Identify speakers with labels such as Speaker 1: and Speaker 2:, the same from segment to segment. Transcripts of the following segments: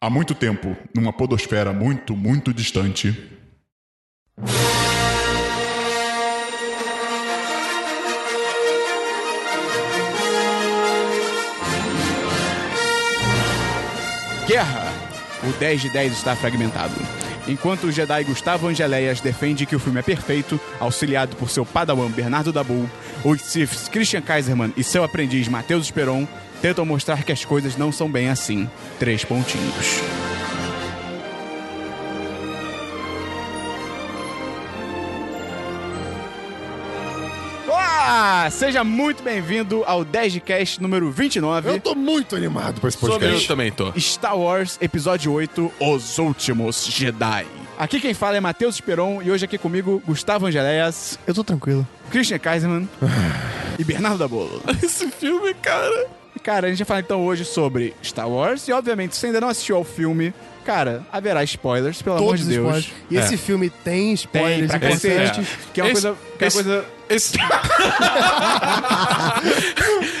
Speaker 1: Há muito tempo, numa podosfera muito, muito distante.
Speaker 2: Guerra! O 10 de 10 está fragmentado. Enquanto o Jedi Gustavo Angeléias defende que o filme é perfeito, auxiliado por seu padawan Bernardo Dabu, os Siths Christian Kaiserman e seu aprendiz Matheus Esperon tentam mostrar que as coisas não são bem assim. Três pontinhos. Olá! Seja muito bem-vindo ao 10 de Cast número 29.
Speaker 3: Eu tô muito animado pra esse
Speaker 4: Eu
Speaker 3: podcast.
Speaker 4: também tô.
Speaker 2: Star Wars Episódio 8 Os Últimos Jedi. Aqui quem fala é Matheus Esperon e hoje aqui comigo Gustavo Angeléas,
Speaker 3: Eu tô tranquilo.
Speaker 2: Christian Kaiserman e Bernardo Dabolo.
Speaker 4: Esse filme, cara.
Speaker 2: Cara, a gente vai falar então hoje sobre Star Wars e obviamente se você ainda não assistiu ao filme, cara, haverá spoilers, pelo amor
Speaker 3: Todos
Speaker 2: de
Speaker 3: os
Speaker 2: Deus. É.
Speaker 3: spoilers. E esse filme tem
Speaker 2: Tem
Speaker 3: spoilers
Speaker 2: pra cacete,
Speaker 3: importantes.
Speaker 2: que é uma
Speaker 4: Esse-
Speaker 2: coisa, que é uma
Speaker 4: esse-
Speaker 2: coisa
Speaker 4: Esse...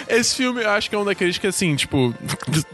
Speaker 4: Esse filme, eu acho que é um daqueles que, assim, tipo,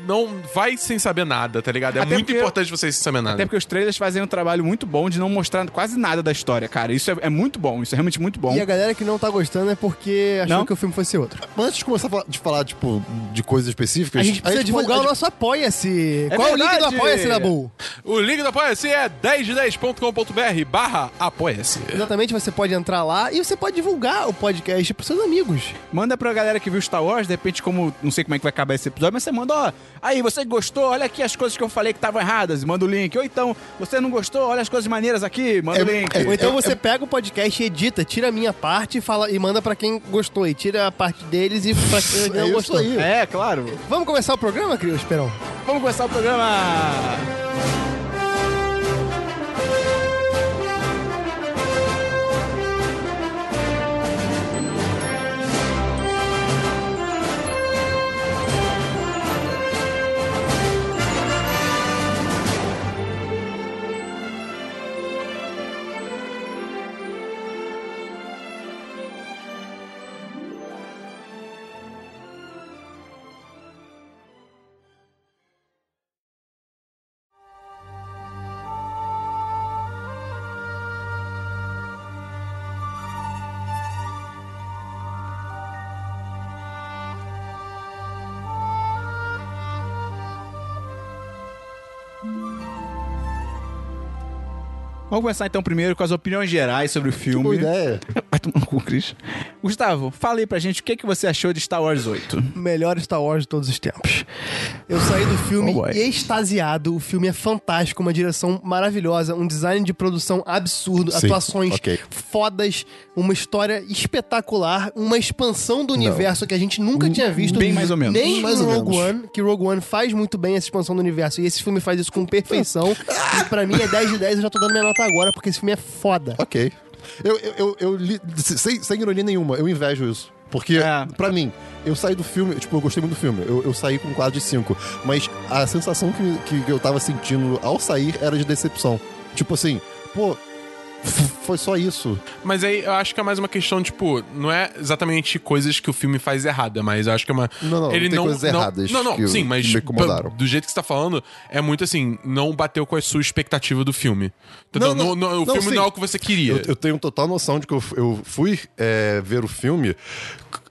Speaker 4: não vai sem saber nada, tá ligado? É
Speaker 2: Até
Speaker 4: muito
Speaker 2: porque-
Speaker 4: importante você ir sem saber nada.
Speaker 2: Até porque os trailers fazem um trabalho muito bom de não mostrar quase nada da história, cara. Isso é, é muito bom, isso é realmente muito bom.
Speaker 3: E a galera que não tá gostando é porque achou
Speaker 2: Não?
Speaker 3: que o filme fosse outro.
Speaker 5: Mas antes de começar a falar- de falar, tipo, de coisas específicas...
Speaker 3: A gente precisa divulgar o nosso Apoia-se. Qual é o link do
Speaker 2: verdade!
Speaker 3: Apoia-se, Dabu?
Speaker 4: O link do Apoia-se é 1010.com.br barra apoia-se.
Speaker 3: Exatamente, você pode entrar lá e você pode divulgar o podcast pros seus amigos.
Speaker 2: Manda pra galera que viu Star Wars, de repente, como. Não sei como é que vai acabar esse episódio, mas você manda, ó. Aí, você gostou, olha aqui as coisas que eu falei que estavam erradas, e manda o link. Ou então, você não gostou, olha as coisas maneiras aqui, manda o
Speaker 5: É,
Speaker 2: link.
Speaker 3: Ou então você pega o podcast, edita, tira a minha parte e, fala, e manda pra quem gostou. E tira a parte deles e pra quem
Speaker 5: É
Speaker 3: não
Speaker 5: isso
Speaker 3: gostou.
Speaker 5: aí.
Speaker 2: É, claro.
Speaker 3: Vamos começar o programa, Cris Esperão?
Speaker 2: Vamos começar o programa. Vamos começar então primeiro com as opiniões gerais sobre o filme.
Speaker 5: Boa ideia.
Speaker 2: Vai tomar no cu, Cris. Gustavo, fala aí pra gente o que, que você achou de Star Wars 8.
Speaker 3: melhor Star Wars de todos os tempos. Eu saí do filme
Speaker 2: Oh, boy.
Speaker 3: extasiado. O filme é fantástico, uma direção maravilhosa, um design de produção absurdo,
Speaker 5: Sim,
Speaker 3: atuações
Speaker 5: ok.
Speaker 3: fodas, uma história espetacular, uma expansão do universo que a gente nunca tinha visto.
Speaker 2: bem mais ou menos.
Speaker 3: Nem
Speaker 5: Mais
Speaker 3: em
Speaker 5: ou
Speaker 3: Rogue
Speaker 5: menos.
Speaker 3: One, que Rogue One faz muito bem essa expansão do universo. E esse filme faz isso com perfeição. e pra mim é 10 de 10, eu já tô dando minha nota agora, porque esse filme é foda.
Speaker 5: Ok. Eu, eu, eu, eu li- sem, sem ironia nenhuma, eu invejo isso. Porque,
Speaker 2: É.
Speaker 5: pra mim, eu saí do filme, tipo, eu gostei muito do filme. Eu, eu saí com 4 de 5. Mas a sensação que, que eu tava sentindo ao sair era de decepção. Tipo assim, pô, f- foi só isso.
Speaker 4: Mas aí eu acho que é mais uma questão, tipo, não é exatamente coisas que o filme faz errada, mas eu acho que é uma.
Speaker 5: Não, não, tem coisas erradas
Speaker 4: Não, não,
Speaker 5: que-
Speaker 4: sim,
Speaker 5: que
Speaker 4: mas.
Speaker 5: me incomodaram.
Speaker 4: pa- Do jeito que você tá falando, é muito assim, não bateu com a sua expectativa do filme. Então,
Speaker 5: Não,
Speaker 4: não,
Speaker 5: não,
Speaker 4: não- o
Speaker 5: não,
Speaker 4: filme
Speaker 5: sim.
Speaker 4: não é o que você queria.
Speaker 5: Eu, eu tenho total noção de que eu, f- eu fui é, ver o filme c-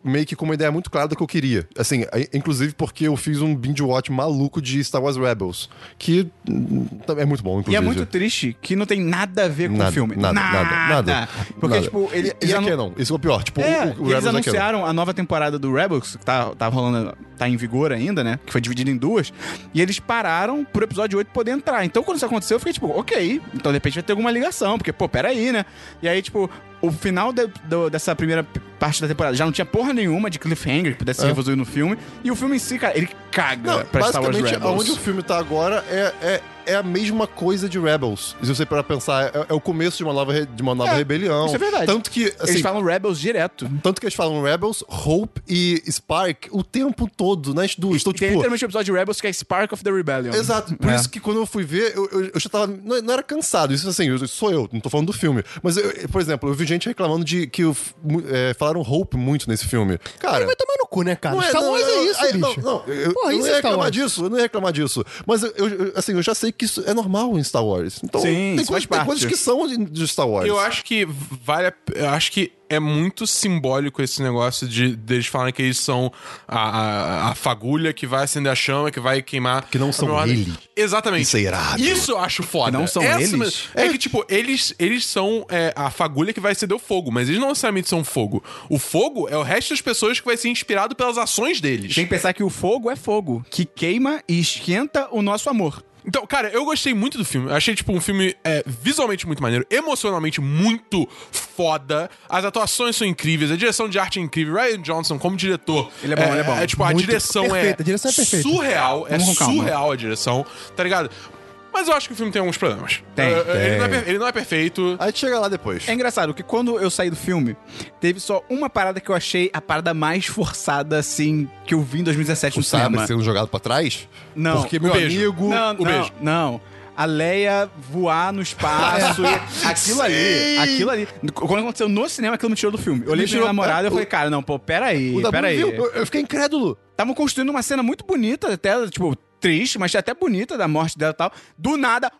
Speaker 5: meio que com uma ideia muito clara do que eu queria. Assim, a- inclusive porque eu fiz um binge watch maluco de Star Wars Rebels, que hum, é muito bom,
Speaker 2: E
Speaker 5: inclusive.
Speaker 2: é muito triste que não tem nada a ver com o
Speaker 5: Nada,
Speaker 2: filme.
Speaker 5: Nada, nada, Um nada.
Speaker 2: Porque,
Speaker 5: nada.
Speaker 2: tipo, ele,
Speaker 5: E-
Speaker 2: eles
Speaker 5: e é
Speaker 2: anu-
Speaker 5: Canon. Isso é o pior. Tipo,
Speaker 2: É,
Speaker 5: o,
Speaker 2: e
Speaker 5: o
Speaker 2: eles
Speaker 5: Rebels é Canon.
Speaker 2: anunciaram a nova temporada do Rebels, que tá, tá rolando, tá em vigor ainda, né? Que foi dividida em duas. E eles pararam pro episódio 8 poder entrar. Então, quando isso aconteceu, eu fiquei tipo, ok. Então, de repente vai ter alguma ligação, porque, pô, peraí, né? E aí, tipo, o final de- do- dessa primeira p- parte da temporada já não tinha porra nenhuma de cliffhanger que pudesse ser resolvido no filme. E o filme em si, cara, ele caga
Speaker 5: É. Não,
Speaker 2: pra Star Wars
Speaker 5: basicamente,
Speaker 2: Rebels.
Speaker 5: aonde o filme tá agora é, é é a mesma coisa de Rebels. Se você para pensar, é, é o começo de uma nova, re- de uma nova
Speaker 2: É,
Speaker 5: rebelião.
Speaker 2: isso é verdade.
Speaker 5: Tanto que, assim,
Speaker 2: Eles falam Rebels direto.
Speaker 5: tanto que eles falam Rebels, Hope e Spark o tempo todo nas duas. Então,
Speaker 2: Tem
Speaker 5: tipo,
Speaker 2: literalmente o episódio de Rebels que é Spark of the Rebellion.
Speaker 5: Exato. Por
Speaker 2: É.
Speaker 5: isso que quando eu fui ver, eu, eu- eu já tava. Não, não era cansado. Isso assim, eu- sou eu, não tô falando do filme. Mas, eu- por exemplo, eu vi gente reclamando de que o f- mu- é, falaram Hope muito nesse filme. Cara.
Speaker 3: Vai tomar no cu, né, cara? Star Wars é
Speaker 5: eu-
Speaker 3: isso,
Speaker 5: aí,
Speaker 3: bicho.
Speaker 5: Não, não, eu,
Speaker 3: Porra, isso
Speaker 5: eu não
Speaker 3: é
Speaker 5: ia
Speaker 3: Star
Speaker 5: reclamar
Speaker 3: Wars.
Speaker 5: disso, eu não ia reclamar disso. Mas, eu, eu- assim, eu já sei que isso é normal em Star Wars. Então,
Speaker 2: Sim,
Speaker 5: tem,
Speaker 2: isso
Speaker 5: coisas,
Speaker 2: faz
Speaker 5: tem
Speaker 2: parte.
Speaker 5: coisas que são de, de Star Wars.
Speaker 4: Eu acho que vale. a- Eu acho que é muito simbólico esse negócio de deles falarem que eles são a, a, a fagulha que vai acender a chama, que vai queimar.
Speaker 5: Que não são
Speaker 4: a ordem.
Speaker 5: ele.
Speaker 4: Exatamente.
Speaker 5: Isso é irado.
Speaker 4: Isso eu acho foda.
Speaker 2: Que não são eles?
Speaker 4: mas- É que, tipo, eles, eles são é, a fagulha que vai acender o fogo, mas eles não necessariamente são fogo. O fogo é o resto das pessoas que vai ser inspirado pelas ações deles.
Speaker 2: Tem que pensar que o fogo é fogo, que queima e esquenta o nosso amor.
Speaker 4: Então, cara, eu gostei muito do filme. Eu achei, tipo, um filme é, visualmente muito maneiro, emocionalmente muito foda. As atuações são incríveis, a direção de arte é incrível. Ryan Johnson, como diretor.
Speaker 2: Ele é bom, ele é bom.
Speaker 4: tipo, a
Speaker 3: Muito
Speaker 4: direção é.
Speaker 3: perfeito, a direção é perfeita.
Speaker 4: Surreal, é
Speaker 2: Vamos com calma.
Speaker 4: surreal a direção, tá ligado? Mas eu acho que o filme tem alguns problemas.
Speaker 2: Tem.
Speaker 4: Eh, eh, Ele, não é per- ele não é perfeito.
Speaker 5: A gente chega lá depois.
Speaker 2: É engraçado que quando eu saí do filme, teve só uma parada que eu achei a parada mais forçada, assim, que eu vi em 2017 no
Speaker 5: O
Speaker 2: um cinema.
Speaker 5: sabre sendo jogado pra trás?
Speaker 2: Não.
Speaker 5: assim, Porque meu
Speaker 4: beijo.
Speaker 5: amigo.
Speaker 2: não,
Speaker 4: o
Speaker 2: não,
Speaker 4: beijo.
Speaker 2: não. A Leia voar no espaço.
Speaker 5: É.
Speaker 2: e aquilo ali,
Speaker 5: Sim.
Speaker 2: aquilo ali. Quando aconteceu no cinema, aquilo me tirou do filme. Eu olhei
Speaker 5: Me
Speaker 2: pra minha
Speaker 5: tirou-
Speaker 2: namorada e
Speaker 5: o-
Speaker 2: falei, cara, não, pô, peraí,
Speaker 5: O W
Speaker 2: peraí.
Speaker 5: viu? Eu, eu fiquei incrédulo.
Speaker 2: Estavam construindo uma cena muito bonita, até, tipo, triste, mas até bonita da morte dela e tal. Do nada.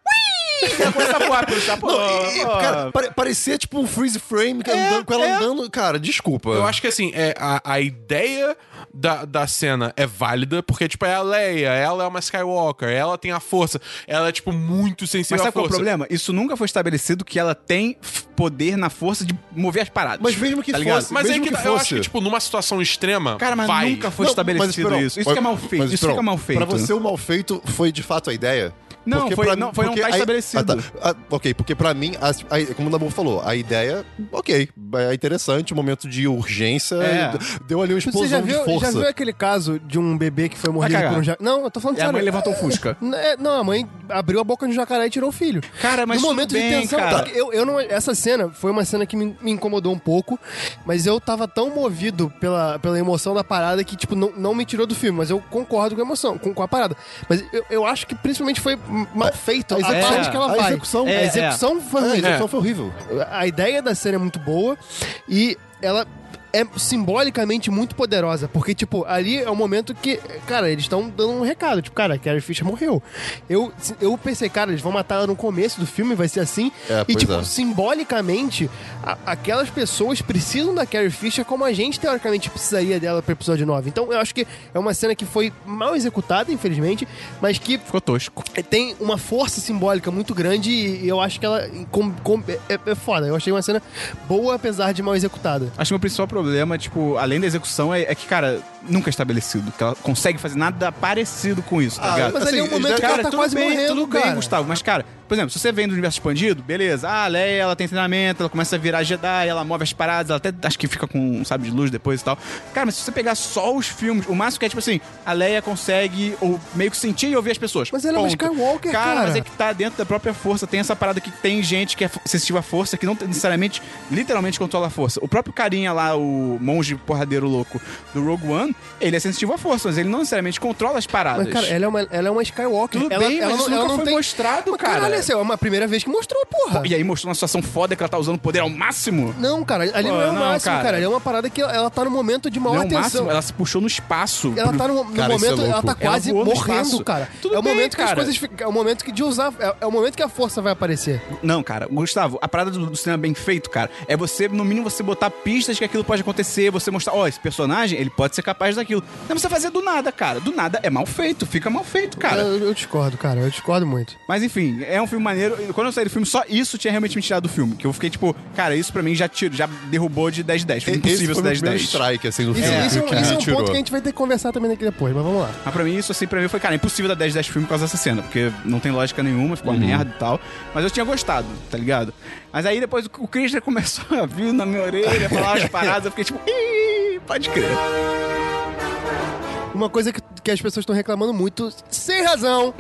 Speaker 2: Ui! Ela começa a voar pelo chá. Pô,
Speaker 5: Não, e- e,
Speaker 2: pô.
Speaker 5: cara, pare- parecia tipo um freeze frame que
Speaker 2: Ah, É,
Speaker 5: andando- com ela
Speaker 2: é.
Speaker 5: andando. Cara, desculpa.
Speaker 4: Eu acho que assim, é, a, a ideia da, da cena é válida, porque, tipo, é a Leia, ela é uma Skywalker, ela tem a força, ela é, tipo, muito sensível
Speaker 2: Mas
Speaker 4: à
Speaker 2: sabe qual é o
Speaker 4: força.
Speaker 2: problema? Isso nunca foi estabelecido que ela tem f- poder na força de mover as paradas.
Speaker 5: Mas mesmo que
Speaker 2: Tá ligado?
Speaker 5: fosse.
Speaker 4: Mas é
Speaker 5: mesmo
Speaker 4: que,
Speaker 5: que,
Speaker 4: tá- eu
Speaker 5: fosse.
Speaker 4: acho que, tipo, numa situação extrema.
Speaker 2: Cara, mas
Speaker 4: vai.
Speaker 2: nunca foi
Speaker 5: Não, mas,
Speaker 2: estabelecido
Speaker 5: Esperão,
Speaker 2: isso. Isso que é mal
Speaker 5: mas,
Speaker 2: feito. Isso
Speaker 5: Esperão,
Speaker 2: que é mal feito.
Speaker 5: Pra você, o mal feito foi de fato a ideia?
Speaker 2: Não,
Speaker 5: Porque
Speaker 2: foi-
Speaker 5: pra
Speaker 2: não, foi não
Speaker 5: porque
Speaker 2: tá
Speaker 5: a-
Speaker 2: estabelecido.
Speaker 5: Ah, tá. Ah, ok, porque pra mim, as- a- como o Dabu falou, a ideia, ok, é interessante, um momento de urgência,
Speaker 2: É.
Speaker 5: e deu ali uma explosão
Speaker 3: Tipo, Você já
Speaker 5: de
Speaker 3: viu, já
Speaker 5: força. É,
Speaker 3: viu aquele caso de um bebê que foi morrido
Speaker 2: cagar.
Speaker 3: por um jacaré? Não, eu tô falando
Speaker 2: E a mãe
Speaker 3: sério.
Speaker 2: levantou o Fusca.
Speaker 3: É, Não, a mãe abriu a boca de um jacaré e tirou o filho.
Speaker 2: Cara, É, mas
Speaker 3: No
Speaker 2: tudo
Speaker 3: momento
Speaker 2: bem,
Speaker 3: de tensão,
Speaker 2: cara.
Speaker 3: porque
Speaker 5: tá.
Speaker 3: eu, eu não, essa cena foi uma cena que me, me incomodou um pouco, mas eu tava tão movido pela, pela emoção da parada que, tipo, não, não me tirou do filme, mas eu concordo com a emoção, com, com a parada. Mas eu, eu acho que principalmente foi mal feito a,
Speaker 5: execução-
Speaker 3: parte que ela
Speaker 5: a
Speaker 3: vai.
Speaker 5: execução-
Speaker 3: a
Speaker 2: É,
Speaker 3: execução foi
Speaker 5: Ah, a
Speaker 3: ruim.
Speaker 5: execução foi horrível.
Speaker 3: A ideia da cena é muito boa e ela é simbolicamente muito poderosa, porque, tipo, ali é o momento que, cara, eles estão dando um recado, tipo, cara, Carrie Fisher morreu. Eu, eu pensei, cara, eles vão matar ela no começo do filme, vai ser assim.
Speaker 5: É,
Speaker 3: e,
Speaker 5: pois
Speaker 3: tipo,
Speaker 5: é.
Speaker 3: simbolicamente, a- aquelas pessoas precisam da Carrie Fisher como a gente, teoricamente, precisaria dela pro episódio 9. Então, eu acho que é uma cena que foi mal executada, infelizmente, mas que
Speaker 2: Ficou tosco.
Speaker 3: É, tem uma força simbólica muito grande e eu acho que ela com- com- é, é foda. Eu achei uma cena boa, apesar de mal executada.
Speaker 2: Acho que o meu principal problema, tipo, além da execução, é, é que, cara, nunca é estabelecido. Que ela consegue fazer nada parecido com isso, tá
Speaker 5: Ah,
Speaker 2: ligado?
Speaker 3: Mas ali é um
Speaker 5: Assim,
Speaker 3: momento que
Speaker 2: Cara,
Speaker 3: ela tá
Speaker 2: tudo
Speaker 3: quase
Speaker 2: bem,
Speaker 3: morrendo,
Speaker 2: tudo
Speaker 3: cara.
Speaker 2: bem, Gustavo. Mas, cara, por exemplo, se você vem do universo expandido, beleza. Ah, a Leia, ela tem treinamento, ela começa a virar Jedi, ela move as paradas, ela até acho que fica com um sabre de luz depois e tal. Cara, mas se você pegar só os filmes, o máximo que é tipo assim, a Leia consegue ou meio que sentir e ouvir as pessoas.
Speaker 3: Mas ela é uma
Speaker 2: Ponto.
Speaker 3: Skywalker, cara.
Speaker 2: mas é que tá dentro da própria força. Tem essa parada que tem gente que é sensitiva à força, que não necessariamente, literalmente controla a força. O próprio carinha lá, o monge porradeiro louco do Rogue One, ele é sensitivo à força, mas ele não necessariamente controla as paradas.
Speaker 3: Mas, cara, ela é uma, ela é uma Skywalker.
Speaker 2: Tudo
Speaker 3: ela,
Speaker 2: bem,
Speaker 3: ela
Speaker 2: mas
Speaker 3: não-
Speaker 2: isso
Speaker 3: ela
Speaker 2: nunca
Speaker 3: não
Speaker 2: foi
Speaker 3: tem-
Speaker 2: mostrado,
Speaker 3: Mas,
Speaker 2: cara.
Speaker 3: Caralho, essa é uma primeira vez que mostrou, porra.
Speaker 2: E aí mostrou uma situação foda que ela tá usando o poder ao máximo.
Speaker 3: Não, cara, ali
Speaker 2: Pô,
Speaker 3: não é o
Speaker 2: não,
Speaker 3: máximo, cara.
Speaker 2: cara.
Speaker 3: Ali é uma parada que ela, ela tá no momento de
Speaker 2: Não,
Speaker 3: maior
Speaker 2: ao
Speaker 3: tensão.
Speaker 2: máximo, ela se puxou no espaço.
Speaker 3: Ela
Speaker 2: pro-
Speaker 3: tá no, no
Speaker 5: Cara, isso é
Speaker 3: momento, ela
Speaker 5: louco.
Speaker 3: tá quase
Speaker 2: voou no
Speaker 3: morrendo,
Speaker 2: espaço.
Speaker 3: cara.
Speaker 2: Tudo
Speaker 3: é o
Speaker 2: bem,
Speaker 3: momento que as
Speaker 2: cara.
Speaker 3: coisas ficam. É o momento que de usar. É, é o momento que a força vai aparecer.
Speaker 2: Não, cara, Gustavo, a parada do, do cinema bem feito, cara, é você, no mínimo, você botar pistas que aquilo pode acontecer, você mostrar, ó, esse personagem, ele pode ser capaz daquilo. Não precisa fazer do nada, cara. Do nada é mal feito, fica mal feito, cara.
Speaker 3: Eu, eu discordo, cara. Eu discordo muito.
Speaker 2: Mas enfim, é um filme maneiro. E Quando eu saí do filme, só isso tinha realmente me tirado do filme. Que eu fiquei tipo, cara, isso pra mim já tiro, já derrubou de 10 de 10. Foi
Speaker 5: Esse
Speaker 2: impossível
Speaker 5: foi o
Speaker 2: ser
Speaker 5: meu
Speaker 2: 10 de
Speaker 5: primeiro
Speaker 2: 10.
Speaker 5: strike, assim, do
Speaker 3: Isso,
Speaker 5: filme.
Speaker 3: isso é um-
Speaker 5: que
Speaker 3: isso é um
Speaker 5: me tirou.
Speaker 3: ponto que a gente vai ter que conversar também daqui depois, mas vamos lá.
Speaker 2: Mas pra mim, isso assim, pra mim foi, cara, impossível dar 10 10 filme por causa dessa cena, porque não tem lógica nenhuma, ficou
Speaker 5: Uhum.
Speaker 2: uma merda e tal. Mas eu tinha gostado, tá ligado? Mas aí depois o Christian começou a vir na minha orelha, falar as paradas, eu fiquei tipo, ih, pode crer.
Speaker 3: Uma coisa que, que as pessoas estão reclamando muito, sem razão,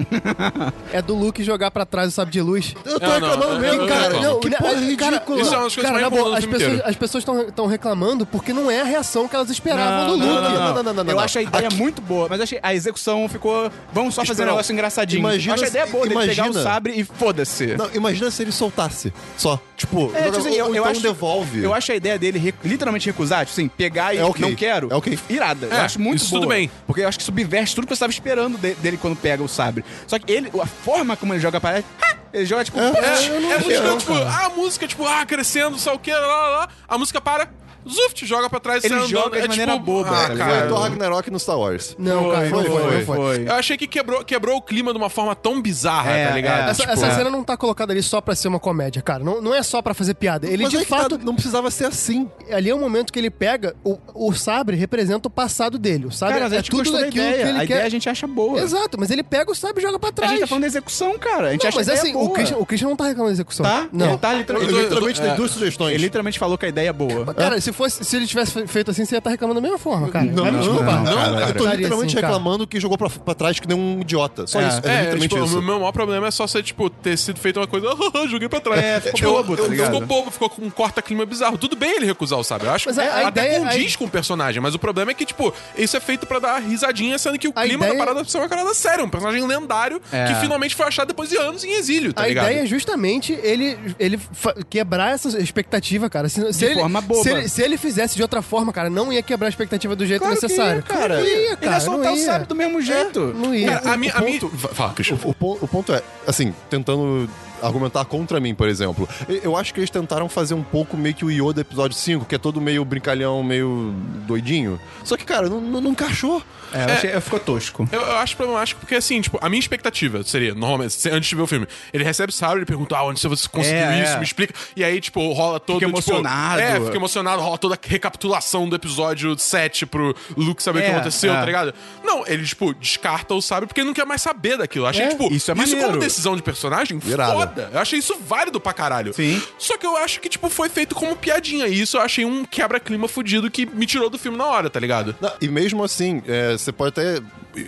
Speaker 3: é do Luke jogar pra trás o sabre de luz.
Speaker 5: Eu tô
Speaker 4: Não, não,
Speaker 5: reclamando
Speaker 4: eu-
Speaker 5: mesmo,
Speaker 4: eu-
Speaker 5: cara.
Speaker 4: eu-
Speaker 5: Não,
Speaker 4: eu-
Speaker 5: que porra
Speaker 3: né, cara,
Speaker 5: ridícula.
Speaker 4: Isso é uma das coisas
Speaker 3: cara,
Speaker 4: mais
Speaker 3: na boa,
Speaker 4: bonitas do
Speaker 3: as
Speaker 4: filme
Speaker 3: pessoas,
Speaker 4: inteiro.
Speaker 3: as pessoas estão reclamando porque não é a reação que elas esperavam do Luke.
Speaker 2: Eu acho a ideia muito boa, mas eu achei a execução ficou. Vamos só fazer um
Speaker 5: Esperão,
Speaker 2: negócio engraçadinho.
Speaker 5: imagina
Speaker 2: eu acho a
Speaker 5: se-
Speaker 2: ideia boa dele pegar o
Speaker 5: imagina-
Speaker 2: sabre e foda-se.
Speaker 5: Não, imagina se ele soltasse. Só. Tipo,
Speaker 2: É,
Speaker 5: joga-
Speaker 2: tipo assim, eu,
Speaker 5: ou
Speaker 2: eu
Speaker 5: então
Speaker 2: acho,
Speaker 5: devolve.
Speaker 2: Eu acho a ideia dele rec- literalmente recusar, tipo assim, pegar e
Speaker 5: É ok.
Speaker 2: não quero.
Speaker 5: É ok.
Speaker 2: Irada. eu
Speaker 4: É,
Speaker 2: acho muito
Speaker 4: isso
Speaker 2: boa.
Speaker 4: tudo bem.
Speaker 2: Porque eu acho que subverte tudo que eu estava esperando de- dele quando pega o sabre. Só que ele, a forma como ele joga parece. "Ah!" Ele joga tipo. "Psh!"
Speaker 5: eu não
Speaker 4: É
Speaker 5: achei,
Speaker 4: muito
Speaker 5: não,
Speaker 4: legal, tipo, a música, tipo, ah, crescendo, sei o que, lá, lá, lá. A música para, zuft, joga pra trás,
Speaker 2: Ele
Speaker 4: sai andando.
Speaker 2: joga de
Speaker 4: é,
Speaker 2: maneira
Speaker 4: tipo,
Speaker 2: boba,
Speaker 4: Ah,
Speaker 2: tá
Speaker 4: cara.
Speaker 5: do Ragnarok no Star Wars.
Speaker 3: Não, É, cara, não foi, não foi.
Speaker 4: Eu achei que quebrou, quebrou o clima de uma forma tão bizarra,
Speaker 2: É,
Speaker 4: tá ligado?
Speaker 2: é.
Speaker 4: Tipo,
Speaker 3: Essa, essa cena não tá colocada ali só pra ser uma comédia, cara. Não, não é só pra fazer piada. Ele,
Speaker 5: Mas
Speaker 3: de
Speaker 5: é que tá-
Speaker 3: fato,
Speaker 5: não precisava ser assim.
Speaker 3: ali é o momento que ele pega, o, o sabre representa o passado dele. O sabre
Speaker 2: Cara, mas a
Speaker 3: é
Speaker 2: gente
Speaker 3: tudo
Speaker 2: gostou da
Speaker 3: daquilo
Speaker 2: ideia.
Speaker 3: que ele
Speaker 2: a
Speaker 3: quer.
Speaker 2: ideia a gente acha boa.
Speaker 3: Exato, mas ele pega o sabre e joga pra
Speaker 2: A
Speaker 3: trás.
Speaker 2: gente tá falando da execução, cara. A gente
Speaker 3: não,
Speaker 2: acha
Speaker 3: mas
Speaker 2: a ideia
Speaker 3: assim,
Speaker 2: é boa.
Speaker 3: o Christian, o Christian não tá reclamando da execução.
Speaker 2: Tá?
Speaker 3: Não.
Speaker 2: Ele, tá
Speaker 5: Eu,
Speaker 2: literalmente,
Speaker 5: literalmente
Speaker 4: eu-
Speaker 5: dei
Speaker 4: é.
Speaker 5: duas sugestões.
Speaker 2: ele literalmente falou que a ideia é boa.
Speaker 3: Cara, se, fosse, se ele tivesse fe- feito assim, você ia estar reclamando da mesma forma, cara.
Speaker 5: Não,
Speaker 3: Vai
Speaker 5: não,
Speaker 3: me
Speaker 5: não,
Speaker 3: desculpar.
Speaker 5: cara,
Speaker 2: cara.
Speaker 5: Eu tô
Speaker 3: Estaria
Speaker 5: literalmente
Speaker 3: assim, cara.
Speaker 5: reclamando que jogou pra, pra trás que nem um idiota. Só
Speaker 2: É.
Speaker 5: isso. É,
Speaker 4: É,
Speaker 5: literalmente
Speaker 4: tipo,
Speaker 5: isso.
Speaker 4: o meu maior problema é só ser, tipo, ter sido feito uma coisa, joguei pra trás.
Speaker 2: É, ficou bobo, tá ligado?
Speaker 4: tipo, Ficou bobo, ficou com um corta-clima bizarro. Tudo bem ele recusar o sabre, eu acho
Speaker 3: Mas
Speaker 4: que
Speaker 3: a- a
Speaker 4: até
Speaker 3: ideia-
Speaker 4: condiz com o personagem, mas o problema é que, tipo, isso é feito pra dar risadinha, sendo que o
Speaker 3: A
Speaker 4: clima
Speaker 3: ideia-
Speaker 4: da parada precisa ser uma parada séria, um personagem lendário
Speaker 2: É.
Speaker 4: que finalmente foi achado depois de anos em exílio, tá
Speaker 3: a
Speaker 4: ligado?
Speaker 3: ideia é justamente ele, ele fa- quebrar essa expectativa, cara. Se, se
Speaker 2: De
Speaker 3: ele,
Speaker 2: forma boba.
Speaker 3: Se ele, se ele fizesse de outra forma, cara, não ia quebrar a expectativa do jeito
Speaker 2: Claro que
Speaker 3: necessário.
Speaker 2: ia, cara.
Speaker 3: Não ia,
Speaker 2: Ele
Speaker 3: cara,
Speaker 2: ia soltar
Speaker 3: não
Speaker 2: o
Speaker 3: ia. É.
Speaker 2: sabre do mesmo jeito.
Speaker 3: Não ia.
Speaker 4: Cara, a minha. a minha- Fala, Christian.
Speaker 5: O, o pon- o ponto é, assim, tentando argumentar contra mim, por exemplo. e- Eu acho que eles tentaram fazer um pouco meio que o Yoda episódio 5, que é todo meio brincalhão, meio doidinho. Só que, cara, não, não, não encaixou.
Speaker 2: É, eu achei- ficou tosco.
Speaker 4: Eu, eu acho problemático porque, assim, tipo, a minha expectativa seria, normalmente, se- antes de ver o filme, ele recebe o salário, ele pergunta, ah, onde você conseguiu
Speaker 2: É,
Speaker 4: isso,
Speaker 2: é.
Speaker 4: me explica. E aí, tipo, rola todo,
Speaker 2: Fica
Speaker 4: tipo,
Speaker 2: emocionado.
Speaker 4: é, fica emocionado, rola toda a recapitulação do episódio 7 pro Luke saber o
Speaker 2: É,
Speaker 4: que aconteceu,
Speaker 2: é.
Speaker 4: tá ligado? Não, ele, tipo, descarta o sabre porque ele não quer mais saber daquilo. Eu achei,
Speaker 2: É,
Speaker 4: tipo,
Speaker 2: isso é maneiro.
Speaker 4: como decisão de personagem,
Speaker 5: Irado.
Speaker 4: foda. Eu achei isso válido pra caralho.
Speaker 2: Sim.
Speaker 4: Só que eu acho que, tipo, foi feito como piadinha. E isso eu achei um quebra-clima fudido que me tirou do filme na hora, tá ligado?
Speaker 5: Não, e mesmo assim, é, você pode até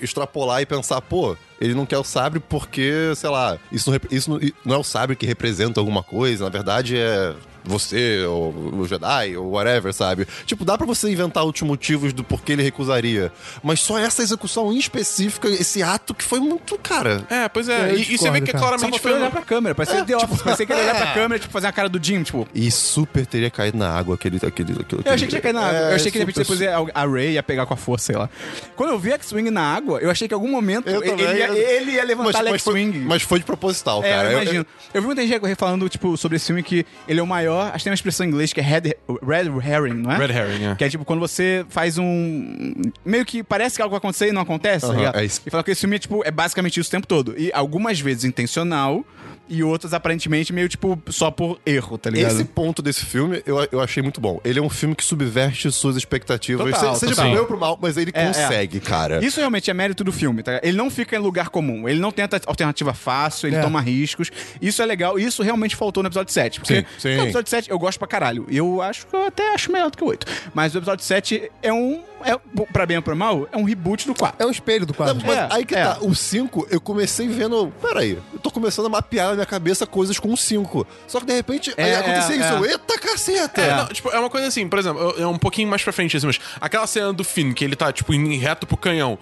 Speaker 5: extrapolar e pensar, pô, ele não quer o sabre porque, sei lá, isso não, rep- isso não, não é o sabre que representa alguma coisa, na verdade é você, ou o Jedi, ou whatever, sabe? Tipo, dá pra você inventar outros motivos do porquê ele recusaria, mas só essa execução em específica, esse ato que foi muito, cara...
Speaker 4: É, pois é.
Speaker 3: Eu
Speaker 4: E, e você vê
Speaker 3: discordo,
Speaker 4: que é
Speaker 3: cara.
Speaker 2: Só
Speaker 4: claramente
Speaker 2: faltou ele
Speaker 4: foi.
Speaker 2: olhar pra câmera. Parecia The Office. Parecia que ele olhar pra câmera, tipo, fazer a cara do Jim, tipo...
Speaker 5: E super teria caído na água aquele... aquele, aquele
Speaker 2: Eu achei que tinha caído na água.
Speaker 5: É,
Speaker 2: eu achei que tipo, de repente
Speaker 5: super-
Speaker 2: depois ia- a Ray ia pegar com a força, sei lá. Quando eu vi a X-Wing na água, eu achei que em algum momento
Speaker 5: Eu
Speaker 2: ele,
Speaker 5: também,
Speaker 2: ele ia,
Speaker 5: eu-
Speaker 2: ele ia levantar
Speaker 5: mas,
Speaker 2: a
Speaker 5: mas, foi,
Speaker 2: X-Wing.
Speaker 5: mas foi de proposital,
Speaker 2: É,
Speaker 5: cara.
Speaker 2: eu imagino. Eu, vi muita gente falando, tipo, sobre esse filme que ele é o maior. Acho que tem uma expressão em inglês que é red, red herring, não é?
Speaker 4: Red herring, é.
Speaker 2: Que é tipo quando você faz um. Meio que parece que algo vai acontecer e não acontece. tá
Speaker 5: Aham,
Speaker 2: ligado?
Speaker 5: é isso.
Speaker 2: E falar que esse filme é, tipo, é basicamente isso o tempo todo. E algumas vezes intencional e outras aparentemente meio tipo só por erro, tá ligado?
Speaker 5: Esse ponto desse filme eu, eu achei muito bom. Ele é um filme que subverte suas expectativas.
Speaker 2: Total,
Speaker 5: se- seja
Speaker 2: total.
Speaker 5: pro bem ou pro mal, mas ele
Speaker 2: É, é.
Speaker 5: consegue, cara.
Speaker 2: Isso realmente é mérito do filme, tá? Ele não fica em lugar comum, ele não tenta alternativa fácil, ele
Speaker 3: É.
Speaker 2: toma riscos. Isso é legal, e isso realmente faltou no episódio 7. Porque
Speaker 5: Sim, sim.
Speaker 2: no episódio 7 eu gosto pra caralho. E eu acho que eu até acho melhor do que o 8. Mas o episódio 7 é um. É, pra bem ou pra mal, é um reboot do 4.
Speaker 3: É um espelho do quadro.
Speaker 5: Não, mas
Speaker 2: É,
Speaker 5: aí que
Speaker 2: é.
Speaker 5: tá, o 5, eu comecei vendo. Peraí, eu tô começando a mapear na minha cabeça coisas com o 5. Só que de repente
Speaker 2: É,
Speaker 5: aí aconteceu
Speaker 2: é,
Speaker 5: isso.
Speaker 2: é.
Speaker 5: eu, Eita caceta!
Speaker 4: É,
Speaker 5: Não,
Speaker 4: não, tipo, é uma coisa assim, por exemplo, eu- é um pouquinho mais pra frente, assim, mas aquela cena do Finn, que ele tá, tipo, indo em reto pro canhão.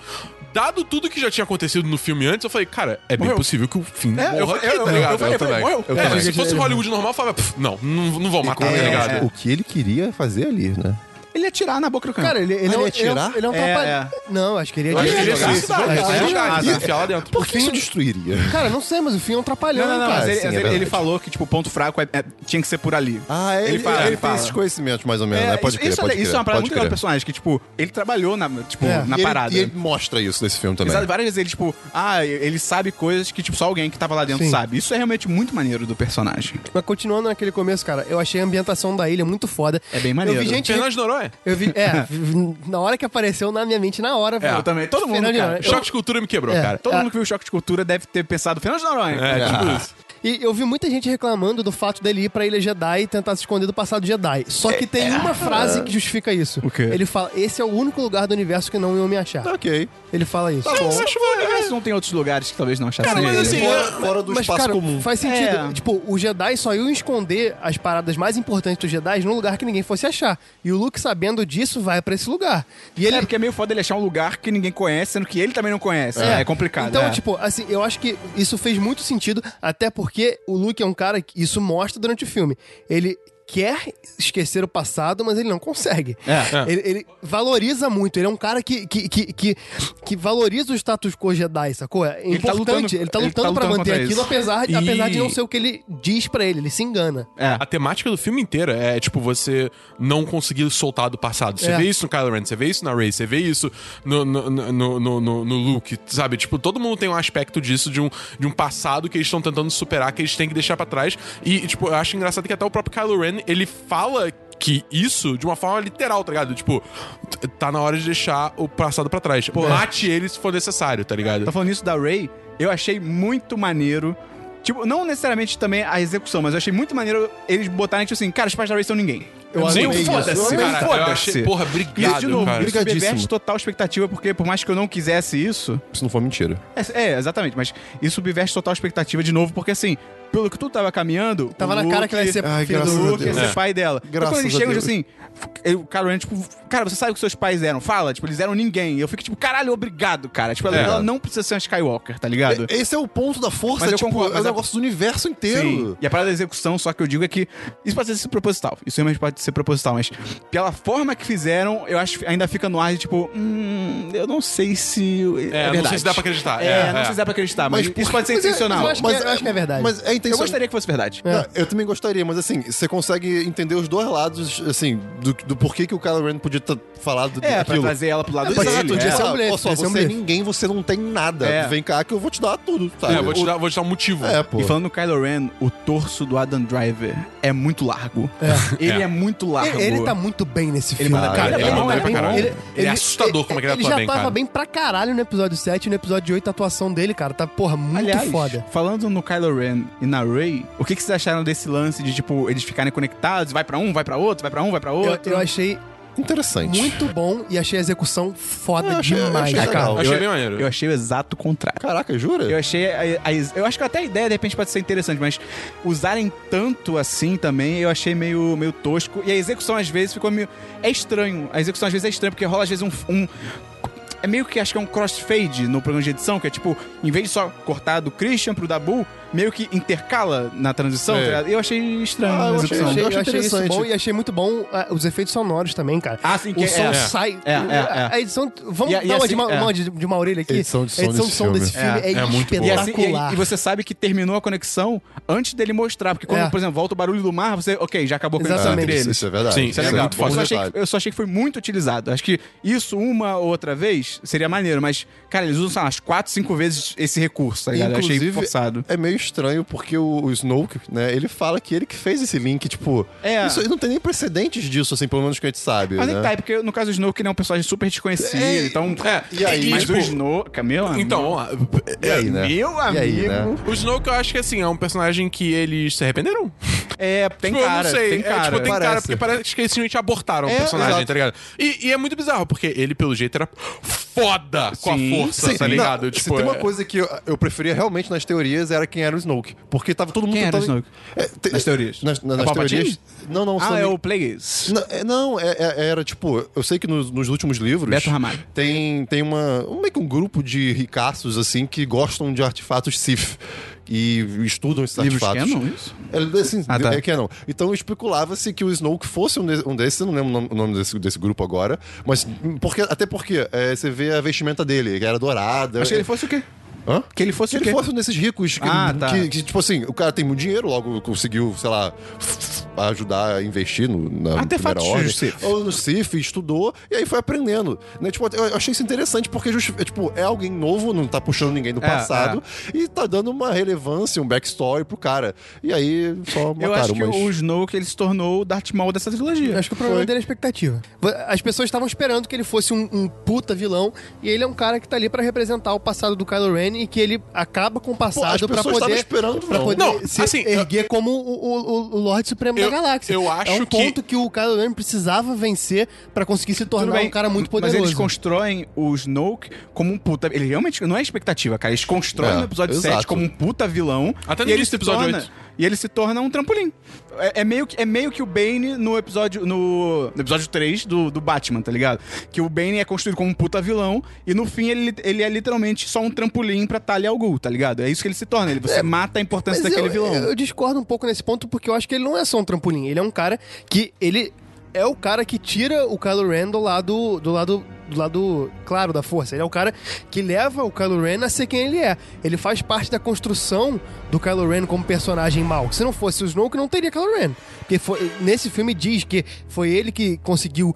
Speaker 4: Dado tudo que já tinha acontecido no filme antes, eu falei, cara, é bem
Speaker 2: Morreu.
Speaker 4: possível que o Finn
Speaker 2: É,
Speaker 4: morra
Speaker 2: eu-
Speaker 4: aqui,
Speaker 2: eu- eu-
Speaker 4: tá ligado?
Speaker 2: eu falei, eu falei,
Speaker 4: também.
Speaker 2: morreu.
Speaker 4: É,
Speaker 2: Eu
Speaker 4: se
Speaker 3: também.
Speaker 4: fosse Hollywood normal, eu falava, "Pff, não, não, não vão matar, tá ligado?
Speaker 2: é.
Speaker 5: O que ele queria fazer ali, né?
Speaker 2: Ele ia tirar na boca do canhão.
Speaker 3: Cara, ele, ele,
Speaker 5: Ah,
Speaker 3: é,
Speaker 5: ele
Speaker 3: um- ele
Speaker 5: ia
Speaker 3: é um-
Speaker 5: tirar?
Speaker 3: ele é um
Speaker 2: É,
Speaker 3: trapa-
Speaker 2: é.
Speaker 3: Não, acho que ele ia
Speaker 4: Eu acho que ele ia
Speaker 3: jogar.
Speaker 4: se suicidar,
Speaker 3: Acho que ele ia
Speaker 4: ele ia
Speaker 2: jogar.
Speaker 4: se enfiar lá dentro.
Speaker 5: Por que isso destruiria?
Speaker 3: Cara, não sei, mas o fim é um trapalhão,
Speaker 2: não, não, não,
Speaker 3: cara.
Speaker 2: mas ele,
Speaker 5: sim,
Speaker 2: mas
Speaker 5: é
Speaker 2: ele- ele
Speaker 5: verdade.
Speaker 2: falou que, tipo, o ponto fraco é- é- tinha que ser por ali.
Speaker 5: Ah, ele, ele,
Speaker 2: fala, ele
Speaker 5: tem
Speaker 2: fala.
Speaker 5: esses conhecimentos, mais ou menos, né? Pode
Speaker 2: isso,
Speaker 5: crer,
Speaker 2: isso,
Speaker 5: pode
Speaker 2: é- isso
Speaker 5: crer,
Speaker 2: é uma parada
Speaker 5: pode
Speaker 2: muito legal do
Speaker 5: crer.
Speaker 2: personagem, que, tipo, ele trabalhou na, tipo,
Speaker 3: É,
Speaker 2: na
Speaker 5: E ele-
Speaker 2: parada.
Speaker 5: E ele mostra isso nesse filme também.
Speaker 2: Exato, várias vezes ele, tipo, ah, ele sabe coisas que, tipo, só alguém que tava lá dentro
Speaker 3: Sim.
Speaker 2: sabe. Isso é realmente muito maneiro do personagem.
Speaker 3: Mas continuando naquele começo, cara, eu achei a ambientação da ilha muito foda.
Speaker 2: É bem maneiro.
Speaker 3: Eu vi gente.
Speaker 4: Fernando de Noronha.
Speaker 3: Eu vi. É, na hora que apareceu, na minha mente, na hora, velho.
Speaker 2: É, eu também. Todo mundo,
Speaker 3: Fernando de
Speaker 2: cara.
Speaker 3: Noronha. Eu-
Speaker 4: Choque de cultura me quebrou,
Speaker 3: É.
Speaker 4: cara.
Speaker 2: Todo mundo que viu o Choque de Cultura deve ter pensado, Fernando de Noronha. Ah,
Speaker 4: É, tipo isso.
Speaker 3: E eu vi muita gente reclamando do fato dele ir pra Ilha Jedi e tentar se esconder do passado Jedi. Só que tem uma frase que justifica isso. O
Speaker 2: É. quê?
Speaker 3: Ele fala: esse é o único lugar do universo que não iam me achar.
Speaker 2: tá
Speaker 5: Ok.
Speaker 3: Ele fala isso.
Speaker 5: bom.
Speaker 4: Eu acho
Speaker 2: É, Mas não tem outros lugares que talvez não É, achassem
Speaker 4: Cara, mas
Speaker 2: ele?
Speaker 4: assim,
Speaker 5: Fora, fora do
Speaker 3: Mas,
Speaker 5: espaço
Speaker 3: cara,
Speaker 5: comum.
Speaker 3: faz sentido.
Speaker 2: É.
Speaker 3: Tipo, o Jedi só iam esconder as paradas mais importantes dos Jedi num lugar que ninguém fosse achar. E o Luke, sabendo disso, vai pra esse lugar. E ele
Speaker 2: É porque é meio foda ele achar um lugar que ninguém conhece, sendo que ele também não conhece. É, complicado.
Speaker 3: Então,
Speaker 2: é.
Speaker 3: tipo, assim, eu acho que isso fez muito sentido, até porque o Luke é um cara que isso mostra durante o filme. Ele quer esquecer o passado, mas ele não consegue.
Speaker 2: É,
Speaker 3: Ele, ele valoriza muito, ele é um cara que, que, que, que, que valoriza o status quo Jedi, sacou? É
Speaker 2: Ele tá
Speaker 3: importante,
Speaker 2: lutando-
Speaker 3: ele tá
Speaker 2: ele
Speaker 3: lutando,
Speaker 2: tá
Speaker 3: pra
Speaker 2: lutando
Speaker 3: manter
Speaker 2: contra
Speaker 3: aquilo,
Speaker 2: isso.
Speaker 3: apesar,
Speaker 4: E-
Speaker 3: apesar de não ser o que ele diz pra ele, ele se engana.
Speaker 2: é.
Speaker 4: A temática do filme inteiro é, tipo, você não conseguir soltar do passado. Você
Speaker 3: É.
Speaker 4: vê isso no Kylo Ren, você vê isso na Rey, você vê isso no, no, no, no, no- no Luke, sabe? Tipo, todo mundo tem um aspecto disso, de um, de um passado que eles estão tentando superar, que eles têm que deixar pra trás. E, tipo, eu acho engraçado que até o próprio Kylo Ren, ele fala que isso de uma forma literal, tá ligado? Tipo, t- tá na hora de deixar o passado pra trás. Tipo, Mate ele se for necessário, tá ligado?
Speaker 2: Tô falando isso da Ray, eu achei muito maneiro. Tipo, não necessariamente também a execução, mas eu achei muito maneiro eles botarem, tipo assim, cara, os pais da Ray são ninguém.
Speaker 3: Eu
Speaker 4: Nem
Speaker 3: adorei isso.
Speaker 4: foda-se, cara. Eu
Speaker 2: Foda-se.
Speaker 4: achei- Porra,
Speaker 2: E isso,
Speaker 4: obrigado,
Speaker 2: de novo,
Speaker 4: cara.
Speaker 2: isso
Speaker 5: Obrigadíssimo.
Speaker 2: perverte total expectativa, porque por mais que eu não quisesse isso,
Speaker 5: Isso não foi mentira.
Speaker 2: É, é, exatamente, mas isso subverte total expectativa de novo, porque assim, pelo que tu tava caminhando.
Speaker 3: Tava
Speaker 2: o
Speaker 3: na cara que ela ia
Speaker 2: Luke-
Speaker 3: ser
Speaker 5: Ai,
Speaker 3: filho do
Speaker 5: graças a
Speaker 2: Luke ia
Speaker 5: Deus.
Speaker 2: ser
Speaker 5: É.
Speaker 2: pai dela. Então,
Speaker 5: Graças
Speaker 2: quando eles
Speaker 5: a
Speaker 2: chegam,
Speaker 5: Deus.
Speaker 2: assim, eu- o Kylo Ren, tipo, cara, você sabe o que seus pais eram? Fala, tipo, eles eram ninguém. Eu fico, tipo, caralho, obrigado, cara. Tipo, ela,
Speaker 4: É.
Speaker 2: ela não precisa ser uma Skywalker, tá ligado?
Speaker 5: Esse é o ponto da força,
Speaker 2: Mas eu
Speaker 5: tipo,
Speaker 2: concordo,
Speaker 5: é
Speaker 2: mas
Speaker 5: o
Speaker 2: a-
Speaker 5: negócio do universo
Speaker 2: Sim.
Speaker 5: inteiro.
Speaker 2: E a parada da execução, só que eu digo é que. Isso pode ser proposital. Isso realmente pode ser proposital, mas pela forma que fizeram, eu acho que ainda fica no ar de tipo, hum, eu não sei se.
Speaker 4: É,
Speaker 2: É,
Speaker 4: não sei
Speaker 2: verdade.
Speaker 4: se dá pra acreditar.
Speaker 2: É,
Speaker 4: É,
Speaker 2: não
Speaker 4: é.
Speaker 2: sei se dá pra acreditar, mas,
Speaker 5: por-
Speaker 2: isso pode ser
Speaker 5: mas é-
Speaker 2: intencional.
Speaker 3: mas eu acho que é- eu acho que é verdade.
Speaker 5: Mas é
Speaker 2: Eu
Speaker 5: intencional.
Speaker 2: gostaria que fosse verdade.
Speaker 3: É.
Speaker 5: Não, eu também gostaria, mas assim, você consegue entender os dois lados, assim, do, do porquê que o Kylo Ren podia ter falado
Speaker 2: É, pra
Speaker 5: daquilo.
Speaker 2: trazer ela pro lado
Speaker 5: Exato,
Speaker 2: dele.
Speaker 5: de
Speaker 2: é.
Speaker 3: ser um
Speaker 5: falar,
Speaker 3: blefe,
Speaker 5: "Ó, só,
Speaker 3: de ser um
Speaker 5: você é
Speaker 3: blefe."
Speaker 5: ninguém, você não tem nada.
Speaker 2: É.
Speaker 5: Vem cá que eu vou te dar tudo, sabe?
Speaker 4: É, eu vou te, dar, vou te dar um motivo.
Speaker 5: É, pô.
Speaker 2: E falando no Kylo Ren, o torso do Adam Driver é muito largo. Ele é,
Speaker 4: É.
Speaker 2: muito largo.
Speaker 3: Ele, ele tá muito bem nesse filme,
Speaker 2: manda-
Speaker 3: cara.
Speaker 2: ele
Speaker 3: bem
Speaker 2: manda
Speaker 3: bom,
Speaker 2: pra
Speaker 3: bem bom.
Speaker 2: caralho.
Speaker 4: Ele é assustador como é que ele
Speaker 3: ele
Speaker 4: atua
Speaker 3: já
Speaker 4: bem,
Speaker 3: tava
Speaker 4: cara.
Speaker 3: bem pra caralho no episódio 7 e no episódio 8 a atuação dele, cara, tá, porra, muito
Speaker 2: Aliás,
Speaker 3: foda.
Speaker 2: falando no Kylo Ren e na Rey, o que, que vocês acharam desse lance de, tipo, eles ficarem conectados? Vai pra um, vai pra outro, vai pra um, vai pra
Speaker 3: Eu,
Speaker 2: outro?
Speaker 3: eu achei
Speaker 5: Interessante.
Speaker 3: muito bom e achei a execução foda
Speaker 5: Eu achei- eu
Speaker 3: demais,
Speaker 5: achei
Speaker 3: cara.
Speaker 5: legal.
Speaker 4: Eu achei
Speaker 2: Eu-
Speaker 4: bem maneiro.
Speaker 2: Eu achei o exato contrário.
Speaker 5: Caraca, jura?
Speaker 2: Eu achei. a- a- eu acho que até a ideia, de repente, pode ser interessante, mas usarem tanto assim também, eu achei meio, meio tosco. E a execução, às vezes, ficou meio. É estranho. A execução, às vezes, é estranha, porque rola, às vezes, um. um- é meio que acho que é um crossfade no programa de edição, que é tipo, em vez de só cortar do Christian pro Dabu, meio que intercala na transição.
Speaker 5: É.
Speaker 2: tá ligado? Eu achei estranho
Speaker 5: Ah,
Speaker 2: a
Speaker 5: eu achei-
Speaker 2: execução.
Speaker 3: Eu achei,
Speaker 5: Eu
Speaker 3: eu
Speaker 5: achei
Speaker 3: achei isso
Speaker 5: interessante.
Speaker 3: bom e achei muito bom ah, os efeitos sonoros também, cara.
Speaker 2: Ah, sim, que
Speaker 3: o
Speaker 2: é-
Speaker 3: som
Speaker 2: é.
Speaker 3: sai.
Speaker 2: É, é, é.
Speaker 3: A edição. Vamos
Speaker 2: E a-
Speaker 3: dar
Speaker 2: e
Speaker 3: uma,
Speaker 2: assim-
Speaker 3: de, uma,
Speaker 2: é.
Speaker 3: uma de, de uma orelha aqui.
Speaker 5: Edição de som
Speaker 3: A edição
Speaker 5: desse
Speaker 3: de som desse
Speaker 2: filme.
Speaker 3: filme é,
Speaker 4: É, é muito boa.
Speaker 2: E, assim,
Speaker 3: espetacular.
Speaker 2: e, e você sabe que terminou a conexão antes dele mostrar, porque quando,
Speaker 3: É.
Speaker 2: por exemplo, volta o barulho do mar, você, ok, já acabou a conexão
Speaker 5: Ah,
Speaker 3: Exatamente.
Speaker 2: entre
Speaker 5: isso,
Speaker 2: eles.
Speaker 5: isso é verdade.
Speaker 4: Sim,
Speaker 5: isso
Speaker 2: Isso é legal.
Speaker 5: muito
Speaker 2: eu,
Speaker 5: bom.
Speaker 2: só achei que, eu só achei que foi muito utilizado. Acho que isso uma ou outra vez seria maneiro, mas, cara, eles usam, sei lá, umas 4, 5 vezes esse recurso, tá ligado? Eu achei
Speaker 5: Inclusive,
Speaker 2: forçado.
Speaker 5: É meio estranho porque o, o Snoke, né, ele fala que ele que fez esse link, tipo,
Speaker 2: É.
Speaker 5: isso não tem nem precedentes disso, assim, pelo menos que a gente sabe,
Speaker 2: Mas
Speaker 5: né?
Speaker 2: nem tá, é porque no caso do Snoke, ele é um personagem super desconhecido,
Speaker 4: É,
Speaker 2: então.
Speaker 4: é,
Speaker 5: e aí,
Speaker 2: mas
Speaker 4: tipo-
Speaker 2: o Snoke, meu amigo.
Speaker 4: Então, vamos lá.
Speaker 5: E aí, né?
Speaker 2: Meu amigo.
Speaker 5: E aí, né?
Speaker 4: O Snoke, eu acho que assim, é um personagem que eles se arrependeram.
Speaker 2: É, tem
Speaker 4: tipo,
Speaker 2: cara.
Speaker 4: eu não sei.
Speaker 2: Tem cara.
Speaker 4: É, tipo, tem
Speaker 5: Parece. É,
Speaker 4: cara, porque parece que eles simplesmente abortaram o personagem,
Speaker 5: exato.
Speaker 4: tá ligado? E, e é muito bizarro, porque ele, pelo jeito, era foda com
Speaker 2: Sim,
Speaker 4: a força,
Speaker 5: Sim,
Speaker 4: tá ligado?
Speaker 5: não,
Speaker 4: tipo,
Speaker 5: se tem uma
Speaker 4: é-
Speaker 5: coisa que eu, eu preferia realmente nas teorias era quem era o Snoke. Porque tava todo mundo
Speaker 2: Quem era o
Speaker 5: tentando...
Speaker 2: Snoke?
Speaker 5: É, te-
Speaker 2: Nas teorias?
Speaker 5: Nas, na-
Speaker 2: É
Speaker 5: nas
Speaker 2: Palpatine?
Speaker 5: teorias. Não, não, se não
Speaker 2: Ah,
Speaker 5: me-
Speaker 2: é o Plagueis.
Speaker 5: Não, é- Não, é- é- era tipo, eu sei que nos, nos últimos livros.
Speaker 2: Beto Ramalho.
Speaker 5: Tem, tem uma. um- Meio que um grupo de ricaços, assim, que gostam de artefatos Sith. E estudam esses
Speaker 2: Livros
Speaker 5: artefatos.
Speaker 2: canon, isso?
Speaker 5: É, assim,
Speaker 2: Ah, tá.
Speaker 5: é canon. Então especulava-se que o Snoke fosse um, de- um desses, eu não lembro o nome- o nome desse, desse grupo agora. Mas. Porque, até porque é, você vê a vestimenta dele, que era dourada. É,
Speaker 2: Acho que ele fosse o quê?
Speaker 5: Hã?
Speaker 2: Que ele fosse
Speaker 5: Que
Speaker 2: o
Speaker 5: ele
Speaker 2: quê?
Speaker 5: fosse um desses ricos que,
Speaker 2: Ah, tá.
Speaker 5: que- que, tipo assim, o cara tem muito dinheiro, logo conseguiu, sei lá, f- f- a ajudar a investir no, na
Speaker 2: Artefatos
Speaker 5: primeira
Speaker 2: do Cif.
Speaker 5: ordem. Ou no CIF, estudou, e aí foi aprendendo. Né? Tipo, eu achei isso interessante porque justi- é, tipo, é alguém novo, não tá puxando ninguém do
Speaker 2: É,
Speaker 5: passado, e tá dando uma relevância, um backstory pro cara. E aí só
Speaker 2: Eu acho
Speaker 5: mataram,
Speaker 2: que
Speaker 5: mas...
Speaker 2: o Snow que ele se tornou o Darth Maul dessa trilogia.
Speaker 3: Acho que o problema dele é a expectativa. As pessoas estavam esperando que ele fosse um, um puta vilão e ele é um cara que tá ali pra representar o passado do Kylo Ren e que ele acaba com o
Speaker 5: as
Speaker 3: passado pra
Speaker 5: pessoas estavam
Speaker 3: poder,
Speaker 5: esperando,
Speaker 3: pra
Speaker 5: não.
Speaker 3: poder
Speaker 4: Não,
Speaker 3: se
Speaker 4: assim,
Speaker 3: erguer como o, o, o Lorde Supremo
Speaker 4: eu-
Speaker 3: da Galáxia.
Speaker 4: eu acho
Speaker 3: é um
Speaker 4: que-
Speaker 3: ponto que... o Kylo Ren precisava vencer pra conseguir se
Speaker 2: Tudo
Speaker 3: tornar
Speaker 2: bem,
Speaker 3: um cara muito
Speaker 2: Mas
Speaker 3: poderoso.
Speaker 2: eles constroem o Snoke como um puta. Ele realmente não é expectativa, cara. Eles constroem
Speaker 5: É,
Speaker 2: no episódio
Speaker 5: exato.
Speaker 2: 7 como um puta vilão.
Speaker 4: Até no
Speaker 2: e ele
Speaker 4: início
Speaker 2: se
Speaker 4: do episódio
Speaker 2: torna-
Speaker 4: 8.
Speaker 2: E ele se torna um trampolim. É, é meio, que, é meio que o Bane no episódio. No, no episódio 3 do, do Batman, tá ligado? Que o Bane é construído como um puta vilão e no fim ele, ele é literalmente só um trampolim pra Talia al Ghul, tá ligado? É isso que ele se torna. Ele, você mata a importância
Speaker 3: Mas
Speaker 2: daquele
Speaker 3: eu,
Speaker 2: vilão.
Speaker 3: Eu discordo um pouco nesse ponto, porque eu acho que ele não é só um trampolim. Ele é um cara que. Ele é o cara que tira o Kylo Ren do lado. Do lado do lado claro da força. Ele é o cara que leva o Kylo Ren a ser quem ele é. Ele faz parte da construção do Kylo Ren como personagem mau. Se não fosse o Snoke, não teria Kylo Ren. Porque foi, nesse filme diz que foi ele que conseguiu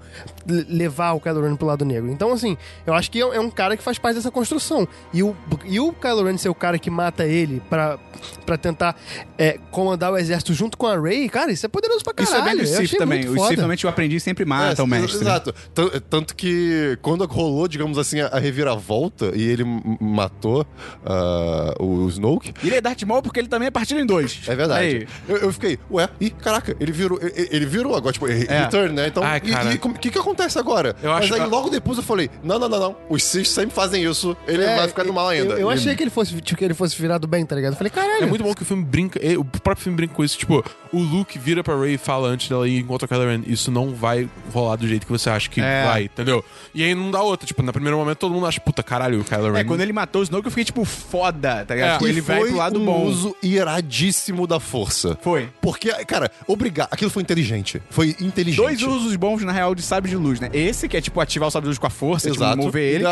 Speaker 3: le- levar o Kylo Ren pro lado negro. Então, assim, eu acho que é, é um cara que faz parte dessa construção. E o, e o Kylo Ren ser o cara que mata ele pra, pra tentar é, comandar o exército junto com a Rey, cara, isso é poderoso pra caralho.
Speaker 2: isso é bem do
Speaker 3: Eu
Speaker 2: Sif
Speaker 3: achei
Speaker 2: também.
Speaker 3: muito
Speaker 2: O
Speaker 3: foda.
Speaker 2: Sif realmente o aprendiz sempre
Speaker 5: É,
Speaker 2: mata o mestre. né?
Speaker 5: Exato. Tan- Tanto que quando rolou, digamos assim, a a reviravolta e ele m- matou ah, o Snoke,
Speaker 2: E ele é Darth Maul porque ele também é partido em dois.
Speaker 5: é
Speaker 2: Aí.
Speaker 5: verdade. Eu, eu fiquei, ué, ih, caraca, ele virou, e- e- ele virou agora, tipo, e-
Speaker 2: É.
Speaker 5: return, né? Então,
Speaker 4: Ai, cara.
Speaker 5: e o que, que acontece agora?
Speaker 4: Eu acho-
Speaker 5: Mas aí logo depois eu falei, não, não, não, não, os Sith sempre fazem isso, ele
Speaker 3: É,
Speaker 5: vai ficar do mal ainda.
Speaker 3: Eu, eu achei que ele fosse tipo, que ele fosse virar do bem, tá ligado? Eu falei, caralho.
Speaker 4: É muito bom que o filme brinca. eh, O próprio filme brinca com isso. Tipo, o Luke vira pra Ray e fala antes dela ir encontrar o Kylo Ren. Isso não vai rolar do jeito que você acha que
Speaker 2: É.
Speaker 4: vai, entendeu? E aí não dá outra. Tipo, no primeiro momento todo mundo acha, puta, caralho, o Kylo Ren.
Speaker 2: É, quando ele matou o Snoke, eu fiquei tipo foda, tá ligado?
Speaker 4: É.
Speaker 2: Tipo, ele
Speaker 5: Hum. E
Speaker 2: vai
Speaker 5: foi
Speaker 2: pro lado
Speaker 5: um
Speaker 2: bom.
Speaker 5: uso iradíssimo da força.
Speaker 2: Foi.
Speaker 5: Porque, cara, obrigado. Aquilo foi inteligente. Foi inteligente.
Speaker 2: Dois usos bons, na real, de sábio de luz, né? Esse, que é tipo ativar o sábio de luz com a força, tipo,
Speaker 5: Exato.
Speaker 2: mover ele.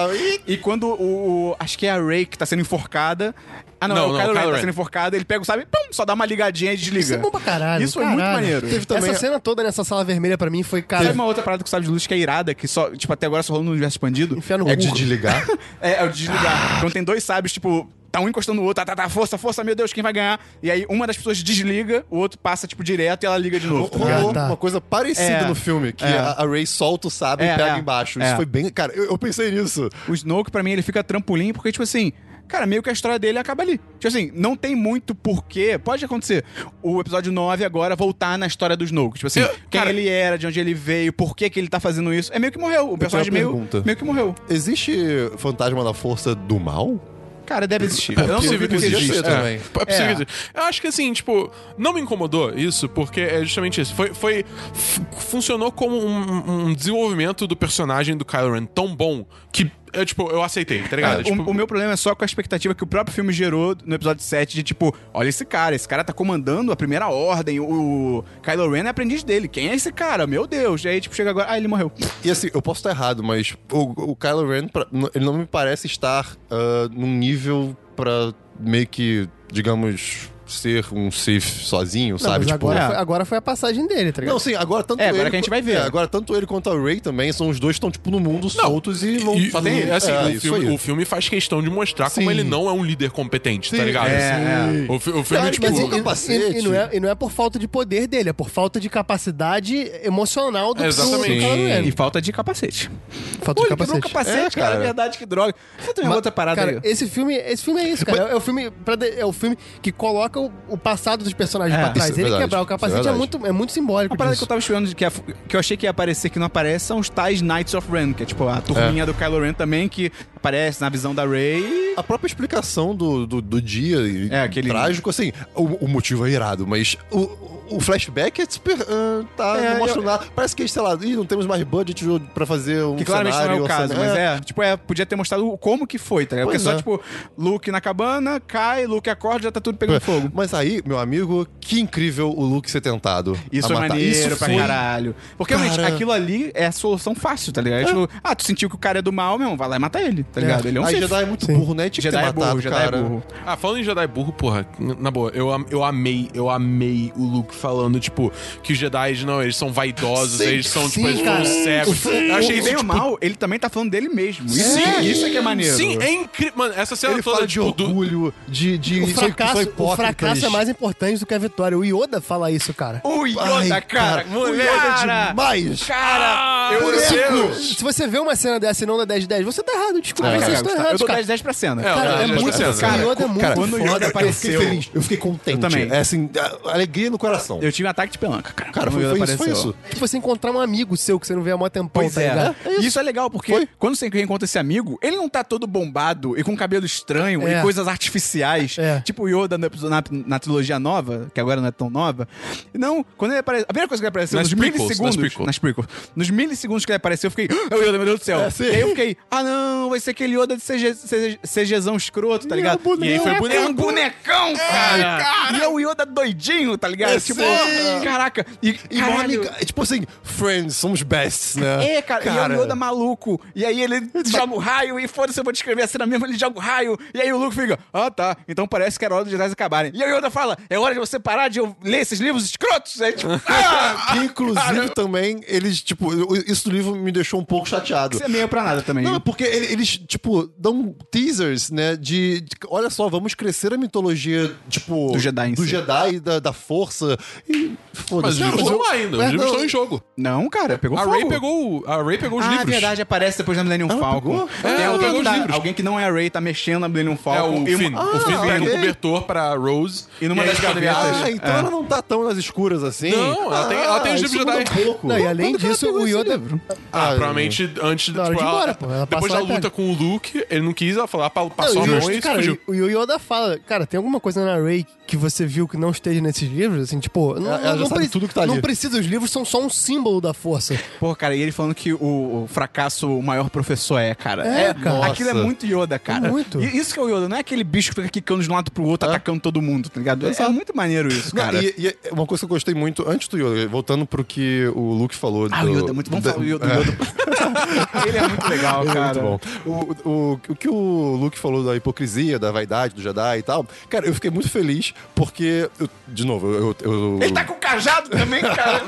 Speaker 5: E-
Speaker 2: E quando o, o- Acho que é a Ray que tá sendo enforcada. Ah, não,
Speaker 4: Não,
Speaker 2: é o
Speaker 4: não,
Speaker 2: Kylo, Ren
Speaker 4: o Kylo
Speaker 2: que tá
Speaker 4: Ren.
Speaker 2: sendo enforcado, ele pega o sábio e pum, só dá uma ligadinha e desliga.
Speaker 3: Isso é bom pra caralho.
Speaker 2: Isso é
Speaker 3: caralho.
Speaker 2: muito maneiro.
Speaker 5: Teve também-
Speaker 3: Essa cena toda nessa sala vermelha pra mim foi, cara,
Speaker 2: Sabe uma outra parada com o sábio de luz que é irada, que só, tipo, até agora só rolou no universo expandido?
Speaker 3: enfiar no
Speaker 5: É
Speaker 3: cu.
Speaker 5: de desligar.
Speaker 2: É, é o
Speaker 4: Ah.
Speaker 2: desligar. Então tem dois sábios, tipo, tá um encostando no outro, tá, tá, tá, força, força, meu Deus, quem vai ganhar? E aí uma das pessoas desliga, o outro passa, tipo, direto e ela liga de novo. tá ligado?
Speaker 5: Rolou
Speaker 3: Ah, tá.
Speaker 5: uma coisa parecida
Speaker 2: É.
Speaker 5: no filme, que
Speaker 2: É.
Speaker 5: a, a Ray solta o sábio
Speaker 2: É,
Speaker 5: e pega
Speaker 2: é.
Speaker 5: embaixo.
Speaker 2: É.
Speaker 5: Isso foi bem. Cara, eu, eu pensei nisso.
Speaker 2: O Snoke, pra mim, ele fica trampolim, porque, tipo assim, cara, meio que a história dele acaba ali. Tipo assim, não tem muito porquê. Pode acontecer o episódio 9 agora voltar na história do Snoke. Tipo assim,
Speaker 4: Eu-
Speaker 2: quem
Speaker 4: cara-
Speaker 2: ele era, de onde ele veio, por que, que ele tá fazendo isso. É meio que morreu. O personagem
Speaker 5: uma
Speaker 2: meio,
Speaker 5: pergunta.
Speaker 2: meio que morreu.
Speaker 5: Existe fantasma da força do mal?
Speaker 2: Cara, deve existir.
Speaker 4: É
Speaker 2: Eu não
Speaker 4: possível que
Speaker 2: duvido
Speaker 5: exista.
Speaker 4: exista. É,
Speaker 5: também.
Speaker 4: é possível que exista. Eu acho que assim, tipo, não me incomodou isso, porque é justamente isso. Foi, foi- fu- funcionou como um, um desenvolvimento do personagem do Kylo Ren tão bom que, eu, tipo, eu aceitei, tá ligado?
Speaker 5: É,
Speaker 4: tipo,
Speaker 2: O, o meu problema é só com a expectativa que o próprio filme gerou no episódio 7 de tipo, olha esse cara, esse cara tá comandando a primeira ordem, o Kylo Ren é aprendiz dele, quem é esse cara? Meu Deus. E aí, tipo, chega agora, ah, ele morreu.
Speaker 5: E assim, eu posso estar errado, mas o, o Kylo Ren, pra- n- ele não me parece estar ah, num nível pra meio que, digamos, ser um Sith sozinho,
Speaker 3: Não,
Speaker 5: sabe?
Speaker 3: mas
Speaker 5: Tipo,
Speaker 3: agora,
Speaker 2: é.
Speaker 3: foi, agora foi a passagem dele, tá ligado?
Speaker 5: Não, sim, agora tanto
Speaker 2: É, agora
Speaker 5: ele
Speaker 2: que a gente vai ver.
Speaker 5: é, agora tanto ele quanto a Ray também são os dois que estão tipo no mundo soltos e vão
Speaker 4: E,
Speaker 5: fazer-
Speaker 4: e, assim,
Speaker 5: é,
Speaker 4: o,
Speaker 5: isso
Speaker 4: filme,
Speaker 5: aí.
Speaker 4: o filme faz questão de mostrar como
Speaker 5: Sim.
Speaker 4: ele não é um líder competente, tá
Speaker 5: Sim,
Speaker 4: ligado?
Speaker 2: é,
Speaker 4: O, fi- o filme,
Speaker 5: Cara,
Speaker 4: tipo.
Speaker 5: mas
Speaker 3: Mas
Speaker 5: Pô,
Speaker 3: e- e-
Speaker 5: capacete.
Speaker 3: e, e não é, e não é por falta de poder dele, é por falta de capacidade emocional
Speaker 2: É,
Speaker 3: do,
Speaker 4: Exatamente.
Speaker 3: do Kylo Ren.
Speaker 2: E falta de capacete.
Speaker 3: é. Falta
Speaker 2: Pô,
Speaker 3: de
Speaker 2: ele quebrou o
Speaker 3: capacete.
Speaker 2: capacete,
Speaker 5: É,
Speaker 2: cara.
Speaker 5: cara.
Speaker 2: É verdade, que droga. Você tem
Speaker 3: Mas,
Speaker 2: outra parada
Speaker 3: cara,
Speaker 2: aí?
Speaker 3: Esse filme, esse filme é isso, cara. É o filme, pra de- é o filme que coloca o, o passado dos personagens
Speaker 2: É.
Speaker 3: pra trás.
Speaker 5: Isso é
Speaker 3: Ele
Speaker 5: verdade,
Speaker 3: quebrar o
Speaker 5: isso é
Speaker 3: capacete é,
Speaker 5: verdade.
Speaker 3: muito, é muito simbólico.
Speaker 2: Uma parada que
Speaker 3: disso.
Speaker 2: eu tava esperando, que, ia- que eu achei que ia aparecer que não aparece, são os tais Knights of Ren, que é tipo a turminha do Kylo Ren também, que aparece na visão da Rey.
Speaker 5: A própria explicação do, do, do dia e
Speaker 2: É, aquele-
Speaker 5: trágico, assim, o, o motivo é irado, mas o, o flashback é super. ah, tá,
Speaker 2: É,
Speaker 5: não mostra
Speaker 2: eu-
Speaker 5: nada. Parece que, sei lá, "Ih, não temos mais budget pra fazer um.
Speaker 2: Que claramente não é
Speaker 5: cenário,
Speaker 2: o
Speaker 5: um
Speaker 2: caso,
Speaker 5: cenário."
Speaker 2: mas é, tipo, é, podia ter mostrado o- como que foi, tá ligado? Porque
Speaker 5: Pois
Speaker 2: só,
Speaker 5: é.
Speaker 2: tipo, Luke na cabana, cai, Luke acorda, já tá tudo pegando fogo.
Speaker 5: Mas aí, meu amigo, que incrível o Luke ser tentado.
Speaker 2: Isso
Speaker 5: a
Speaker 2: é
Speaker 5: matar.
Speaker 2: maneiro pra
Speaker 5: foi-
Speaker 2: caralho. Porque realmente,
Speaker 5: Cara.
Speaker 2: aquilo ali é a solução fácil, tá ligado? Tipo, ah, tu sentiu que o cara é do é mal, meu, vai lá e mata ele. tá ligado? Ele é um
Speaker 5: Aí
Speaker 2: Sith.
Speaker 5: Jedi é muito
Speaker 3: Sim.
Speaker 5: burro, né? Tinha
Speaker 2: Jedi
Speaker 5: que
Speaker 2: é
Speaker 5: ter matado,
Speaker 2: burro, Jedi é
Speaker 5: cara.
Speaker 2: burro.
Speaker 4: Ah, falando em Jedi burro, porra, na boa, eu, am- eu amei, eu amei o Luke falando, tipo, que os Jedi, não, eles são vaidosos,
Speaker 5: Sim,
Speaker 4: eles são, tipo,
Speaker 3: sim,
Speaker 4: eles foram
Speaker 3: cara.
Speaker 4: cegos.
Speaker 2: Eu achei
Speaker 4: isso,
Speaker 2: bem
Speaker 4: tipo,
Speaker 2: mal, ele também tá falando dele mesmo. Isso,
Speaker 5: Sim.
Speaker 2: isso é que é maneiro.
Speaker 4: Sim, é incrível. Mano, essa cena
Speaker 5: Ele
Speaker 4: toda,
Speaker 5: fala de
Speaker 4: tipo, do-
Speaker 5: orgulho, de, de
Speaker 3: O
Speaker 5: são-
Speaker 3: fracasso,
Speaker 5: são
Speaker 3: o
Speaker 5: hipócritas.
Speaker 3: fracasso é mais importante do que a vitória. O Yoda fala isso, cara.
Speaker 2: O
Speaker 5: Ai,
Speaker 2: Yoda, cara,
Speaker 5: cara,
Speaker 2: moleque.
Speaker 5: Cara,
Speaker 2: Cara,
Speaker 5: demais!
Speaker 2: cara, eu
Speaker 5: Por isso-
Speaker 2: eu-
Speaker 3: Se você vê uma cena dessa e não da 10 de 10, você tá errado,
Speaker 2: É,
Speaker 3: desculpa,
Speaker 2: Cara,
Speaker 3: vocês
Speaker 2: Gustavo,
Speaker 3: estão
Speaker 2: eu
Speaker 3: errados,
Speaker 2: dou
Speaker 3: cara.
Speaker 2: 10 10 pra cena.
Speaker 4: É,
Speaker 3: Cara, é
Speaker 4: eu dou
Speaker 3: muito
Speaker 4: 10 10 pra
Speaker 3: cara,
Speaker 4: cena.
Speaker 3: o Yoda é muito
Speaker 5: Cara,
Speaker 2: quando o Yoda
Speaker 5: foda,
Speaker 2: apareceu-
Speaker 5: Eu fiquei feliz, eu fiquei contente.
Speaker 2: Eu também.
Speaker 5: É assim, a- alegria no coração.
Speaker 2: Eu tive um ataque de pelanca, cara.
Speaker 5: Cara,
Speaker 2: quando o
Speaker 5: foi,
Speaker 2: Yoda
Speaker 5: foi isso, foi
Speaker 2: apareceu.
Speaker 5: isso.
Speaker 3: Tipo, você encontrar um amigo seu que você não vê há mó tempão,
Speaker 2: Pois
Speaker 3: tá
Speaker 2: é.
Speaker 3: ligado?
Speaker 2: E isso. é legal, porque quando você reencontra esse amigo, ele não tá todo bombado e com cabelo estranho
Speaker 3: É.
Speaker 2: e coisas artificiais.
Speaker 3: É.
Speaker 2: Tipo o Yoda no episo- na, na trilogia nova, que agora não é tão nova. Não, quando ele apareceu. A primeira coisa que ele apareceu
Speaker 4: Nas
Speaker 2: nos
Speaker 4: prequels,
Speaker 2: milissegundos.
Speaker 4: nas prequels.
Speaker 2: prequels. Nos milissegundos que ele apareceu, eu fiquei. "Ah, É o Yoda, meu Deus do céu.
Speaker 5: sim.
Speaker 2: e aí eu fiquei, ah não, vai ser aquele Yoda de CG, CG, CGzão escroto, tá ligado?
Speaker 4: E aí foi o
Speaker 2: É um
Speaker 4: boneco.
Speaker 2: bonecão, cara. E é o Yoda doidinho, tá ligado?
Speaker 5: É,
Speaker 2: tipo,
Speaker 5: sim.
Speaker 2: caraca. E,
Speaker 5: E
Speaker 2: caralho.
Speaker 5: mora amiga- é tipo assim, friends, somos bests, né?
Speaker 2: É, cara, e é o Yoda maluco. E aí ele joga o raio e foda-se, eu vou descrever a cena mesmo, ele joga o raio. E aí o Luke fica, ah tá, então parece que era hora dos Jedi acabarem. E aí o Yoda fala, é hora de você parar de eu ler esses livros escrotos. Aí, tipo, ah!
Speaker 5: Que, inclusive, também, eles, tipo, eu- isso do livro me deixou um pouco chateado.
Speaker 2: Isso é meio pra nada também.
Speaker 5: Não, é porque ele- eles, tipo, dão teasers, né? De, de- Olha só, vamos crescer a mitologia, tipo.
Speaker 2: Do Jedi em
Speaker 5: Do
Speaker 2: si.
Speaker 5: Jedi, da, da força. E.
Speaker 4: Mas os
Speaker 5: Foda-se.
Speaker 4: livros
Speaker 5: Não,
Speaker 4: estão
Speaker 5: mas
Speaker 4: lá
Speaker 5: eu-
Speaker 4: ainda,
Speaker 5: É,
Speaker 4: os livros
Speaker 5: não,
Speaker 4: estão em jogo.
Speaker 2: Não, cara, pegou
Speaker 4: A
Speaker 2: É fogo.
Speaker 4: Ray pegou, o- a Ray pegou os
Speaker 2: ah,
Speaker 4: livros.
Speaker 2: verdade, aparece depois da Millennium Falcon.
Speaker 5: pegou?
Speaker 2: Tem
Speaker 4: É,
Speaker 2: alguém,
Speaker 4: pegou
Speaker 2: que
Speaker 4: os
Speaker 2: tá-
Speaker 4: livros.
Speaker 2: alguém que não é a Ray tá mexendo na Millennium
Speaker 4: É,
Speaker 2: Falcon.
Speaker 4: o
Speaker 2: e
Speaker 4: Finn.
Speaker 2: uma- Ah,
Speaker 4: o Finn
Speaker 2: pega
Speaker 4: pega um
Speaker 2: o-
Speaker 4: cobertor pra Rose.
Speaker 2: E numa
Speaker 4: aí
Speaker 2: das
Speaker 4: eles
Speaker 2: gavetas-
Speaker 4: cabeçam-
Speaker 5: Ah, então
Speaker 2: É.
Speaker 5: ela não tá tão nas escuras assim.
Speaker 4: Não, ela tem- ela tem os livros
Speaker 5: ah, isso
Speaker 4: Jedi.
Speaker 5: muda
Speaker 2: é
Speaker 5: um pouco.
Speaker 3: Não, e além disso, o Yoda.
Speaker 4: Ah, provavelmente antes tipo,
Speaker 3: Na hora de ir
Speaker 4: ela-
Speaker 3: embora, pô, ela
Speaker 4: Depois
Speaker 3: passa
Speaker 4: da
Speaker 3: lá e
Speaker 4: luta
Speaker 3: pega.
Speaker 4: com o Luke, ele não quis, ela falou, ela
Speaker 3: Não,
Speaker 4: passou a
Speaker 3: e o-
Speaker 4: mão e
Speaker 3: cara,
Speaker 4: fugiu.
Speaker 3: o o Yoda fala, cara, tem alguma coisa na Ray que você viu que não esteja nesses livros? Assim, tipo, não,
Speaker 5: ela já
Speaker 3: não
Speaker 5: sabe tudo que tá ali.
Speaker 3: não precisa, os livros são só um símbolo da força.
Speaker 2: Pô, cara, e ele falando que o, o fracasso o maior professor é, cara.
Speaker 3: É, cara.
Speaker 2: Aquilo é
Speaker 5: Nossa.
Speaker 2: muito Yoda, cara.
Speaker 3: É muito.
Speaker 2: E isso que é o Yoda, não é aquele bicho que fica quicando de um lado pro outro, atacando todo mundo, tá ligado? É, é muito maneiro isso,
Speaker 5: Não,
Speaker 2: cara.
Speaker 5: e, e é uma coisa que eu gostei muito, antes do Yoda, voltando pro que o Luke falou.
Speaker 2: Ah,
Speaker 5: do,
Speaker 2: o Yoda, muito bom
Speaker 5: da-
Speaker 2: falar o Yoda. o Yoda. ele é muito legal,
Speaker 5: É
Speaker 2: cara.
Speaker 5: muito bom. O, o, o que o Luke falou da hipocrisia, da vaidade do Jedi e tal, cara, eu fiquei muito feliz porque, eu- de novo, eu, eu, eu-
Speaker 2: Ele tá com o cajado também, cara.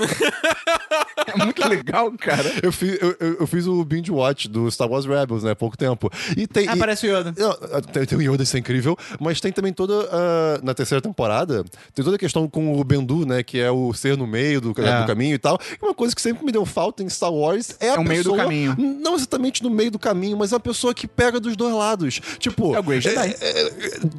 Speaker 2: é muito legal, cara.
Speaker 5: eu, fiz, eu, eu- eu fiz o binge watch do Star Wars Rebels, né, há pouco tempo. E tem, e-
Speaker 2: Aparece o Yoda.
Speaker 5: Não, Tem, tem o Yoda, isso é incrível, mas tem também toda. ah, na terceira temporada, tem toda a questão com o Bendu, né? Que é o ser no meio do,
Speaker 2: É.
Speaker 5: do caminho e tal. E uma coisa que sempre me deu falta em Star Wars é a
Speaker 2: É o meio do
Speaker 5: pessoa-
Speaker 2: caminho.
Speaker 5: Não exatamente no meio do caminho, mas é a pessoa que pega dos dois lados. Tipo.
Speaker 2: É o Grey Jedi.
Speaker 5: é, é,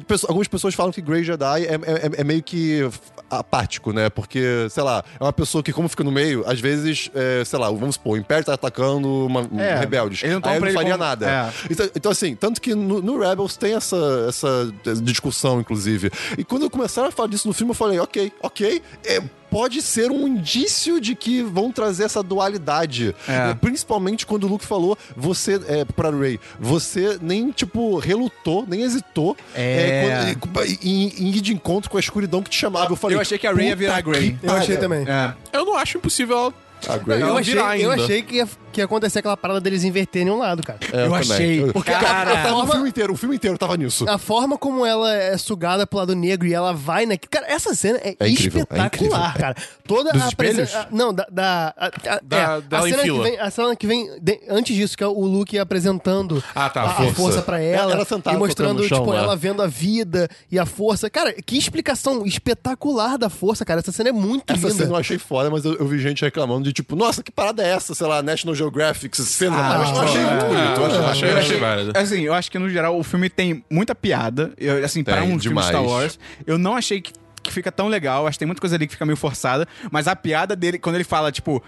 Speaker 5: pessoa- algumas pessoas falam que Grey Jedi é, é- é meio que apático, né? Porque, sei lá, é uma pessoa que, como fica no meio, às vezes, é, sei lá, vamos supor, o Império tá atacando uma,
Speaker 2: É,
Speaker 5: rebeldes.
Speaker 2: ele não toma
Speaker 5: Aí
Speaker 2: pra
Speaker 5: não
Speaker 2: ele
Speaker 5: faria
Speaker 2: como-
Speaker 5: nada.
Speaker 2: É.
Speaker 5: Então, então, assim, tanto que no, no Rebels tem essa, essa discussão, inclusive. E quando começaram a falar disso no filme, eu falei, ok, ok, é, pode ser um indício de que vão trazer essa dualidade.
Speaker 2: É.
Speaker 5: E Principalmente quando o Luke falou, você, é, pra Ray, você nem, tipo, relutou, nem hesitou
Speaker 2: É.
Speaker 5: é, quando- em, em ir de encontro com a escuridão que te chamava. Eu falei,
Speaker 2: Eu achei que a Rey ia
Speaker 5: "Puta
Speaker 2: virar a Grey."
Speaker 5: que
Speaker 3: Eu achei
Speaker 5: pariu."
Speaker 3: também.
Speaker 2: É.
Speaker 4: Eu não acho impossível ela
Speaker 5: A Grey.
Speaker 4: Ela
Speaker 3: eu, achei,
Speaker 4: virar
Speaker 3: eu
Speaker 4: ainda.
Speaker 3: achei que ia, que ia acontecer aquela parada deles inverterem um lado, cara.
Speaker 5: É,
Speaker 2: eu
Speaker 5: também.
Speaker 2: achei.
Speaker 5: Eu-
Speaker 2: Porque,
Speaker 5: Cara,
Speaker 2: cara,
Speaker 5: eu tava o
Speaker 3: forma-
Speaker 5: filme inteiro, o filme inteiro tava nisso.
Speaker 3: A forma como ela é sugada pro lado negro e ela vai na. Cara, essa cena é,
Speaker 5: É incrível, é
Speaker 3: espetacular, cara. Toda
Speaker 5: Dos
Speaker 3: a presen-
Speaker 5: espelhos?
Speaker 3: a- Não, da. Da, a, a-
Speaker 4: Da-
Speaker 3: é,
Speaker 4: dela
Speaker 3: a
Speaker 4: em
Speaker 3: cena que
Speaker 4: fila.
Speaker 3: vem, a cena que vem de- antes disso, que é o Luke apresentando
Speaker 4: Ah, tá,
Speaker 3: a,
Speaker 4: a
Speaker 3: a força.
Speaker 5: força
Speaker 3: pra ela.
Speaker 5: Ela sentada
Speaker 3: e mostrando,
Speaker 5: tocando no chão,
Speaker 3: tipo,
Speaker 5: né?
Speaker 3: ela vendo a vida e a força. Cara, que explicação espetacular da força, cara. Essa cena é muito
Speaker 5: Essa
Speaker 3: linda.
Speaker 5: cena eu achei foda, mas eu, eu vi gente reclamando de tipo, nossa, que parada é essa? Sei lá, National Geographic, cena.
Speaker 2: Ah,
Speaker 5: mas eu achei muito bonito. Eu achei,
Speaker 4: Ah,
Speaker 5: achei,
Speaker 4: eu
Speaker 5: achei-
Speaker 4: achei válido.
Speaker 2: Assim, eu acho que no geral o filme tem muita piada. Eu, assim, para
Speaker 5: Tem,
Speaker 2: um filme
Speaker 5: demais.
Speaker 2: Star Wars, eu não achei que, que fica tão legal. Acho que tem muita coisa ali que fica meio forçada. Mas a piada dele, quando ele fala, tipo.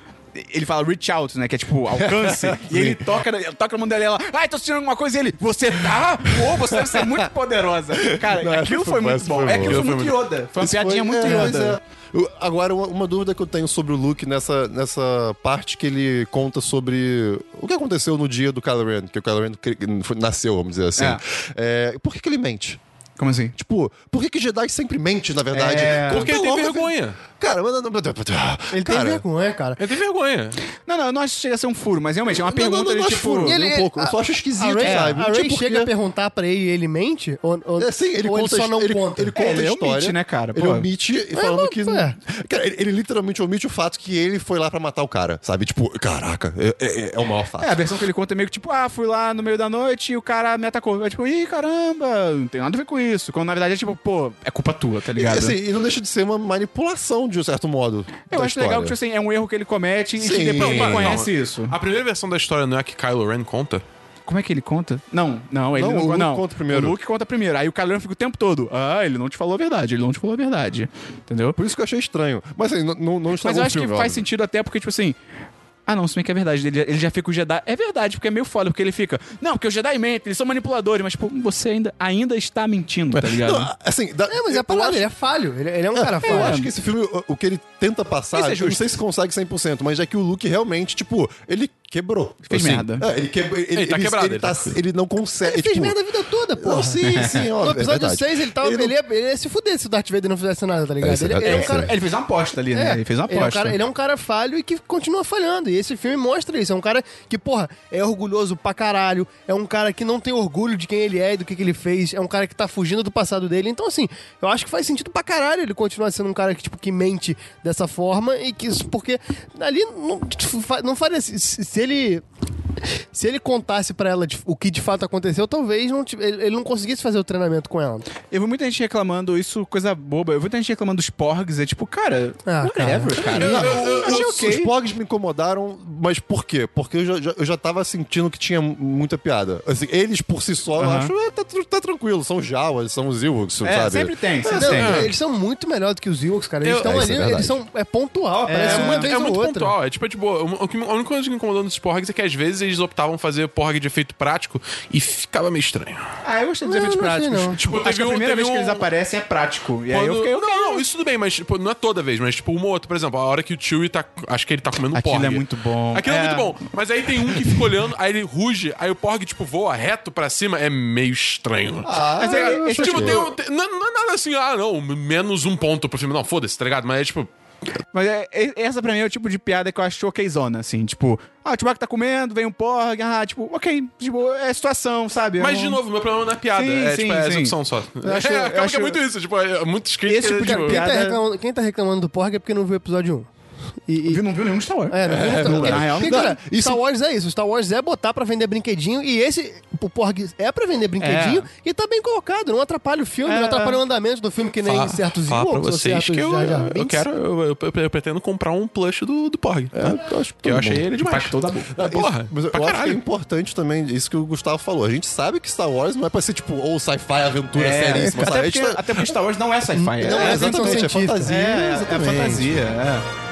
Speaker 2: Ele fala reach out, né? Que é tipo alcance. e ele toca, na- toca na mão dela e ela, ai, tô sentindo alguma coisa. E ele, você tá? Uou, você deve ser muito poderosa. Cara,
Speaker 5: Não, essa
Speaker 2: aquilo foi
Speaker 5: foi boa,
Speaker 2: muito
Speaker 5: essa
Speaker 2: bom.
Speaker 5: foi
Speaker 2: É,
Speaker 5: boa.
Speaker 2: aquilo foi
Speaker 5: Aquilo
Speaker 2: muito
Speaker 5: foi
Speaker 2: Yoda. Foi uma
Speaker 5: Isso
Speaker 2: piadinha
Speaker 5: foi-
Speaker 2: muito
Speaker 5: é,
Speaker 2: Yoda.
Speaker 5: pois é. Eu- agora, uma, uma dúvida que eu tenho sobre o Luke nessa, nessa parte que ele conta sobre o que aconteceu no dia do Kylo Ren, que o Kylo Ren cri- foi- nasceu, vamos dizer assim. É, por que, que ele mente?
Speaker 2: Como assim?
Speaker 5: Tipo, por que, que Jedi sempre mente, na verdade?
Speaker 2: É.
Speaker 4: Porque ele tem
Speaker 5: Logo-
Speaker 4: vergonha.
Speaker 5: Cara, mas...
Speaker 3: Ele tem
Speaker 5: cara,
Speaker 3: vergonha, cara.
Speaker 4: Ele tem é, vergonha.
Speaker 2: Não, não, eu não acho que chega a ser um furo, mas realmente é uma pergunta
Speaker 5: não, não,
Speaker 2: de
Speaker 5: não acho
Speaker 2: tipo.
Speaker 5: furo,
Speaker 3: E
Speaker 5: nem
Speaker 3: ele-
Speaker 5: um pouco. Eu
Speaker 3: a-
Speaker 5: só acho esquisito,
Speaker 3: a Ray,
Speaker 5: sabe?
Speaker 3: É, a
Speaker 5: Tipo, Não
Speaker 3: Ray
Speaker 5: sei por
Speaker 3: chega
Speaker 5: quê.
Speaker 3: a perguntar pra ele e ele mente? Ou, ou,
Speaker 5: É, sim, ele
Speaker 3: ou
Speaker 5: conta
Speaker 3: ele
Speaker 5: a
Speaker 3: só não
Speaker 5: his- ele,
Speaker 3: conta?
Speaker 5: Ele conta
Speaker 2: É, ele
Speaker 5: a
Speaker 2: omite,
Speaker 5: história.
Speaker 2: né, cara?
Speaker 5: Ele
Speaker 2: Pô.
Speaker 5: omite e falando
Speaker 3: mas,
Speaker 5: que.
Speaker 3: é.
Speaker 5: Cara, ele, ele literalmente omite o fato que ele foi lá pra matar o cara, sabe? Tipo, caraca, é, é- é o maior fato.
Speaker 2: É, a versão que ele conta é meio que tipo, ah, fui lá no meio da noite e o cara me atacou. Eu, tipo, ih, caramba, não tem nada a ver com isso. Quando na verdade é tipo, pô, é culpa tua, tá
Speaker 5: E,
Speaker 2: ligado?
Speaker 5: assim, e não deixa de ser uma manipulação, de um certo modo.
Speaker 2: eu
Speaker 5: da
Speaker 2: acho
Speaker 5: história.
Speaker 2: legal que tipo, assim, é um erro que ele comete e que
Speaker 5: Sim.
Speaker 2: depois ele
Speaker 5: Não,
Speaker 2: conhece
Speaker 4: calma.
Speaker 2: isso.
Speaker 4: A primeira versão da história não é a que Kylo Ren conta?
Speaker 2: Como é que ele conta? Não, não, ele
Speaker 5: Não,
Speaker 2: não,
Speaker 5: o Luke
Speaker 2: não.
Speaker 5: conta primeiro.
Speaker 2: O Luke conta primeiro. Aí o Kylo Ren fica o tempo todo. Ah, ele não te falou a verdade, ele não te falou a verdade. Entendeu?
Speaker 5: Por isso que eu achei estranho. Mas assim, não, não, não
Speaker 2: Mas
Speaker 5: estragou
Speaker 2: eu
Speaker 5: o
Speaker 2: acho que
Speaker 5: filme,
Speaker 2: faz
Speaker 5: óbvio.
Speaker 2: sentido até porque, tipo assim. Ah, não, se bem que é verdade. Ele, ele já fica o Jedi. É verdade, porque é meio foda, porque ele fica. Não, porque o Jedi mente, eles são manipuladores, mas, tipo, você ainda, ainda está mentindo, tá ligado?
Speaker 5: Não, assim, dá-
Speaker 3: É, mas é
Speaker 5: eu
Speaker 3: a parada,
Speaker 5: acho-
Speaker 3: ele é falho. Ele, ele é um cara
Speaker 5: Eu
Speaker 3: falho.
Speaker 5: acho que esse filme, o- o que ele tenta
Speaker 2: Isso
Speaker 5: passar,
Speaker 2: é
Speaker 5: eu não
Speaker 2: justo.
Speaker 5: sei se consegue 100%, mas é que o Luke realmente, tipo, ele quebrou.
Speaker 2: Fez merda.
Speaker 5: é, ele, quebrou, ele,
Speaker 4: Ele tá
Speaker 5: ele-
Speaker 4: quebrado,
Speaker 5: Ele,
Speaker 4: ele
Speaker 5: tá-
Speaker 4: tá-
Speaker 5: ele não consegue.
Speaker 3: Ele fez
Speaker 5: tipo,
Speaker 3: merda a vida toda, pô.
Speaker 5: Não, sim, sim, ó,
Speaker 3: Ah. No
Speaker 5: é
Speaker 3: episódio
Speaker 5: verdade.
Speaker 3: 6, ele, tava,
Speaker 5: Ele
Speaker 3: ele,
Speaker 5: não-
Speaker 3: ia, ele ia se fuder se o Darth Vader não fizesse nada, tá ligado?
Speaker 5: isso é
Speaker 3: ele, ele é um
Speaker 5: verdade,
Speaker 3: cara,
Speaker 5: isso
Speaker 2: Ele fez uma aposta ali, né?
Speaker 3: É,
Speaker 2: ele fez uma
Speaker 3: Ele é, um
Speaker 2: aposta.
Speaker 3: cara, ele é um cara falho e que continua falhando. E esse filme mostra isso. É um cara que, porra, é orgulhoso pra caralho. É um cara que não tem orgulho de quem ele é e do que, que ele fez. É um cara que tá fugindo do passado dele. Então, assim, eu acho que faz sentido pra caralho ele continuar sendo um cara que, tipo, que mente dessa forma e que isso, porque ali não, fa- não faria. Se, se ele. Se ele contasse pra ela de- o que de fato aconteceu, talvez não, tive- ele, ele não conseguisse fazer o treinamento com ela.
Speaker 2: Eu vi muita gente reclamando isso, coisa boba. Eu vi muita gente reclamando dos porgs. É tipo, cara,
Speaker 3: Ah,
Speaker 2: whatever, cara.
Speaker 5: Não,
Speaker 2: eu achei
Speaker 5: os,
Speaker 2: ok.
Speaker 5: os pogs me incomodaram, mas por quê? Porque eu já, já- eu já tava sentindo que tinha muita piada. Assim, eles por si só, eu
Speaker 2: Aham.
Speaker 5: acho, ah, tá, tr- tá tranquilo, são os Jawas, são os Ewoks,
Speaker 2: É,
Speaker 5: sabe?
Speaker 2: sempre tem, sempre
Speaker 3: Não,
Speaker 2: tem.
Speaker 3: Eles são muito melhor do que os Ewoks, cara. Eles
Speaker 4: Eu-
Speaker 3: estão
Speaker 5: É, isso
Speaker 3: ali,
Speaker 5: é verdade.
Speaker 3: eles são. É pontual,
Speaker 4: É,
Speaker 3: aparece uma
Speaker 4: muito,
Speaker 3: vez
Speaker 4: é
Speaker 3: ou
Speaker 4: muito
Speaker 3: outra.
Speaker 4: pontual. É tipo, é de boa. O, o que- a única coisa que me incomodou nesses porgs é que às vezes eles optavam fazer porg de efeito prático e ficava meio estranho.
Speaker 2: Ah, eu gostei dos
Speaker 3: Não,
Speaker 2: efeitos
Speaker 3: não achei,
Speaker 2: práticos.
Speaker 3: não.
Speaker 2: Tipo,
Speaker 4: Tipo,
Speaker 2: acho
Speaker 4: teve
Speaker 2: que a
Speaker 4: um-
Speaker 2: primeira
Speaker 4: teve
Speaker 2: vez que
Speaker 4: um-
Speaker 2: eles aparecem é prático. E aí eu
Speaker 4: Quando-
Speaker 2: fiquei, ok,
Speaker 4: Não, não, isso tudo bem, mas tipo, não é toda vez, mas tipo, uma ou outra. Por exemplo, a hora que o Chewie tá. Acho que ele tá comendo um
Speaker 2: Aquilo
Speaker 4: porg.
Speaker 2: é muito bom.
Speaker 4: Aquilo é.
Speaker 2: É.
Speaker 4: muito bom. Mas aí tem um que fica olhando, aí ele ruge, aí o porg, tipo, voa reto pra cima. É meio estranho.
Speaker 5: Ah,
Speaker 2: Mas é- esse
Speaker 4: tipo,
Speaker 2: é-
Speaker 4: tem um, tem- não, não é nada assim, ah, não, menos um ponto pro filme. Não, foda-se, tá ligado? Mas é tipo.
Speaker 2: Mas é- é- essa pra mim é o tipo de piada que eu acho okzona, assim. Tipo, ah, o Chewbacca tá comendo, vem um porg, ah, tipo, ok. Tipo, é situação, sabe? Eu
Speaker 4: Mas,
Speaker 2: não-
Speaker 4: de novo, meu problema não é piada.
Speaker 2: Então, Sim,
Speaker 4: é,
Speaker 2: sim,
Speaker 4: tipo, é a
Speaker 2: sim.
Speaker 4: execução só.
Speaker 2: Eu acho-
Speaker 4: é,
Speaker 2: eu
Speaker 4: acaba que
Speaker 2: acho-
Speaker 4: é muito isso. Tipo, é muito escrito.
Speaker 2: Esse tipo de
Speaker 4: tipo,
Speaker 2: piada-
Speaker 3: Quem tá, reclamando, quem tá reclamando do Porg é porque não viu o episódio 1. E, e-
Speaker 2: Vi- não viu nenhum Star Wars.
Speaker 3: É, não viu
Speaker 2: É,
Speaker 3: o
Speaker 2: não,
Speaker 3: episódio
Speaker 2: na real,
Speaker 3: Porque,
Speaker 2: não.
Speaker 3: cara, Star Wars é isso. Star Wars é botar pra vender brinquedinho. E esse, o Porg é pra vender brinquedinho. E tá bem colocado. Não atrapalha o filme,
Speaker 2: É,
Speaker 3: não atrapalha
Speaker 2: é.
Speaker 3: o andamento do filme, que nem
Speaker 4: Fala-
Speaker 3: certos
Speaker 4: fala pra
Speaker 3: Ewoks ou
Speaker 4: vocês
Speaker 3: certos
Speaker 4: que eu,
Speaker 3: Jar Jar
Speaker 4: eu
Speaker 3: Binks.
Speaker 4: quero, eu, eu- eu- eu pretendo comprar um plush do, do Porg.
Speaker 5: é, eu acho que
Speaker 4: Porque eu
Speaker 5: todo
Speaker 4: achei
Speaker 5: mundo.
Speaker 4: ele demais.
Speaker 2: Impactou da boca.
Speaker 5: Ah, isso-
Speaker 4: Porra,
Speaker 5: mas eu
Speaker 4: pra
Speaker 5: acho que é
Speaker 4: caralho.
Speaker 5: importante também isso que o Gustavo falou. A gente sabe que Star Wars não é pra ser tipo, ou sci-fi, aventura,
Speaker 2: É,
Speaker 5: seríssima, sabe?
Speaker 2: até,
Speaker 5: A gente
Speaker 2: porque,
Speaker 5: tá-
Speaker 2: até porque Star Wars não é sci-fi.
Speaker 5: Não,
Speaker 3: é
Speaker 5: é,
Speaker 3: ficção
Speaker 5: exatamente, é
Speaker 3: científica.
Speaker 5: fantasia.
Speaker 2: É, é
Speaker 5: exatamente.
Speaker 2: fantasia, é.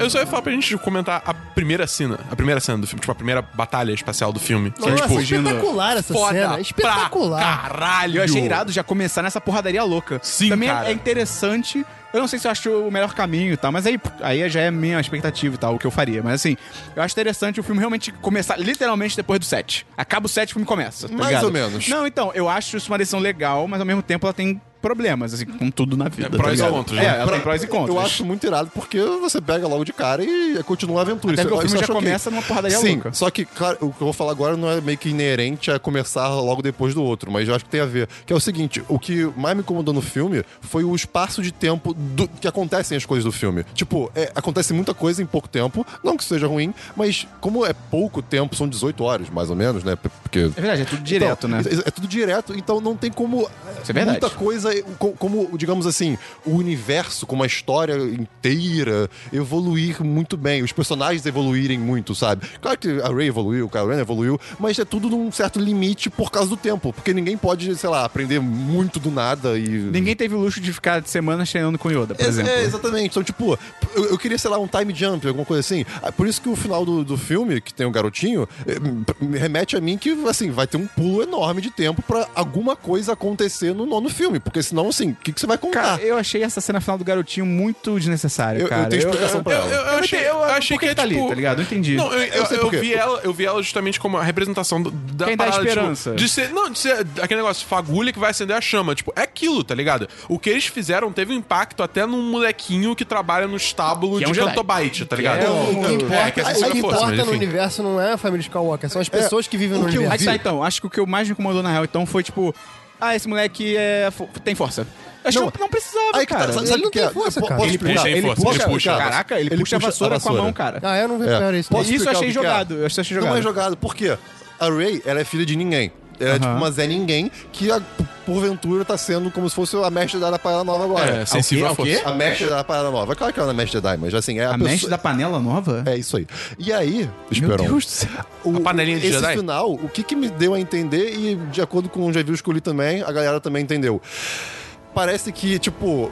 Speaker 2: é
Speaker 4: Eu só ia falar pra gente comentar a primeira cena. A primeira cena do filme. Tipo, a primeira batalha espacial do filme. Que é,
Speaker 3: Nossa,
Speaker 4: tipo,
Speaker 2: fugindo.
Speaker 3: espetacular essa cena.
Speaker 4: foda
Speaker 3: Espetacular.
Speaker 4: pra caralho.
Speaker 2: é Eu achei irado já começar nessa porradaria louca.
Speaker 4: Sim,
Speaker 2: Também é-
Speaker 4: cara.
Speaker 2: é interessante. Eu não sei se eu acho o melhor caminho e tal, mas aí, aí já é minha expectativa e tal, o que eu faria. Mas assim, eu acho interessante o filme realmente começar literalmente depois do set. Acaba o set, o filme começa. tá
Speaker 5: Mais
Speaker 2: ligado?
Speaker 5: ou menos.
Speaker 2: Não, então, eu acho isso uma decisão legal, mas ao mesmo tempo ela tem problemas, assim, com tudo na vida.
Speaker 4: É, prós e
Speaker 2: ligado?
Speaker 4: contras,
Speaker 2: É,
Speaker 4: né?
Speaker 2: ela tem
Speaker 5: Pra-
Speaker 2: prós e contras.
Speaker 5: Eu acho muito irado porque você pega logo de cara e continua a aventura.
Speaker 2: Até
Speaker 5: Isso-
Speaker 2: porque o
Speaker 5: isso
Speaker 2: filme já
Speaker 5: eu acho ok.
Speaker 2: começa numa porradaria
Speaker 5: Sim,
Speaker 2: louca.
Speaker 5: só que, claro, o que eu vou falar agora não é meio que inerente a começar logo depois do outro, mas eu acho que tem a ver. Que é o seguinte, o que mais me incomodou no filme foi o espaço de tempo do- que acontecem as coisas do filme. Tipo, é, acontece muita coisa em pouco tempo, não que isso seja ruim, mas como é pouco tempo, são 18 horas, mais ou menos, né? Porque...
Speaker 2: É verdade, é tudo direto,
Speaker 5: Então,
Speaker 2: né?
Speaker 5: É, é tudo direto, então não tem como é,
Speaker 2: é verdade.
Speaker 5: muita coisa coisa co- como, digamos assim, o universo com uma história inteira evoluir muito bem, os personagens evoluírem muito, sabe? Claro que a Ray evoluiu, o Kylo Ren evoluiu, mas é tudo num certo limite por causa do tempo, porque ninguém pode, sei lá, aprender muito do nada e
Speaker 2: Ninguém teve o luxo de ficar de semana treinando com Yoda, por
Speaker 5: Ex-
Speaker 2: exemplo. né?
Speaker 5: É, exatamente. Então, tipo, eu, eu queria, sei lá, um time jump, alguma coisa assim. Ah, Por isso que o final do, do filme, que tem o garotinho, eh, p- me remete a mim que, assim, vai ter um pulo enorme de tempo pra alguma coisa acontecer no nono filme. Porque senão, assim, o que, que você vai contar?
Speaker 2: Cara, eu achei essa cena final do garotinho muito desnecessária,
Speaker 5: Eu- eu
Speaker 2: cara.
Speaker 5: tenho explicação pra ela.
Speaker 4: Eu, eu achei, eu, achei
Speaker 2: por que,
Speaker 4: que,
Speaker 2: que tá
Speaker 4: é, tipo,
Speaker 2: ali, tá ligado? Eu entendi.
Speaker 4: Não, eu,
Speaker 5: Eu sei
Speaker 4: eu-
Speaker 5: por
Speaker 4: eu
Speaker 5: quê.
Speaker 4: vi ela, eu vi ela justamente como a representação do- da
Speaker 2: Quem dá
Speaker 4: parada, tipo,
Speaker 2: esperança.
Speaker 4: de ser, não, de ser aquele negócio fagulha que vai acender a chama, tipo, é aquilo, tá ligado? O que eles fizeram teve um impacto até num molequinho que trabalha no estábulo
Speaker 2: Que é um
Speaker 4: de
Speaker 2: Jedi.
Speaker 4: Cantobite,
Speaker 2: é
Speaker 4: tá ligado?
Speaker 2: um-
Speaker 3: O que
Speaker 4: É,
Speaker 3: importa,
Speaker 4: que é
Speaker 3: o
Speaker 4: censura
Speaker 3: que
Speaker 4: força,
Speaker 3: importa
Speaker 4: mas
Speaker 3: no
Speaker 4: enfim.
Speaker 3: universo não é a família Skywalker, são as pessoas que vivem no
Speaker 5: o que eu
Speaker 3: universo.
Speaker 2: Aí tá, então. Acho que o que eu mais me incomodou, na real, então, foi tipo... Ah, esse moleque é fo- tem força. Eu acho
Speaker 5: Não,
Speaker 2: que eu não precisava,
Speaker 5: aí que tá,
Speaker 2: cara.
Speaker 5: sabe-
Speaker 3: ele
Speaker 5: sabe
Speaker 3: não
Speaker 5: o que é?
Speaker 3: tem força,
Speaker 5: Eu po-
Speaker 3: cara.
Speaker 5: Posso
Speaker 3: Ele
Speaker 5: explicar?
Speaker 4: puxa, ele força, ele puxa.
Speaker 2: Caraca, ele, puxa, a vassoura com a mão, cara.
Speaker 3: Ah, eu não
Speaker 5: É.
Speaker 3: reparo isso.
Speaker 5: Posso
Speaker 2: Isso eu
Speaker 5: explicar
Speaker 2: achei
Speaker 5: o que que é?
Speaker 2: jogado, eu achei jogado.
Speaker 5: Não é jogado, por quê? A Ray, ela é filha de ninguém. Ela é
Speaker 2: Aham.
Speaker 5: tipo uma Zé Ninguém que, a- porventura, tá sendo como se fosse a mestre da Parada Nova agora.
Speaker 4: É, sensível
Speaker 2: Ao
Speaker 4: à
Speaker 2: quê? Ao quê?
Speaker 4: força.
Speaker 5: A mestre da Parada Nova. Claro que ela não é mestre Jedi, mas assim, é a,
Speaker 2: A
Speaker 5: pessoa...
Speaker 2: mestre da panela nova?
Speaker 5: É isso aí. E aí,
Speaker 2: Meu
Speaker 5: Esperon,
Speaker 2: Deus do céu.
Speaker 5: o,
Speaker 4: A panelinha de
Speaker 5: esse
Speaker 4: Jedi?
Speaker 5: final, o que, que me deu a entender, e de acordo com os reviews que eu li também, a galera também entendeu. Parece que, tipo,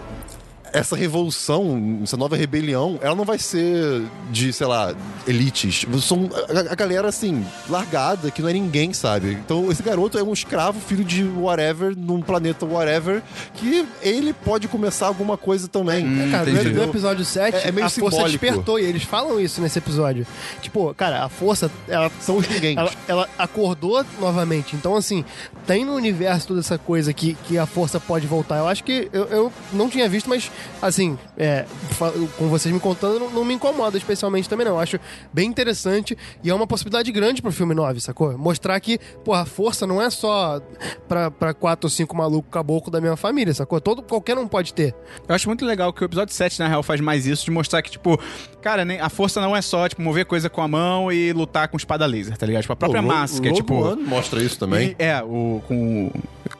Speaker 5: essa revolução, essa nova rebelião, ela não vai ser de, sei lá, elites. São a, a galera, assim, largada, que não é ninguém, sabe? Então, esse garoto é um escravo, filho de whatever, num planeta whatever, que ele pode começar alguma coisa também.
Speaker 3: Cara, no-
Speaker 2: Hum, entendi.
Speaker 3: no episódio 7,
Speaker 5: É- é meio
Speaker 3: a força
Speaker 5: simbólico.
Speaker 3: despertou e eles falam isso nesse episódio. Tipo, cara, a força, ela,
Speaker 5: São os ninguém.
Speaker 3: ela, ela acordou novamente. Então, assim, tem no universo toda essa coisa que, que a força pode voltar. Eu acho que eu, eu não tinha visto, mas, assim, é, fa- com vocês me contando, não, não me incomoda especialmente também, não. Eu acho bem interessante e é uma possibilidade grande pro filme 9, sacou? Mostrar que, porra, a força não é só pra, pra quatro ou cinco malucos caboclo da minha família, sacou? Todo, qualquer um pode ter.
Speaker 2: Eu acho muito legal que o episódio 7, na real, faz mais isso, de mostrar que, tipo, cara, nem, a força não é só, tipo, mover coisa com a mão e lutar com espada laser, tá ligado? Tipo, a própria
Speaker 5: Ro-
Speaker 2: massa, que é
Speaker 5: Rogue
Speaker 2: tipo.
Speaker 5: One mostra isso também.
Speaker 2: e- é, o. com o-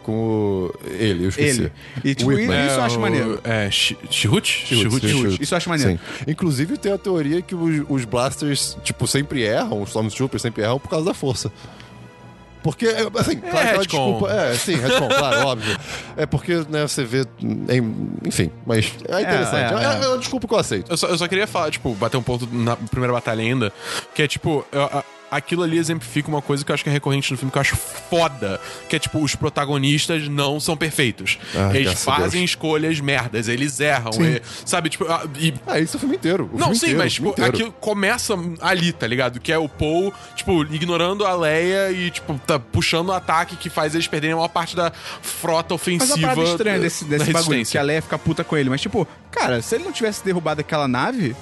Speaker 5: com o... ele, eu esqueci.
Speaker 2: ele. E, tipo,
Speaker 5: Whitman.
Speaker 2: e- isso eu acho
Speaker 4: o-
Speaker 2: maneiro.
Speaker 4: É, Chi- Chirrut? Chirrut.
Speaker 5: Chirrut.
Speaker 2: Isso eu acho maneiro.
Speaker 5: Sim. Inclusive tem a teoria que os, os blasters, tipo, sempre erram, os Stormtroopers sempre erram por causa da força. Porque, é, assim, claro que é uma
Speaker 4: retcon.
Speaker 5: desculpa. É, sim, retcon, claro, óbvio. É porque, né, você vê. em- Enfim, mas é interessante.
Speaker 2: é,
Speaker 5: É,
Speaker 2: é.
Speaker 5: é uma desculpa que eu aceito.
Speaker 4: Eu só, eu só queria falar, tipo, bater um ponto na primeira batalha ainda, que é tipo. eu- a- Aquilo ali exemplifica uma coisa que eu acho que é recorrente no filme, que eu acho foda. Que é tipo, os protagonistas não são perfeitos.
Speaker 5: Ah,
Speaker 4: eles
Speaker 5: graças a
Speaker 4: fazem escolhas merdas, eles erram. e- sabe, tipo, a- e
Speaker 5: Ah, isso é o filme inteiro. o
Speaker 4: Não,
Speaker 5: filme
Speaker 4: sim,
Speaker 5: inteiro,
Speaker 4: mas
Speaker 5: o
Speaker 4: tipo,
Speaker 5: filme inteiro.
Speaker 4: aquilo começa ali, tá ligado? Que é o Paul, tipo, ignorando a Leia e, tipo, tá puxando o ataque que faz eles perderem a maior parte da frota
Speaker 2: Mas é
Speaker 4: ofensiva.
Speaker 2: uma parada estranha
Speaker 4: da-
Speaker 2: desse,
Speaker 4: da
Speaker 2: desse bagulho,
Speaker 4: resistência.
Speaker 2: que a Leia fica puta com ele. Mas, tipo, cara, se ele não tivesse derrubado aquela nave,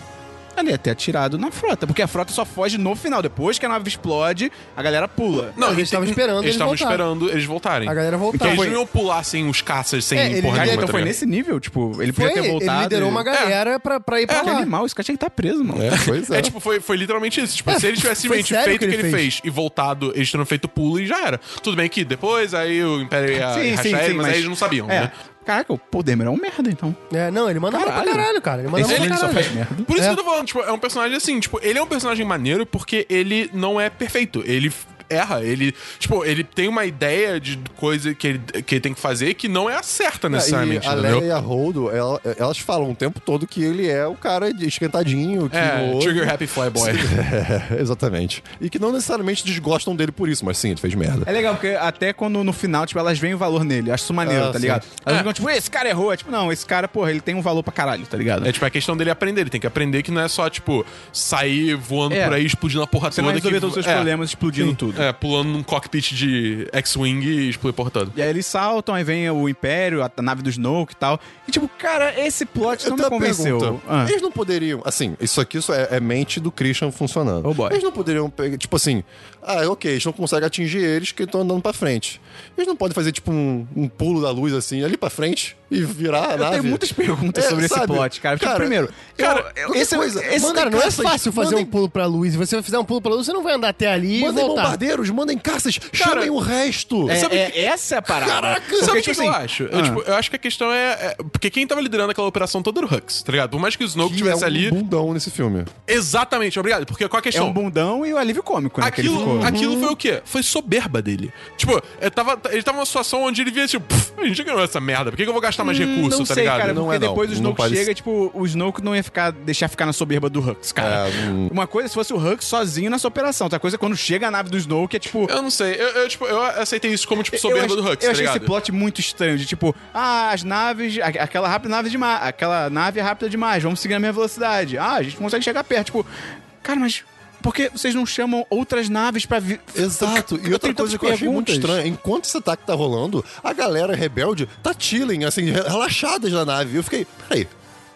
Speaker 2: ele ia ter atirado na frota. Porque a frota só foge no final. Depois que a nave explode, a galera pula.
Speaker 4: Não,
Speaker 3: Não, eles
Speaker 4: e-
Speaker 3: estavam esperando
Speaker 4: Eles
Speaker 3: eles
Speaker 4: estavam
Speaker 3: voltarem.
Speaker 4: esperando eles voltarem.
Speaker 3: A galera voltar.
Speaker 4: Porque eles
Speaker 3: Foi-
Speaker 4: não iam pular sem os caças, sem
Speaker 3: É, ele-
Speaker 4: porra
Speaker 2: Cara,
Speaker 4: nenhuma.
Speaker 2: então
Speaker 4: tá
Speaker 2: foi
Speaker 4: ligado?
Speaker 2: nesse nível, tipo, ele
Speaker 3: Foi,
Speaker 2: podia ter
Speaker 3: ele
Speaker 2: voltado.
Speaker 3: liderou
Speaker 2: e- É.
Speaker 3: uma galera pra, pra ir pra
Speaker 2: Que
Speaker 3: lá.
Speaker 2: animal, esse cara tinha que estar preso, mano.
Speaker 5: Pois é.
Speaker 4: É, tipo, foi, foi literalmente isso. Tipo,
Speaker 3: É,
Speaker 4: se ele tivesse
Speaker 3: foi
Speaker 4: simplesmente
Speaker 3: sério
Speaker 4: feito o que ele, fez.
Speaker 3: fez.
Speaker 4: e voltado, eles teriam feito pulo e já era. Tudo bem que depois aí o Império ia rachar ele, mas, aí eles não sabiam,
Speaker 2: é.
Speaker 4: né?
Speaker 2: Caraca, o Podemer é um merda, então.
Speaker 3: É, não, ele manda mal pra
Speaker 2: Caralho.
Speaker 3: caralho, cara. Ele manda
Speaker 2: Esse
Speaker 3: mal pra
Speaker 2: filme
Speaker 3: caralho.
Speaker 2: só faz merda.
Speaker 4: Por isso
Speaker 3: É.
Speaker 4: que eu tô falando, tipo, é um personagem assim, tipo, ele é um personagem maneiro porque ele não é perfeito. Ele f- erra, ele, tipo, ele tem uma ideia de coisa que ele, que ele tem que fazer que não é a certa necessariamente,
Speaker 5: E a
Speaker 4: entendeu?
Speaker 5: Leia e a Holdo, ela- elas falam o tempo todo que ele é o cara de esquentadinho. Que
Speaker 4: É,
Speaker 5: o-
Speaker 4: Trigger Happy Fly Boy.
Speaker 5: É, exatamente. E que não necessariamente desgostam dele por isso, mas sim, ele fez merda.
Speaker 2: É legal, porque até quando no final, tipo, elas veem o valor nele. Eu acho isso maneiro,
Speaker 5: Ah,
Speaker 2: tá
Speaker 5: sim.
Speaker 2: ligado? Elas ficam tipo, esse cara errou. É tipo, não, esse cara, porra, ele tem um valor pra caralho, tá ligado?
Speaker 4: É tipo, é a questão dele aprender. Ele tem que aprender que não é só, tipo, sair voando
Speaker 2: É.
Speaker 4: por aí, explodindo a porra
Speaker 2: Você
Speaker 4: toda.
Speaker 2: não vai resolver
Speaker 4: que-
Speaker 2: todos os seus
Speaker 4: é.
Speaker 2: problemas explodindo tudo.
Speaker 4: É, pulando num cockpit de X-Wing e explodir portando.
Speaker 2: E aí eles saltam, aí vem o Império, a nave do Snoke e tal. E tipo, cara, esse plot não
Speaker 5: tenho
Speaker 2: me
Speaker 5: uma
Speaker 2: convenceu.
Speaker 5: pergunta.
Speaker 2: Ah.
Speaker 5: Eles não poderiam. Assim, isso aqui isso é, é mente do Christian funcionando.
Speaker 2: Oh, boy.
Speaker 5: Eles não poderiam pegar. Tipo assim, ah, ok, eles não conseguem atingir eles que estão andando pra frente. Eles não podem fazer, tipo, um, um pulo da luz assim, ali pra frente. e virar a
Speaker 2: Eu
Speaker 5: nave.
Speaker 2: tenho muitas perguntas
Speaker 5: É,
Speaker 2: sobre esse
Speaker 5: sabe?
Speaker 2: plot, cara. Porque,
Speaker 5: Cara,
Speaker 2: primeiro, eu-
Speaker 5: cara, outra
Speaker 2: esse,
Speaker 5: coisa,
Speaker 2: esse
Speaker 5: manda
Speaker 3: Cara, não é
Speaker 5: caças,
Speaker 3: fácil fazer
Speaker 5: mandem-
Speaker 3: um pulo pra luz. Se você fizer um pulo pra luz, você não vai andar até ali e
Speaker 5: Mandem
Speaker 3: voltar.
Speaker 5: bombardeiros, mandem caças, chamem o resto.
Speaker 2: É,
Speaker 4: Sabe
Speaker 2: é- essa é a parada.
Speaker 5: Caraca!
Speaker 2: Porque,
Speaker 4: Sabe o que,
Speaker 2: tipo
Speaker 4: eu
Speaker 2: assim,
Speaker 4: acho? Eu,
Speaker 2: ah.
Speaker 4: tipo, eu acho que a questão é, é- Porque quem tava liderando aquela operação toda era o Hux, tá ligado? Por mais que o Snoke
Speaker 5: Que
Speaker 4: estivesse
Speaker 5: é um
Speaker 4: ali.
Speaker 5: bundão nesse filme.
Speaker 4: Exatamente, obrigado. Porque qual a
Speaker 2: É
Speaker 4: questão?
Speaker 2: um bundão e o alívio cômico, né? que ele
Speaker 4: Aquilo, é
Speaker 2: ficou.
Speaker 4: aquilo foi o quê? Foi soberba dele. Tipo, eu tava, ele tava numa situação onde ele via, tipo, "Pff, a gente ganhou essa merda, por que, que eu vou gastar mais
Speaker 2: Hum,
Speaker 4: recurso,
Speaker 2: não
Speaker 4: tá
Speaker 2: sei,
Speaker 4: ligado?
Speaker 2: cara,
Speaker 5: Não
Speaker 2: porque
Speaker 5: é, não.
Speaker 2: depois o
Speaker 5: Não
Speaker 2: Snoke
Speaker 5: parece.
Speaker 2: chega, tipo, o Snoke não ia ficar, deixar ficar na soberba do Hux, cara.
Speaker 4: hum.
Speaker 2: Uma coisa é se fosse o Hux sozinho nessa operação, outra coisa é quando chega a nave do Snoke, é tipo...
Speaker 4: Eu não sei, eu, eu, tipo, eu aceitei isso como, tipo,
Speaker 2: eu
Speaker 4: soberba
Speaker 2: ach-
Speaker 4: do Hux,
Speaker 2: Eu
Speaker 4: tá
Speaker 2: achei
Speaker 4: ligado?
Speaker 2: esse plot muito estranho, de tipo, ah, as naves, a- aquela rápida nave demais, aquela nave é rápida demais, vamos seguir a minha velocidade. Ah, a gente consegue chegar perto, tipo, cara, mas por que vocês não chamam outras naves pra vir?
Speaker 5: Exato. E
Speaker 2: Eu tenho
Speaker 5: outra coisa
Speaker 2: tantas
Speaker 5: que eu achei muito
Speaker 2: perguntas.
Speaker 5: estranha, enquanto esse ataque tá rolando, a galera rebelde tá chilling, assim, relaxadas na nave. Eu fiquei, peraí,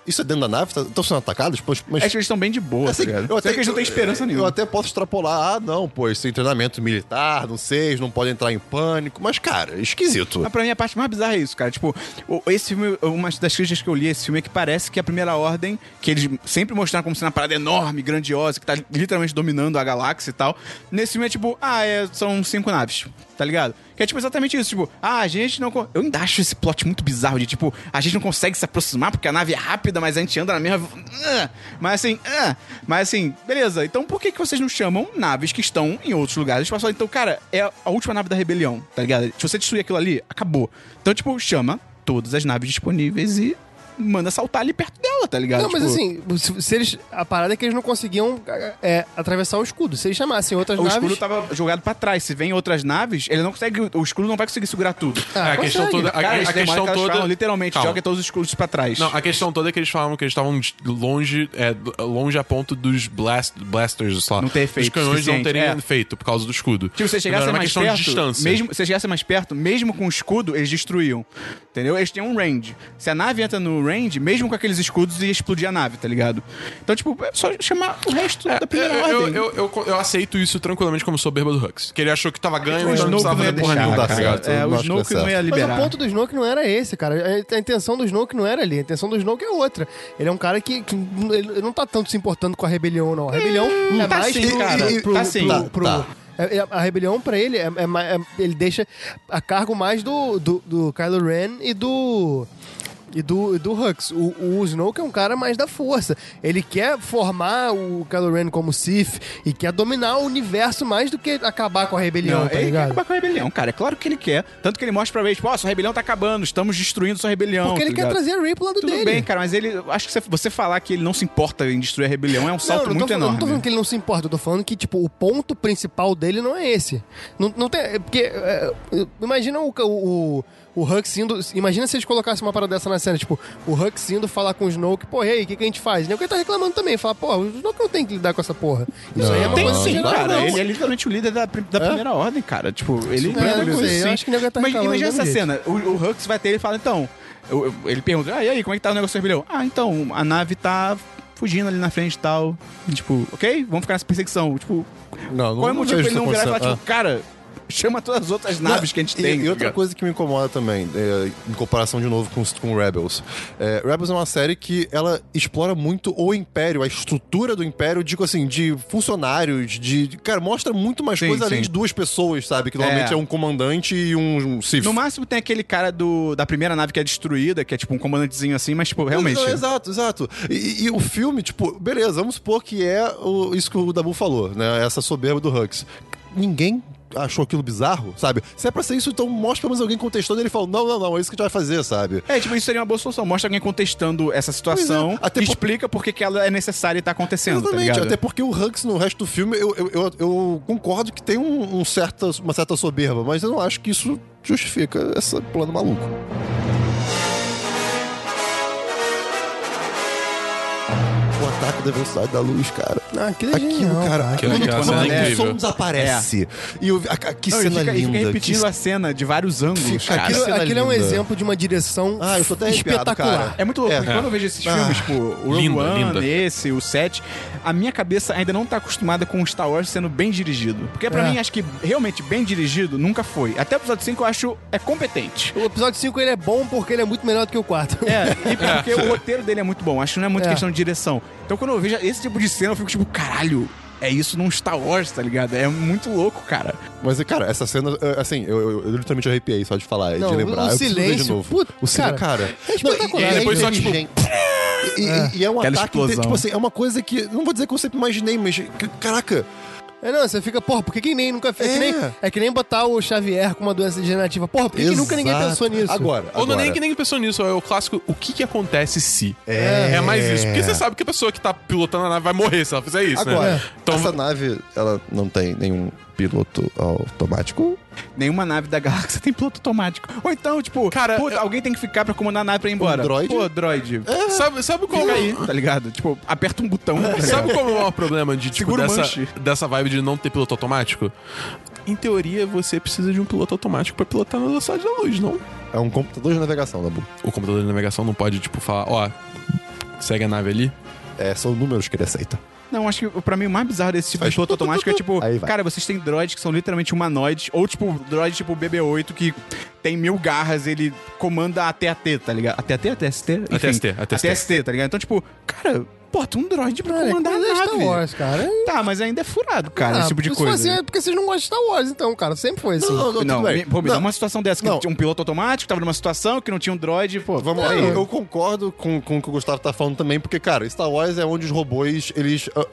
Speaker 5: isso é dentro da nave? Estão sendo atacados? Pois, mas...
Speaker 2: Acho que eles estão bem de boa,
Speaker 5: Assim,
Speaker 2: É tipo, tá ligado? Só que eles não têm esperança
Speaker 5: eu
Speaker 2: nenhuma.
Speaker 5: até posso extrapolar, ah, não, pô, isso tem treinamento militar, não sei, eles não podem entrar em pânico, mas, cara, é esquisito.
Speaker 2: Mas pra mim a parte mais bizarra é isso, cara. Tipo, o- esse filme, uma das críticas que eu li a esse filme é que parece que a Primeira Ordem, que eles sempre mostraram como sendo uma parada enorme, grandiosa, que tá literalmente dominando a galáxia e tal, nesse filme é tipo, ah, é- são cinco naves, tá ligado? Que é tipo exatamente isso, tipo, ah, a gente não. co- Eu ainda acho esse plot muito bizarro de tipo, a gente não consegue se aproximar porque a nave é rápida, mas a gente anda na mesma. Ah, Mas assim, ah, mas assim, beleza. Então por que, que vocês não chamam naves que estão em outros lugares do espaço? Então, cara, é a última nave da rebelião, tá ligado? Se você destruir aquilo ali, acabou. Então, tipo, chama todas as naves disponíveis e manda saltar ali perto dela, tá ligado?
Speaker 3: Não, mas
Speaker 2: Tipo,
Speaker 3: assim, se, se eles, a parada é que eles não conseguiam é, atravessar o escudo. Se eles chamassem outras
Speaker 2: O
Speaker 3: naves...
Speaker 2: escudo tá tava jogado pra trás. Se vem outras naves, ele não consegue. O escudo não vai conseguir segurar tudo.
Speaker 3: Ah,
Speaker 4: É, a questão
Speaker 3: consegue.
Speaker 4: toda. A,
Speaker 2: Cara,
Speaker 4: a
Speaker 2: eles
Speaker 4: questão
Speaker 2: demoram que elas
Speaker 4: toda.
Speaker 2: falam, literalmente,
Speaker 4: Calma.
Speaker 2: joga todos os escudos pra trás.
Speaker 4: Não, a questão toda é que eles falavam que eles estavam de- longe, é, do- longe a ponto dos blast, blasters, sei lá.
Speaker 2: Não ter efeito
Speaker 4: Os canhões não
Speaker 2: suficiente,
Speaker 4: terem
Speaker 2: é.
Speaker 4: efeito por causa do escudo.
Speaker 2: Tipo, se você
Speaker 4: Era
Speaker 2: chegasse
Speaker 4: é uma
Speaker 2: mais
Speaker 4: questão
Speaker 2: perto,
Speaker 4: de distância.
Speaker 2: mesmo, se você chegasse mais perto, mesmo com o escudo, eles destruíam. Entendeu? Eles têm um range. Se a nave entra no range, mesmo com aqueles escudos, ia explodir a nave, tá ligado? Então, tipo, é só chamar o resto da primeira
Speaker 4: É, Eu, eu,
Speaker 2: ordem.
Speaker 4: eu, eu- eu aceito isso tranquilamente como soberba do Hux. Que ele achou que tava ganho,
Speaker 2: o
Speaker 4: mas não
Speaker 2: Snoke
Speaker 4: precisava
Speaker 2: não ia
Speaker 4: fazer porra nenhuma,
Speaker 2: deixar,
Speaker 5: dá
Speaker 4: tá
Speaker 2: cara.
Speaker 4: ligado?
Speaker 5: certo.
Speaker 2: É,
Speaker 5: Eu
Speaker 2: o
Speaker 5: não acho que
Speaker 2: Snoke
Speaker 5: dá
Speaker 2: não ia
Speaker 5: certo.
Speaker 2: liberar.
Speaker 3: Mas o ponto do Snoke não era esse, cara. A a intenção do Snoke não era ali. A intenção do Snoke é outra. Ele é um cara que, que n- ele não tá tanto se importando com a rebelião, não. A rebelião é
Speaker 2: tá
Speaker 3: mais
Speaker 2: sim, cara. Tá sim.
Speaker 3: pro-
Speaker 5: Tá,
Speaker 3: pro-
Speaker 5: tá.
Speaker 3: é- é- A rebelião, pra ele, é, é ma- é- ele deixa a cargo mais do, do, do Kylo Ren e do... E do, e do Hux. O, o Snoke é um cara mais da força. Ele quer formar o Kylo Ren como Sith e quer dominar o universo mais do que acabar com a rebelião,
Speaker 2: Não, é
Speaker 3: tá
Speaker 2: ele quer
Speaker 3: ligado?
Speaker 2: acabar com a rebelião, cara. É claro que ele quer. Tanto que ele mostra pra ver, tipo, ó, sua rebelião tá acabando, estamos destruindo sua rebelião.
Speaker 3: Porque ele
Speaker 2: tá
Speaker 3: quer
Speaker 2: ligado?
Speaker 3: trazer a Ray pro lado
Speaker 2: Tudo
Speaker 3: dele.
Speaker 2: bem, cara, mas ele. eu Acho que você- você falar que ele não se importa em destruir a rebelião é um salto
Speaker 3: não, eu não
Speaker 2: muito
Speaker 3: tô falando, eu Não tô
Speaker 2: enorme.
Speaker 3: falando que ele não se importa, eu tô falando que, tipo, o ponto principal dele não é esse. Não, não tem. é Porque. é, é, imagina o. o, o Hux indo. Imagina se eles colocassem uma parada dessa na cena, tipo, o Hux indo falar com o Snoke, pô, e aí, o que, que a gente faz? E Ninguém tá reclamando também, fala, pô, o Snoke não tem que lidar com essa porra. Isso aí é uma
Speaker 2: Tem
Speaker 3: coisa
Speaker 2: sim,
Speaker 3: geral,
Speaker 2: cara.
Speaker 3: não.
Speaker 2: Ele é literalmente o líder da, pri- da primeira ordem, cara. Tipo, ele
Speaker 3: É,
Speaker 2: lida
Speaker 3: não
Speaker 2: com
Speaker 3: sei,
Speaker 2: isso,
Speaker 3: eu
Speaker 2: sim.
Speaker 3: acho que o nego tá
Speaker 2: assim. Mas
Speaker 3: reclamando
Speaker 2: imagina
Speaker 3: do
Speaker 2: essa
Speaker 3: mesmo
Speaker 2: cena. O, o Hux vai ter ele e fala, então. eu- eu- ele pergunta, ah, e aí, como é que tá o negócio da rebelião? Ah, então, a nave tá fugindo ali na frente e tal. E, tipo, ok? Vamos ficar nessa perseguição. Tipo,
Speaker 5: Não,
Speaker 2: qual é o motivo pra
Speaker 5: vejo Ah.
Speaker 2: ele não
Speaker 5: isso
Speaker 2: virar e falar,
Speaker 5: acontecendo.
Speaker 3: Ah.
Speaker 2: tipo, cara, chama todas as outras naves
Speaker 5: Não,
Speaker 2: que a gente
Speaker 5: e-
Speaker 2: tem.
Speaker 5: E,
Speaker 2: tá
Speaker 5: outra
Speaker 2: ligado?
Speaker 5: coisa que me incomoda também, é, em comparação de novo com, os- com Rebels. É, Rebels é uma série que ela explora muito o Império, a estrutura do Império, digo assim, de funcionários, de. Cara, mostra muito mais
Speaker 2: Sim,
Speaker 5: coisa
Speaker 2: sim.
Speaker 5: além de duas pessoas, sabe? Que normalmente é,
Speaker 2: É.
Speaker 5: um comandante e um, um Sith.
Speaker 2: No máximo tem aquele cara do, da primeira nave que é destruída, que é tipo um comandantezinho assim, mas tipo,
Speaker 5: Não,
Speaker 2: realmente.
Speaker 5: não, exato, exato. E, e o filme, tipo, beleza, vamos supor que é o- isso que o Dabu falou, né? Essa soberba do Hux. Ninguém achou aquilo bizarro, sabe? Se é pra ser isso, então mostra pelo menos alguém contestando e ele fala, não, não, não, é isso que a gente vai fazer, sabe?
Speaker 2: É, tipo, isso seria uma boa solução. Mostra alguém contestando essa situação
Speaker 5: Pois é, até
Speaker 2: e
Speaker 5: por-
Speaker 2: explica por que que ela é necessária e tá acontecendo,
Speaker 5: Exatamente,
Speaker 2: tá ligado?
Speaker 5: até porque o Hux no resto do filme, eu, eu, eu, eu concordo que tem um, um certa, uma certa soberba, mas eu não acho que isso justifica esse plano maluco. Boa fraco da velocidade da luz, cara.
Speaker 3: Ah, aquilo é
Speaker 5: Aquilo,
Speaker 3: genial,
Speaker 5: cara, aquilo,
Speaker 4: Aquela
Speaker 5: quando,
Speaker 4: cena
Speaker 5: quando
Speaker 4: é
Speaker 5: o som
Speaker 4: incrível.
Speaker 5: desaparece. E eu, vi- a, a- que
Speaker 2: Não, e fica,
Speaker 5: cena
Speaker 2: e fica
Speaker 5: linda. que
Speaker 2: repetindo a cena de vários ângulos.
Speaker 5: Fica-
Speaker 2: cara.
Speaker 3: Aquilo,
Speaker 5: cena
Speaker 3: aquilo é um
Speaker 5: linda.
Speaker 3: exemplo de uma direção
Speaker 5: Ah, eu tô até arrepiado,
Speaker 3: espetacular.
Speaker 5: cara.
Speaker 2: É muito louco, porque
Speaker 5: É.
Speaker 2: quando eu vejo esses filmes, tipo, o Rogue
Speaker 4: Linda,
Speaker 2: One,
Speaker 4: linda.
Speaker 2: esse, o 7, a minha cabeça ainda não tá acostumada com o Star Wars sendo bem dirigido. Porque pra
Speaker 3: É.
Speaker 2: mim, acho que realmente bem dirigido nunca foi. Até o episódio 5 eu acho é competente.
Speaker 3: O episódio 5 ele é bom porque ele é muito melhor do que o 4.
Speaker 2: É, e porque o roteiro dele é muito bom. Acho que não é muito
Speaker 3: É.
Speaker 2: questão de direção. Então quando eu vejo esse tipo de cena, eu fico tipo, caralho, é isso num Star Wars, tá ligado? É muito louco, cara.
Speaker 5: Mas, cara, essa cena, é, assim, eu, eu- eu literalmente arrepiei só de falar,
Speaker 3: Não,
Speaker 5: de lembrar.
Speaker 3: o
Speaker 5: Eu preciso ver de
Speaker 3: silêncio,
Speaker 5: novo.
Speaker 3: puta,
Speaker 5: o silêncio,
Speaker 3: cara,
Speaker 5: cara.
Speaker 3: é espetacular.
Speaker 5: Não,
Speaker 4: E depois só, tipo,
Speaker 5: inteligente. E, e- e é um
Speaker 2: Aquela
Speaker 5: ataque,
Speaker 2: explosão.
Speaker 5: inte- tipo assim, é uma coisa que, não vou dizer que eu sempre imaginei, mas, que- caraca,
Speaker 3: É, não, você fica, porra, por que, que nem nunca fez? É. Que
Speaker 5: É.
Speaker 3: nem, é que nem botar o Xavier com uma doença degenerativa. Porra, por que, que nunca ninguém
Speaker 5: exato.
Speaker 3: pensou nisso?
Speaker 5: Agora,
Speaker 4: Ou não é
Speaker 5: agora.
Speaker 4: nem que nem pensou nisso, é o clássico o que que acontece se.
Speaker 5: É.
Speaker 4: mais isso. Porque você sabe que a pessoa que tá pilotando a nave vai morrer se ela fizer isso,
Speaker 5: Agora,
Speaker 4: né? Então,
Speaker 5: essa nave, ela não tem nenhum piloto automático.
Speaker 2: Nenhuma nave da galáxia tem piloto automático. Ou então, tipo,
Speaker 4: Cara,
Speaker 2: puta,
Speaker 4: eu-
Speaker 2: alguém tem que ficar pra comandar a nave pra ir embora.
Speaker 5: Um droide?
Speaker 2: Pô, droid.
Speaker 4: sabe, sabe qual é
Speaker 2: Fica aí, tá ligado? Tipo, aperta um botão. tá ligado?
Speaker 4: Sabe qual é o maior problema de, tipo,
Speaker 2: Segura o
Speaker 4: dessa,
Speaker 2: manche.
Speaker 4: dessa vibe de não ter piloto automático? Em teoria, você precisa de um piloto automático pra pilotar na velocidade da luz, não?
Speaker 5: É um computador de navegação, Nabu.
Speaker 4: O computador de navegação não pode, tipo, falar, ó, segue a nave ali.
Speaker 5: É, são números que ele aceita.
Speaker 2: Não, acho que pra mim o mais bizarro desse tipo de piloto automático é tipo,
Speaker 5: Aí vai.
Speaker 2: cara, vocês têm droids que são literalmente humanoides, ou tipo, droid tipo BB-8 que tem mil garras, ele comanda a TAT, tá ligado? A TAT, a TST?
Speaker 4: A TST, a
Speaker 2: a
Speaker 4: TST.
Speaker 2: TST, tá ligado? Então, tipo, cara, bota um droid pra
Speaker 3: Cara,
Speaker 2: comandar a
Speaker 3: aquilo é Star
Speaker 2: nave.
Speaker 3: Wars, cara.
Speaker 2: Tá, mas ainda é furado, cara,
Speaker 3: Ah,
Speaker 2: esse tipo de
Speaker 3: se
Speaker 2: coisa.
Speaker 3: fosse- é porque vocês não gostam de Star Wars, então, cara. Sempre foi assim.
Speaker 5: Não, não,
Speaker 2: Não,
Speaker 5: tudo
Speaker 2: me,
Speaker 5: bem.
Speaker 2: pô, me dá
Speaker 5: Não,
Speaker 2: uma situação dessa, que
Speaker 5: Não.
Speaker 2: tinha um piloto automático, tava numa situação que não tinha um droid, pô.
Speaker 5: Vamos lá, eu, eu concordo com, com o que o Gustavo tá falando também, porque, cara, Star Wars é onde os robôs, eles ah,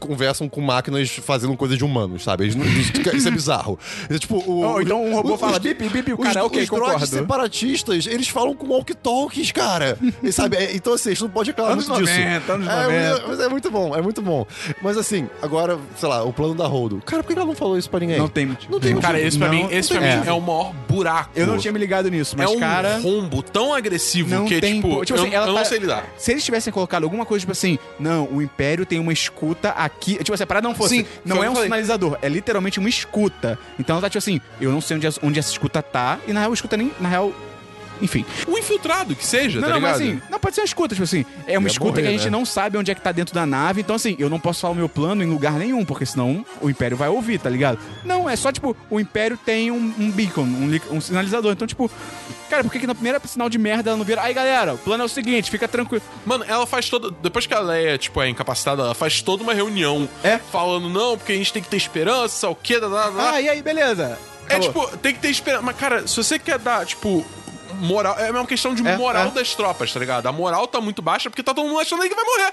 Speaker 5: conversam com máquinas fazendo coisa de humanos, sabe? Eles não- eles- isso é bizarro. É, tipo, o,
Speaker 2: Ou então um robô
Speaker 5: os-
Speaker 2: fala,
Speaker 5: os-
Speaker 2: bip, bip, bip, o
Speaker 5: os-
Speaker 2: cara, ok,
Speaker 5: os droids
Speaker 2: concordo.
Speaker 5: separatistas, eles falam com walkie-talkies, cara. E, sabe? É, então, assim, a gente não pode reclamar
Speaker 2: Anos
Speaker 5: muito
Speaker 2: 90,
Speaker 5: disso.
Speaker 2: anos
Speaker 5: é,
Speaker 2: 90.
Speaker 5: mas é muito bom, é muito bom. Mas, assim, agora, sei lá, o plano da Holdo. Cara, por que ela não falou isso pra ninguém?
Speaker 2: Não tem motivo.
Speaker 5: Não tem
Speaker 4: Cara, esse pra
Speaker 2: Não,
Speaker 4: mim, esse pra
Speaker 2: não tem
Speaker 4: mim é o maior buraco.
Speaker 2: Eu não tinha me ligado nisso, mas,
Speaker 4: é um
Speaker 2: cara...
Speaker 4: rombo tão agressivo
Speaker 2: Não
Speaker 4: que,
Speaker 2: tem
Speaker 4: tipo,
Speaker 2: po- tipo assim,
Speaker 4: eu,
Speaker 2: ela
Speaker 4: eu não
Speaker 2: tá-
Speaker 4: sei lidar.
Speaker 2: Se eles tivessem colocado alguma coisa, tipo assim, não, o Império tem uma escuta aqui. Tipo assim, a parada não fosse.
Speaker 4: Sim, foi o
Speaker 2: não
Speaker 4: que
Speaker 2: é
Speaker 4: eu
Speaker 2: um
Speaker 4: falei.
Speaker 2: sinalizador, é literalmente uma escuta. Então ela tá tipo assim, eu não sei onde, essa- onde essa escuta tá, e na real a escuta nem. Na real. Enfim.
Speaker 4: Um infiltrado que seja,
Speaker 2: Não,
Speaker 4: tá
Speaker 2: não, mas
Speaker 4: ligado?
Speaker 2: assim, não pode ser uma escuta, tipo assim, é uma
Speaker 5: Ia
Speaker 2: escuta
Speaker 5: morrer,
Speaker 2: que a gente
Speaker 5: né?
Speaker 2: não sabe onde é que tá dentro da nave, então assim, eu não posso falar o meu plano em lugar nenhum, porque senão o Império vai ouvir, tá ligado? Não, é só tipo, o Império tem um, um beacon, um, li- um sinalizador, então tipo, cara, por que que na primeira sinal de merda ela não vira, aí galera, o plano é o seguinte, fica tranquilo.
Speaker 4: Mano, ela faz toda. Depois que ela é, tipo, é incapacitada, ela faz toda uma reunião.
Speaker 2: É.
Speaker 4: Falando, não, porque a gente tem que ter esperança, o quê, da, da, da.
Speaker 2: Ah, e aí, beleza.
Speaker 4: É
Speaker 2: Acabou.
Speaker 4: tipo, tem que ter esperança. Mas, cara, se você quer dar, tipo, moral. É uma questão de
Speaker 2: É,
Speaker 4: moral
Speaker 2: é.
Speaker 4: das tropas, tá ligado? A moral tá muito baixa porque tá todo mundo achando aí que vai morrer.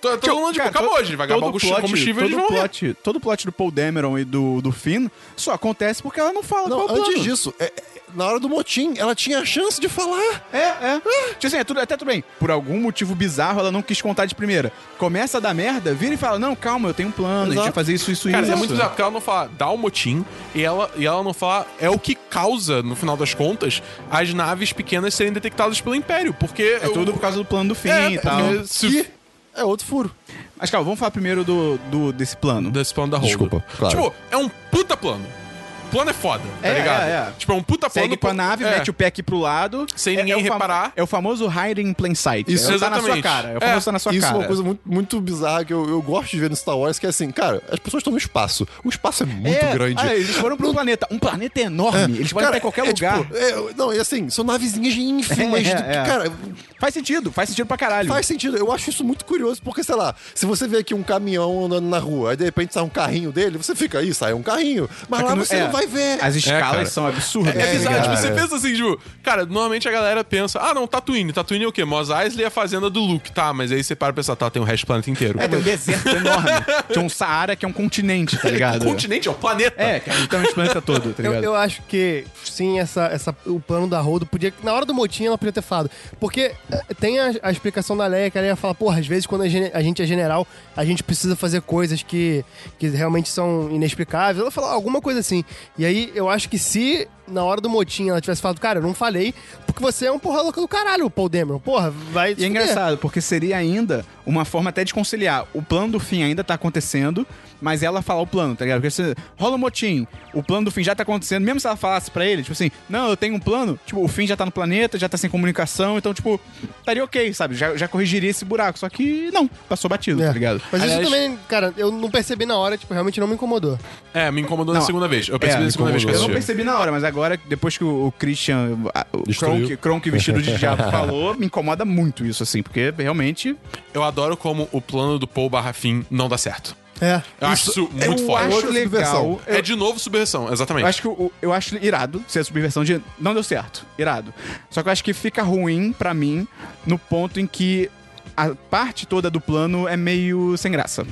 Speaker 4: Tô, todo mundo, tipo,
Speaker 2: Cara,
Speaker 4: acabou,
Speaker 2: todo-
Speaker 4: a gente vai acabar
Speaker 2: todo
Speaker 4: com o
Speaker 2: plot- todo
Speaker 4: combustível e eles vão morrer.
Speaker 2: plot, Todo plot do Paul Dameron e do, do Finn só acontece porque ela não fala
Speaker 5: Não,
Speaker 2: qual é o
Speaker 5: antes
Speaker 2: plano.
Speaker 5: disso, é- é- na hora do motim, ela tinha a chance de falar.
Speaker 2: É, é. Tipo assim, é tudo, até tudo bem. Por algum motivo bizarro, ela não quis contar de primeira. Começa a dar merda, vira e fala, não, calma, eu tenho um plano, a gente
Speaker 5: Exato.
Speaker 2: vai fazer isso, isso,
Speaker 4: Cara,
Speaker 2: isso.
Speaker 4: é muito bizarro, porque ela não fala dá o motim e ela, e ela não fala é o que causa, no final das contas, as naves pequenas serem detectadas pelo Império. Porque.
Speaker 2: É tudo por causa do plano do fim
Speaker 4: É,
Speaker 2: e tal.
Speaker 4: porque se-
Speaker 5: Que é outro furo.
Speaker 2: Mas calma, vamos falar primeiro do, do- desse plano.
Speaker 4: desse plano da Holdo.
Speaker 5: Desculpa, claro.
Speaker 4: Tipo, é um puta plano. Plano é foda, tá
Speaker 2: É,
Speaker 4: ligado?
Speaker 2: é, é.
Speaker 4: Tipo, é um puta plano.
Speaker 2: Segue com a nave,
Speaker 4: é.
Speaker 2: mete o pé aqui pro lado.
Speaker 4: Sem
Speaker 2: É-
Speaker 4: ninguém
Speaker 2: é o famo-
Speaker 4: reparar.
Speaker 2: É o famoso hiding in plain sight.
Speaker 4: Isso,
Speaker 2: é, o tá na sua
Speaker 4: exatamente.
Speaker 2: cara. É o
Speaker 4: É,
Speaker 2: famoso tá na sua
Speaker 5: Isso
Speaker 2: cara.
Speaker 5: é uma coisa muito, muito bizarra que eu, eu gosto de ver no Star Wars, que é assim, cara, as pessoas estão no espaço. O espaço é muito
Speaker 2: É,
Speaker 5: grande.
Speaker 2: ah, eles foram pra um planeta. Um planeta enorme. Eles podem estar em qualquer
Speaker 5: é
Speaker 2: lugar.
Speaker 5: tipo, é, não, e assim, são navezinhas ínfimas.
Speaker 2: É,
Speaker 5: do-
Speaker 2: é.
Speaker 5: Cara,
Speaker 2: Faz sentido, faz sentido pra caralho.
Speaker 5: faz sentido. Eu acho isso muito curioso, porque, sei lá, se você vê aqui um caminhão andando na rua, aí de repente sai um carrinho dele, você fica aí, sai um carrinho. Mas
Speaker 2: Só que
Speaker 5: lá
Speaker 2: não-
Speaker 5: você
Speaker 2: é,
Speaker 5: não vai ver.
Speaker 2: As escalas
Speaker 4: cara.
Speaker 2: são absurdas. tá
Speaker 4: É bizarro, tipo,
Speaker 5: cara.
Speaker 4: você pensa assim, tipo, cara, normalmente a galera pensa, ah, não, Tatooine, Tatooine é o quê? Mos Eisley é a fazenda do Luke, tá, mas aí você para pra pensar, tá, tem o resto do planeta inteiro.
Speaker 2: É, tem um deserto enorme. Tem um Saara que é um continente, tá ligado?
Speaker 4: O continente é o planeta.
Speaker 2: É, que é literalmente o planeta todo, tá
Speaker 3: um Eu,
Speaker 2: ligado?
Speaker 3: eu acho que sim, essa, essa, o plano da Rodo podia. Na hora do motim ela podia ter falado. Porque eh, tem a, a explicação da Leia que ela ia falar, porra, às vezes quando a, gene- a gente é general, a gente precisa fazer coisas "Ah, que, que realmente são inexplicáveis. Ela falou alguma coisa assim. E aí eu acho que se na hora do motim, ela tivesse falado, cara, eu não falei, porque você é um porra louca do caralho, Paul Dameron. Porra, vai
Speaker 2: E é engraçado, porque seria ainda uma forma até de conciliar. O plano do fim ainda tá acontecendo, mas ela falar o plano, tá ligado? Porque se rola um motim, o plano do fim já tá acontecendo, mesmo se ela falasse pra ele, tipo assim, não, eu tenho um plano, tipo, o fim já tá no planeta, já tá sem comunicação, então, tipo, estaria ok, sabe? Já, já corrigiria esse buraco. Só que não, passou batido,
Speaker 3: É.
Speaker 2: tá ligado?
Speaker 3: Mas
Speaker 4: Aliás-
Speaker 3: isso também, cara, eu não percebi na hora, tipo, realmente não me incomodou.
Speaker 4: É, me incomodou na
Speaker 2: Não,
Speaker 4: segunda vez. Eu percebi
Speaker 2: é,
Speaker 4: na
Speaker 2: me
Speaker 4: segunda vez que eu
Speaker 2: Eu não
Speaker 4: assisti.
Speaker 2: percebi na hora, mas agora, depois que o o Christian, a- o
Speaker 5: Destruiu.
Speaker 2: Kronk, Kronk vestido de diabo falou, me incomoda muito isso, assim, porque realmente.
Speaker 4: Eu adoro como o plano do Paul barra fim não dá certo.
Speaker 3: É.
Speaker 4: Eu acho isso muito
Speaker 2: eu
Speaker 4: forte.
Speaker 2: um acho legal.
Speaker 5: subversão.
Speaker 2: Eu,
Speaker 4: É de novo subversão, exatamente.
Speaker 2: eu acho que o- eu acho irado ser a subversão de não deu certo, irado. Só que eu acho que fica ruim pra mim no ponto em que a parte toda do plano é meio sem graça.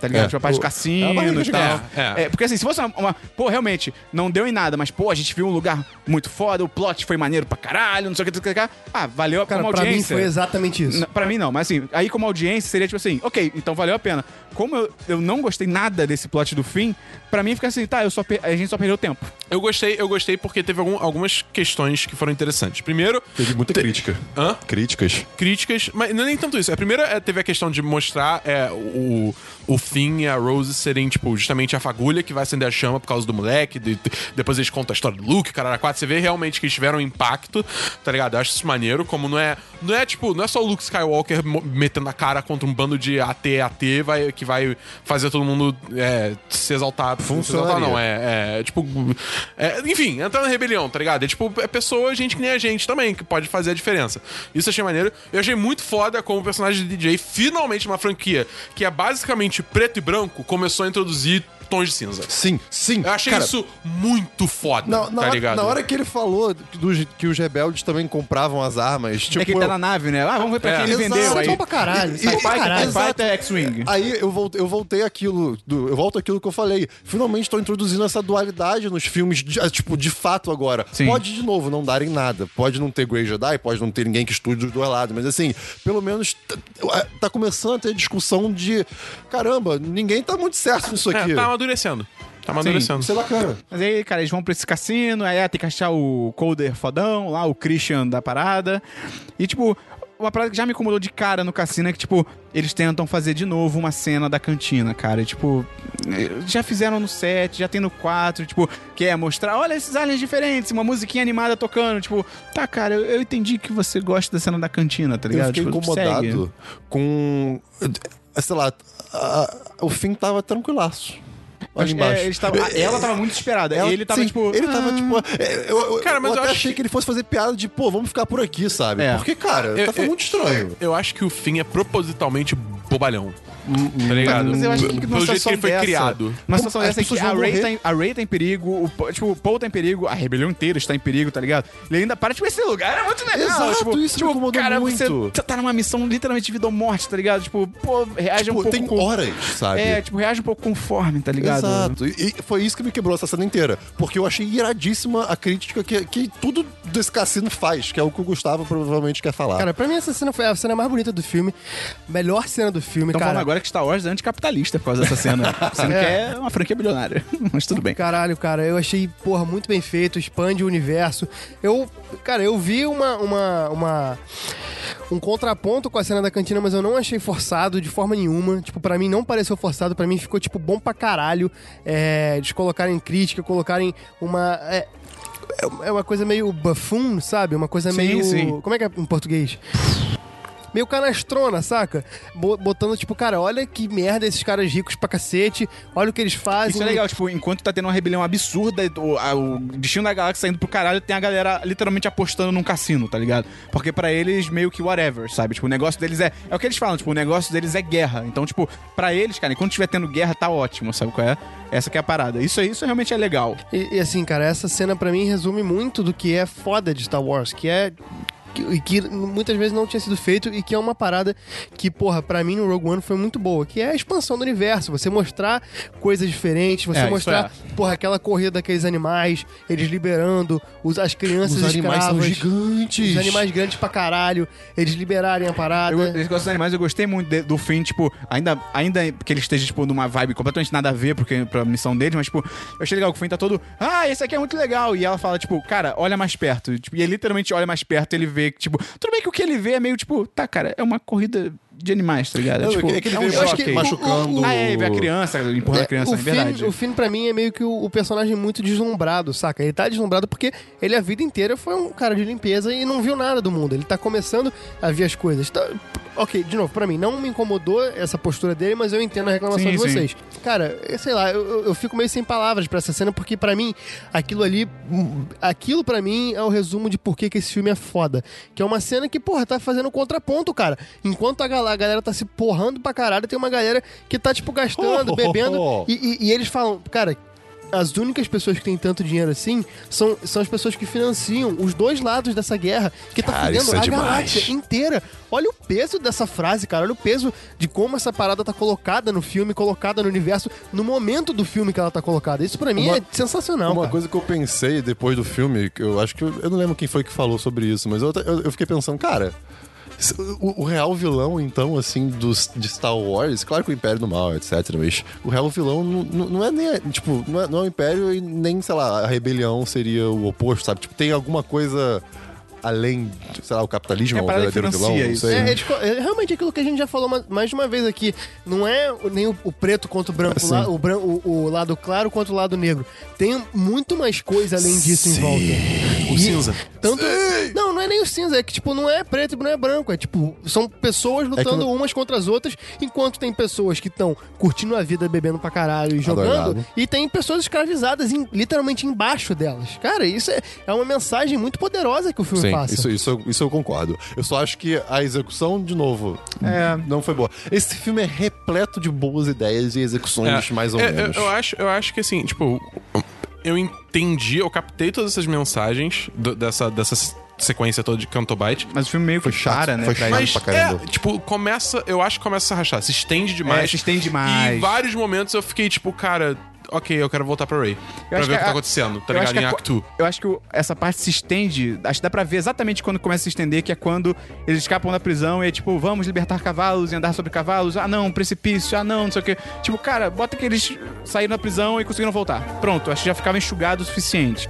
Speaker 2: Tá ligado?
Speaker 5: É.
Speaker 2: tipo, a parte
Speaker 5: O-
Speaker 2: do
Speaker 5: é uma
Speaker 2: cassino
Speaker 5: barriga
Speaker 2: e
Speaker 5: de
Speaker 2: tal.
Speaker 4: guerra, é.
Speaker 2: É, porque assim, se fosse uma, uma- Pô, realmente, não deu em nada, mas, pô, a gente viu um lugar muito foda, o plot foi maneiro pra caralho, não sei o que, não sei o que. não sei o que. Ah, valeu
Speaker 3: Cara,
Speaker 2: como
Speaker 3: pra mim
Speaker 2: audiência.
Speaker 3: foi exatamente isso.
Speaker 2: N- Pra mim não, mas assim, aí como audiência seria tipo assim, ok, então valeu a pena. Como eu, eu não gostei nada desse plot do fim, pra mim fica assim, tá, eu só per- a gente só perdeu tempo.
Speaker 4: Eu gostei, eu gostei porque teve algum- algumas questões que foram interessantes. Primeiro,
Speaker 5: Teve muita crítica.
Speaker 4: hã?
Speaker 5: Críticas.
Speaker 4: críticas, mas não é nem tanto isso. A primeira é, teve a questão de mostrar é, o, o Finn e a Rose serem, tipo, justamente a fagulha que vai acender a chama por causa do moleque. de- de- depois eles contam a história do Luke, caralho, a quatro. Você vê realmente que eles tiveram um impacto, tá ligado? Eu acho isso maneiro, como não é. Não é, tipo, não é só o Luke Skywalker mo- metendo a cara contra um bando de AT AT vai, que vai fazer todo mundo é, se exaltar. se
Speaker 5: Funcionaria.
Speaker 4: exaltar não, é, é, tipo. é, enfim, entrar na rebelião, tá ligado? É tipo, é pessoa, gente que nem a gente também, que pode fazer a diferença. Isso eu achei maneiro. Eu achei muito foda como o personagem de DJ, finalmente, uma franquia que é basicamente preto e branco, começou a introduzir tons de cinza.
Speaker 5: Sim, sim.
Speaker 4: Eu achei
Speaker 5: Cara,
Speaker 4: isso muito foda,
Speaker 5: Na, na
Speaker 4: tá
Speaker 5: hora,
Speaker 4: ligado?
Speaker 5: na hora que ele falou dos- que os rebeldes também compravam as armas, tipo.
Speaker 2: é que ele tá
Speaker 5: eu-
Speaker 2: na nave, né? Ah, vamos ver pra
Speaker 4: É.
Speaker 2: quem ele
Speaker 5: Exato.
Speaker 2: vendeu
Speaker 3: Isso é
Speaker 2: aí.
Speaker 3: bom pra caralho, isso é bom pra
Speaker 2: Pai,
Speaker 3: caralho.
Speaker 2: Pai, Pai, Pai, X-Wing.
Speaker 5: Aí eu voltei, eu voltei aquilo, do- eu volto aquilo que eu falei. Finalmente estão introduzindo essa dualidade nos filmes, de- ah, tipo, de fato agora.
Speaker 2: Sim.
Speaker 5: Pode, de novo, não darem nada. Pode não ter Grey Jedi, pode não ter ninguém que estude dos dois lados. Mas, assim, pelo menos tá, tá começando a ter discussão de... Caramba, ninguém tá muito certo nisso aqui.
Speaker 4: É, tá amadurecendo. Tá amadurecendo.
Speaker 5: Isso é bacana.
Speaker 2: Mas aí, cara, eles vão pra esse cassino, aí ah, tem que achar o Colder fodão, lá o Christian da parada. E, tipo, uma parada que já me incomodou de cara no cassino é que, tipo, eles tentam fazer de novo uma cena da cantina, cara. E, tipo, já fizeram no 7, já tem no 4, tipo, que é mostrar, olha esses aliens diferentes, uma musiquinha animada tocando. Tipo, tá, cara, eu, eu entendi que você gosta da cena da cantina, tá
Speaker 5: Eu
Speaker 2: ligado?
Speaker 5: fiquei
Speaker 2: Tipo,
Speaker 5: incomodado
Speaker 2: segue.
Speaker 5: com... eh, Sei lá, a- o fim tava tranquilaço.
Speaker 2: Mas,
Speaker 5: Ali embaixo.
Speaker 2: é, eles tavam- ela tava muito desesperada.
Speaker 5: Ela-
Speaker 2: ele tava,
Speaker 5: sim,
Speaker 2: tipo.
Speaker 5: Ele tava,
Speaker 2: "Ah,
Speaker 5: tipo. é, Eu, eu-
Speaker 4: Cara, mas
Speaker 5: eu
Speaker 4: eu
Speaker 5: até
Speaker 4: acho-
Speaker 5: achei que ele fosse fazer piada de, pô, vamos ficar por aqui, sabe?
Speaker 2: É.
Speaker 5: Porque, cara,
Speaker 4: Eu-
Speaker 5: tá ficando
Speaker 4: eu-
Speaker 5: muito estranho.
Speaker 4: Eu acho que o Finn é propositalmente bobalhão. Tá ligado?
Speaker 2: Mas eu acho que numa
Speaker 4: Pelo jeito que
Speaker 2: situação
Speaker 4: ele foi
Speaker 2: dessa,
Speaker 4: criado.
Speaker 2: Numa situação
Speaker 5: As
Speaker 2: dessa em que
Speaker 5: pessoas
Speaker 2: a
Speaker 5: vão
Speaker 2: Ray,
Speaker 5: morrer.
Speaker 2: tá em, a Ray tá em perigo, o, Po- tipo, o Paul tá em perigo, a rebelião inteira está em perigo, tá ligado? Ele ainda para, tipo, esse lugar é muito legal.
Speaker 5: Exato,
Speaker 2: tipo,
Speaker 5: isso me
Speaker 2: tipo,
Speaker 5: incomodou
Speaker 2: cara,
Speaker 5: muito.
Speaker 2: você tá- tá numa missão literalmente de vida ou morte, tá ligado? Tipo, pô, reage
Speaker 5: Tipo,
Speaker 2: um pouco.
Speaker 5: tem
Speaker 2: com-
Speaker 5: horas, sabe?
Speaker 2: É, tipo, reage um pouco conforme, tá ligado?
Speaker 5: Exato. E, e foi isso que me quebrou essa cena inteira. Porque eu achei iradíssima a crítica que, que tudo desse cassino faz, que é o que o Gustavo provavelmente quer falar.
Speaker 3: Cara, pra mim essa cena foi a cena mais bonita do filme. Melhor cena do filme,
Speaker 2: Estão falando
Speaker 3: cara.
Speaker 2: agora que Star Wars é anticapitalista por causa dessa cena. Sendo que é uma franquia bilionária. Mas tudo bem.
Speaker 3: Caralho, cara, eu achei, porra, muito bem feito, expande o universo. Eu, cara, eu vi uma, uma, uma- um contraponto com a cena da cantina, mas eu não achei forçado de forma nenhuma. Tipo, pra mim não pareceu forçado, pra mim ficou, tipo, bom pra caralho. É, eles colocarem crítica, colocarem uma... É, é uma coisa meio buffoon, sabe? Uma coisa
Speaker 2: Sim,
Speaker 3: meio...
Speaker 2: sim.
Speaker 3: Como é que é em português? meio canastrona, saca? Bo- Botando, tipo, cara, olha que merda esses caras ricos pra cacete, olha o que eles fazem.
Speaker 2: Isso é legal, tipo, enquanto tá tendo uma rebelião absurda, o, a- o destino da galáxia tá indo pro caralho, tem a galera literalmente apostando num cassino, tá ligado? Porque pra eles, meio que whatever, sabe? Tipo, o negócio deles é. É o que eles falam, tipo, o negócio deles é guerra. Então, tipo, pra eles, cara, enquanto tiver tendo guerra, tá ótimo, sabe qual é? Essa que é a parada. Isso, aí- isso realmente é legal.
Speaker 3: E, e assim, cara, essa cena pra mim resume muito do que é foda de Star Wars, que é que, e que muitas vezes não tinha sido feito e que é uma parada que, porra, pra mim no Rogue One foi muito boa, que é a expansão do universo, você mostrar coisas diferentes, você
Speaker 2: É, isso
Speaker 3: mostrar, porra, aquela corrida daqueles animais, eles liberando os, as crianças
Speaker 5: Os animais são
Speaker 3: escravas,
Speaker 5: gigantes.
Speaker 3: os animais grandes pra caralho, eles liberarem a parada.
Speaker 2: Eu, go- esse negócio dos animais, eu gostei muito de- do fim, tipo, ainda, ainda que ele esteja, tipo, numa vibe completamente nada a ver porque, pra missão dele, mas, tipo, eu achei legal que o fim tá todo, ah, esse aqui é muito legal. E ela fala, tipo, cara, olha mais perto. Tipo, e ele literalmente olha mais perto e ele vê que, tipo, tudo bem que o que ele vê é meio, tipo, tá, cara, é uma corrida de animais, tá ligado? É, tipo,
Speaker 5: é que ele
Speaker 2: é
Speaker 5: vê
Speaker 3: eu acho que
Speaker 2: choque.
Speaker 3: o-
Speaker 5: machucando.
Speaker 3: o-
Speaker 2: Ah, é, ele vê a criança, empurrando a criança,
Speaker 3: o
Speaker 2: é verdade.
Speaker 3: Finn, o Finn, pra mim, é meio que o, o personagem muito deslumbrado, saca? Ele tá deslumbrado porque ele a vida inteira foi um cara de limpeza e não viu nada do mundo. Ele tá começando a ver as coisas. Tá- Ok, de novo, pra mim, não me incomodou essa postura dele, mas eu entendo a reclamação
Speaker 2: Sim,
Speaker 3: de
Speaker 2: sim.
Speaker 3: vocês. Cara, eu- sei lá, eu, eu- eu fico meio sem palavras pra essa cena, porque pra mim, aquilo ali. hum, Aquilo pra mim é o resumo de por que, que esse filme é foda. Que é uma cena que, porra, tá fazendo contraponto, cara. Enquanto a, gal- a galera tá se porrando pra caralho, tem uma galera que tá, tipo,
Speaker 5: Oh.
Speaker 3: gastando, bebendo. E, e- e eles falam, cara. As únicas pessoas que têm tanto dinheiro assim são, são as pessoas que financiam os dois lados dessa guerra, que tá
Speaker 5: Cara, isso
Speaker 3: fudendo
Speaker 5: é
Speaker 3: a
Speaker 5: demais.
Speaker 3: galáxia inteira. Olha o peso dessa frase, cara. Olha o peso de como essa parada tá colocada no filme, colocada no universo, no momento do filme que ela tá colocada. Isso pra mim
Speaker 5: Uma-
Speaker 3: é sensacional.
Speaker 5: Uma
Speaker 3: cara.
Speaker 5: coisa que eu pensei depois do filme, que eu acho que. Eu não lembro quem foi que falou sobre isso, mas eu, até- eu, eu fiquei pensando, cara. se- O, o real vilão, então, assim, dos, de Star Wars, claro que o Império do Mal, etc. Mas o real vilão não, não- não é nem. Tipo, não é, não é o Império e nem, sei lá, a rebelião seria o oposto, sabe? Tipo, tem alguma coisa além, sei lá, o capitalismo
Speaker 2: É
Speaker 5: é o
Speaker 2: a parada que
Speaker 5: verdadeiro vilão,
Speaker 2: financia
Speaker 5: não
Speaker 2: isso.
Speaker 5: sei.
Speaker 3: É, é tipo- é realmente aquilo que a gente já falou ma- mais de uma vez aqui. Não é o- nem o, o preto contra o branco,
Speaker 5: Assim.
Speaker 3: lá- o, bran- o- o lado claro contra o lado negro. Tem muito mais coisa além disso em volta. O
Speaker 5: cinza.
Speaker 3: Tanto, não, não é nem o cinza. É que, tipo, não é preto e não é branco. É tipo, são pessoas lutando
Speaker 5: É não-
Speaker 3: umas contra as outras, enquanto tem pessoas que estão curtindo a vida, bebendo pra caralho e jogando.
Speaker 5: Adorado.
Speaker 3: E tem pessoas escravizadas em- literalmente embaixo delas. Cara, isso é, é uma mensagem muito poderosa que o filme
Speaker 5: Sim,
Speaker 3: passa.
Speaker 5: isso, isso, eu- isso eu concordo. Eu só acho que a execução, de novo,
Speaker 2: É.
Speaker 5: não foi boa. Esse filme é repleto de boas ideias e execuções
Speaker 4: É,
Speaker 5: mais ou
Speaker 4: é, eu-
Speaker 5: menos.
Speaker 4: Eu, acho, eu acho que assim, tipo, eu entendi, eu captei todas essas mensagens do- dessa, dessa se- sequência toda de Canto Byte.
Speaker 2: Mas o filme meio que
Speaker 5: chato,
Speaker 2: para, né?
Speaker 5: foi
Speaker 2: pra
Speaker 5: chato.
Speaker 2: ele.
Speaker 4: Mas,
Speaker 5: pra caramba.
Speaker 4: é, tipo, começa. Eu acho que começa a rachar. Se estende demais.
Speaker 2: É, se estende
Speaker 4: E
Speaker 2: demais.
Speaker 4: em vários momentos eu fiquei, tipo, cara, ok, eu quero voltar pra Ray. Pra ver
Speaker 2: acho
Speaker 4: o que,
Speaker 2: que
Speaker 4: tá
Speaker 2: a-
Speaker 4: acontecendo, tá
Speaker 2: eu acho
Speaker 4: ligado?
Speaker 2: que
Speaker 4: Em
Speaker 2: a
Speaker 4: Act
Speaker 2: co-
Speaker 4: 2.
Speaker 2: Eu acho que o- essa parte se estende. Acho que dá pra ver exatamente quando começa a se estender, que é quando eles escapam da prisão e é tipo, vamos libertar cavalos e andar sobre cavalos. Ah, não, precipício. Ah, não, não sei o quê. Tipo, cara, bota que eles saíram da prisão e conseguiram voltar. Pronto, acho que já ficava enxugado o suficiente.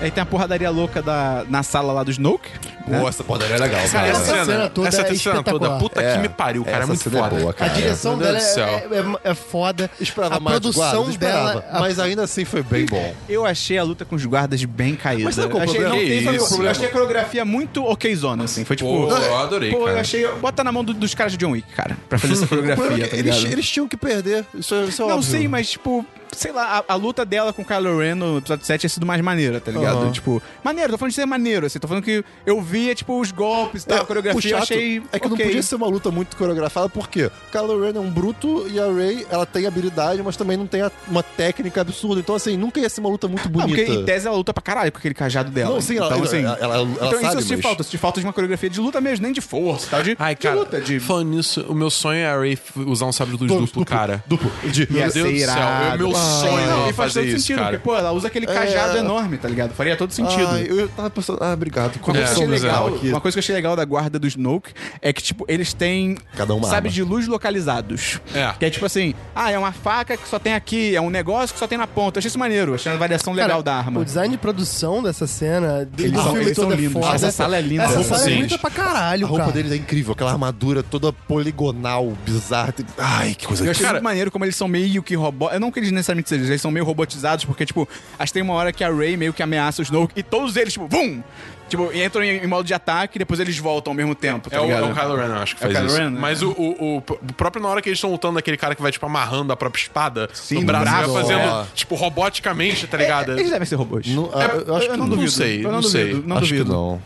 Speaker 2: Aí tem a porradaria louca da, na sala lá do Snoke. né?
Speaker 5: Pô, essa porradaria é legal,
Speaker 4: Cara, essa,
Speaker 3: essa
Speaker 4: cena,
Speaker 3: cena toda
Speaker 4: essa
Speaker 3: é
Speaker 4: cena toda,
Speaker 3: espetacular.
Speaker 4: puta
Speaker 5: É.
Speaker 4: que me pariu, cara, é
Speaker 5: Essa
Speaker 4: muito
Speaker 5: cena é
Speaker 4: foda.
Speaker 5: boa,
Speaker 3: A
Speaker 5: cara.
Speaker 3: direção
Speaker 4: Meu
Speaker 3: dela
Speaker 4: Deus do
Speaker 3: é, é- é foda.
Speaker 5: Esperava
Speaker 3: a
Speaker 5: mais do
Speaker 3: produção
Speaker 5: guarda,
Speaker 3: dela.
Speaker 5: esperava,
Speaker 3: a-
Speaker 5: Mas ainda assim foi bem bom.
Speaker 2: Eu achei a luta com os guardas bem caída.
Speaker 5: Mas sabe qual o
Speaker 2: achei,
Speaker 5: problema?
Speaker 2: Não
Speaker 4: Que
Speaker 2: tem sabe qual
Speaker 4: isso,
Speaker 2: o problema. Eu
Speaker 4: cara.
Speaker 2: achei a coreografia muito okzona, assim. Foi tipo.
Speaker 4: Pô, eu adorei,
Speaker 2: Pô, eu
Speaker 4: cara.
Speaker 2: achei. Bota na mão do- dos caras de John Wick, cara, pra fazer essa coreografia. tá
Speaker 5: eles,
Speaker 2: ligado?
Speaker 5: eles tinham que perder. Isso é, isso é
Speaker 2: Não,
Speaker 5: óbvio.
Speaker 2: sei, mas, tipo, sei lá, a, a luta dela com o Kylo Ren no episódio 7 tinha sido mais maneira, tá ligado?
Speaker 5: Aham.
Speaker 2: Tipo, maneiro, tô falando de ser maneiro, assim, tô falando que eu via, tipo, os golpes e tal,
Speaker 5: É,
Speaker 2: a coreografia,
Speaker 5: o chato
Speaker 2: eu achei.
Speaker 5: É que não
Speaker 2: ok.
Speaker 5: podia ser uma luta muito coreografada, porque o Kylo Ren é um bruto e a Rey, ela tem habilidade, mas também não tem a- uma técnica absurda. Então, assim, nunca ia ser uma luta muito
Speaker 2: Não,
Speaker 5: bonita.
Speaker 2: porque em tese ela luta pra caralho com aquele cajado dela.
Speaker 5: Não, sim, ela-
Speaker 2: então, assim,
Speaker 5: ela- ela- ela
Speaker 2: então isso
Speaker 5: sabe,
Speaker 2: eu senti
Speaker 5: mas-
Speaker 2: falta, eu senti falta de uma coreografia de luta mesmo, nem de força e tal, de,
Speaker 4: Ai,
Speaker 2: de
Speaker 4: cara,
Speaker 2: luta, de...
Speaker 4: falando nisso, o meu sonho é a Ray usar um sabre de luz
Speaker 5: Duplo,
Speaker 4: duplo, cara.
Speaker 5: Duplo. De,
Speaker 2: Ia
Speaker 4: Meu
Speaker 2: ser
Speaker 4: Deus do céu,
Speaker 2: irado. Ah,
Speaker 4: é o meu sonho
Speaker 2: Não, e faz
Speaker 4: fazer
Speaker 2: todo
Speaker 4: isso,
Speaker 2: sentido,
Speaker 4: cara.
Speaker 2: porque, pô, ela usa aquele cajado
Speaker 5: É.
Speaker 2: enorme, tá ligado? Faria todo sentido. É.
Speaker 5: Ah, eu tava pensando. Ah, obrigado.
Speaker 2: Uma coisa, que
Speaker 4: É.
Speaker 2: eu
Speaker 5: Conexão
Speaker 2: achei legal,
Speaker 5: legal aqui.
Speaker 2: uma coisa que eu achei legal da guarda do Snoke é que, tipo, eles têm
Speaker 5: Cada um uma
Speaker 2: sabe
Speaker 5: arma.
Speaker 2: de luz localizados.
Speaker 4: É.
Speaker 2: Que é tipo assim, ah, é uma faca que só tem aqui, é um negócio que só tem na ponta. Eu achei isso maneiro, achei uma variação legal
Speaker 3: Cara,
Speaker 2: da arma.
Speaker 3: O design de produção dessa cena, do
Speaker 2: Eles
Speaker 3: do
Speaker 2: são-
Speaker 3: filme
Speaker 2: eles são
Speaker 3: todo é
Speaker 2: lindos.
Speaker 3: foda.
Speaker 2: Essa sala é linda.
Speaker 3: Essa
Speaker 5: A
Speaker 3: sala
Speaker 5: roupa
Speaker 3: é
Speaker 5: deles.
Speaker 3: linda pra caralho,
Speaker 5: A roupa
Speaker 3: cara.
Speaker 5: deles é incrível, aquela armadura toda poligonal, bizarra. tem- Ai, que coisa
Speaker 2: Eu achei
Speaker 4: Cara-
Speaker 2: muito maneiro como eles são meio que robô. Eu não que eles necessariamente seja, eles são meio robotizados, porque, tipo, acho que tem uma hora que a Ray meio que ameaça o Snoke e todos eles, tipo, vum! Tipo, entram em, em modo de ataque e depois eles voltam ao mesmo tempo, tá
Speaker 4: É o, é
Speaker 2: ligado?
Speaker 4: o Kylo Ren, eu acho que
Speaker 2: É o
Speaker 4: faz
Speaker 2: Kylo
Speaker 4: isso.
Speaker 2: Ren, né?
Speaker 4: Mas o, o- o- o próprio na hora que eles estão lutando, aquele cara que vai, tipo, amarrando a própria espada no
Speaker 2: no
Speaker 4: braço, vai
Speaker 2: braço,
Speaker 4: fazendo,
Speaker 5: é.
Speaker 4: tipo, roboticamente, tá ligado?
Speaker 2: Eles devem ser robôs.
Speaker 5: Não, ah, eu acho que
Speaker 4: não duvido. sei,
Speaker 2: é, eu
Speaker 4: não
Speaker 2: duvido,
Speaker 4: sei.
Speaker 2: Não
Speaker 5: acho
Speaker 2: duvido.
Speaker 5: que não.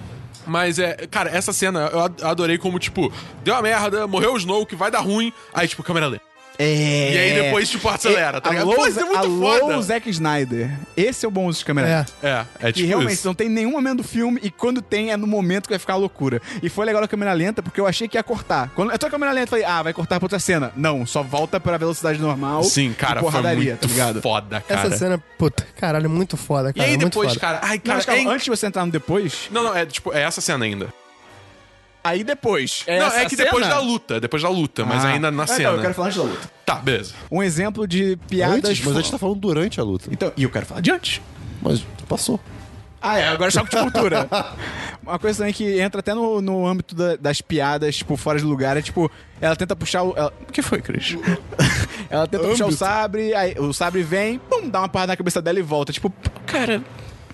Speaker 4: Mas é, cara, essa cena eu ad- adorei como, tipo, deu uma merda, morreu o Snow, que vai dar ruim, aí, tipo, câmera lenta.
Speaker 2: É.
Speaker 4: E aí depois, tipo, acelera, tá ligado? Pô, isso é muito
Speaker 2: alô,
Speaker 4: foda.
Speaker 2: Zack Snyder. Esse é o bom uso de câmera.
Speaker 3: É.
Speaker 4: É, é
Speaker 2: Que
Speaker 4: tipo
Speaker 2: realmente
Speaker 4: isso.
Speaker 2: não tem nenhum momento do filme e quando tem é no momento que vai ficar a loucura. E foi legal a câmera lenta porque eu achei que ia cortar. Quando eu tô a câmera lenta, eu falei, ah, vai cortar pra outra cena. Não, só volta pra velocidade normal.
Speaker 4: Sim,
Speaker 2: e
Speaker 4: cara, foi
Speaker 2: porradaria,
Speaker 4: muito
Speaker 2: tá ligado?
Speaker 4: foda, cara.
Speaker 3: Essa cena, puta, caralho, é muito foda,
Speaker 4: E
Speaker 3: cara.
Speaker 4: aí
Speaker 3: é muito
Speaker 4: depois,
Speaker 3: foda.
Speaker 4: cara, ai,
Speaker 2: Não,
Speaker 4: cara,
Speaker 2: mas calma,
Speaker 4: é in-
Speaker 2: antes de você entrar no depois,
Speaker 4: Não, não, é tipo, é essa cena ainda.
Speaker 2: aí depois.
Speaker 4: não,
Speaker 2: essa
Speaker 4: é que depois
Speaker 2: cena-
Speaker 4: da luta, depois da luta, mas
Speaker 2: Ah.
Speaker 4: ainda na
Speaker 2: Ah,
Speaker 4: cena.
Speaker 2: Então, eu quero falar antes da luta.
Speaker 4: Tá, beleza.
Speaker 2: Um exemplo de piadas.
Speaker 5: Antes, mas a gente
Speaker 2: fo-
Speaker 5: tá falando durante a luta.
Speaker 2: Então, e eu quero falar de antes.
Speaker 5: Mas passou.
Speaker 2: Ah, é, agora choque de cultura. Uma coisa também que entra até no, no âmbito da- das piadas, tipo, fora de lugar, é tipo, ela tenta puxar o. ela- O que foi, Cris? ela tenta puxar o sabre, aí o sabre vem, pum, dá uma parada na cabeça dela e volta. Tipo, pô, cara,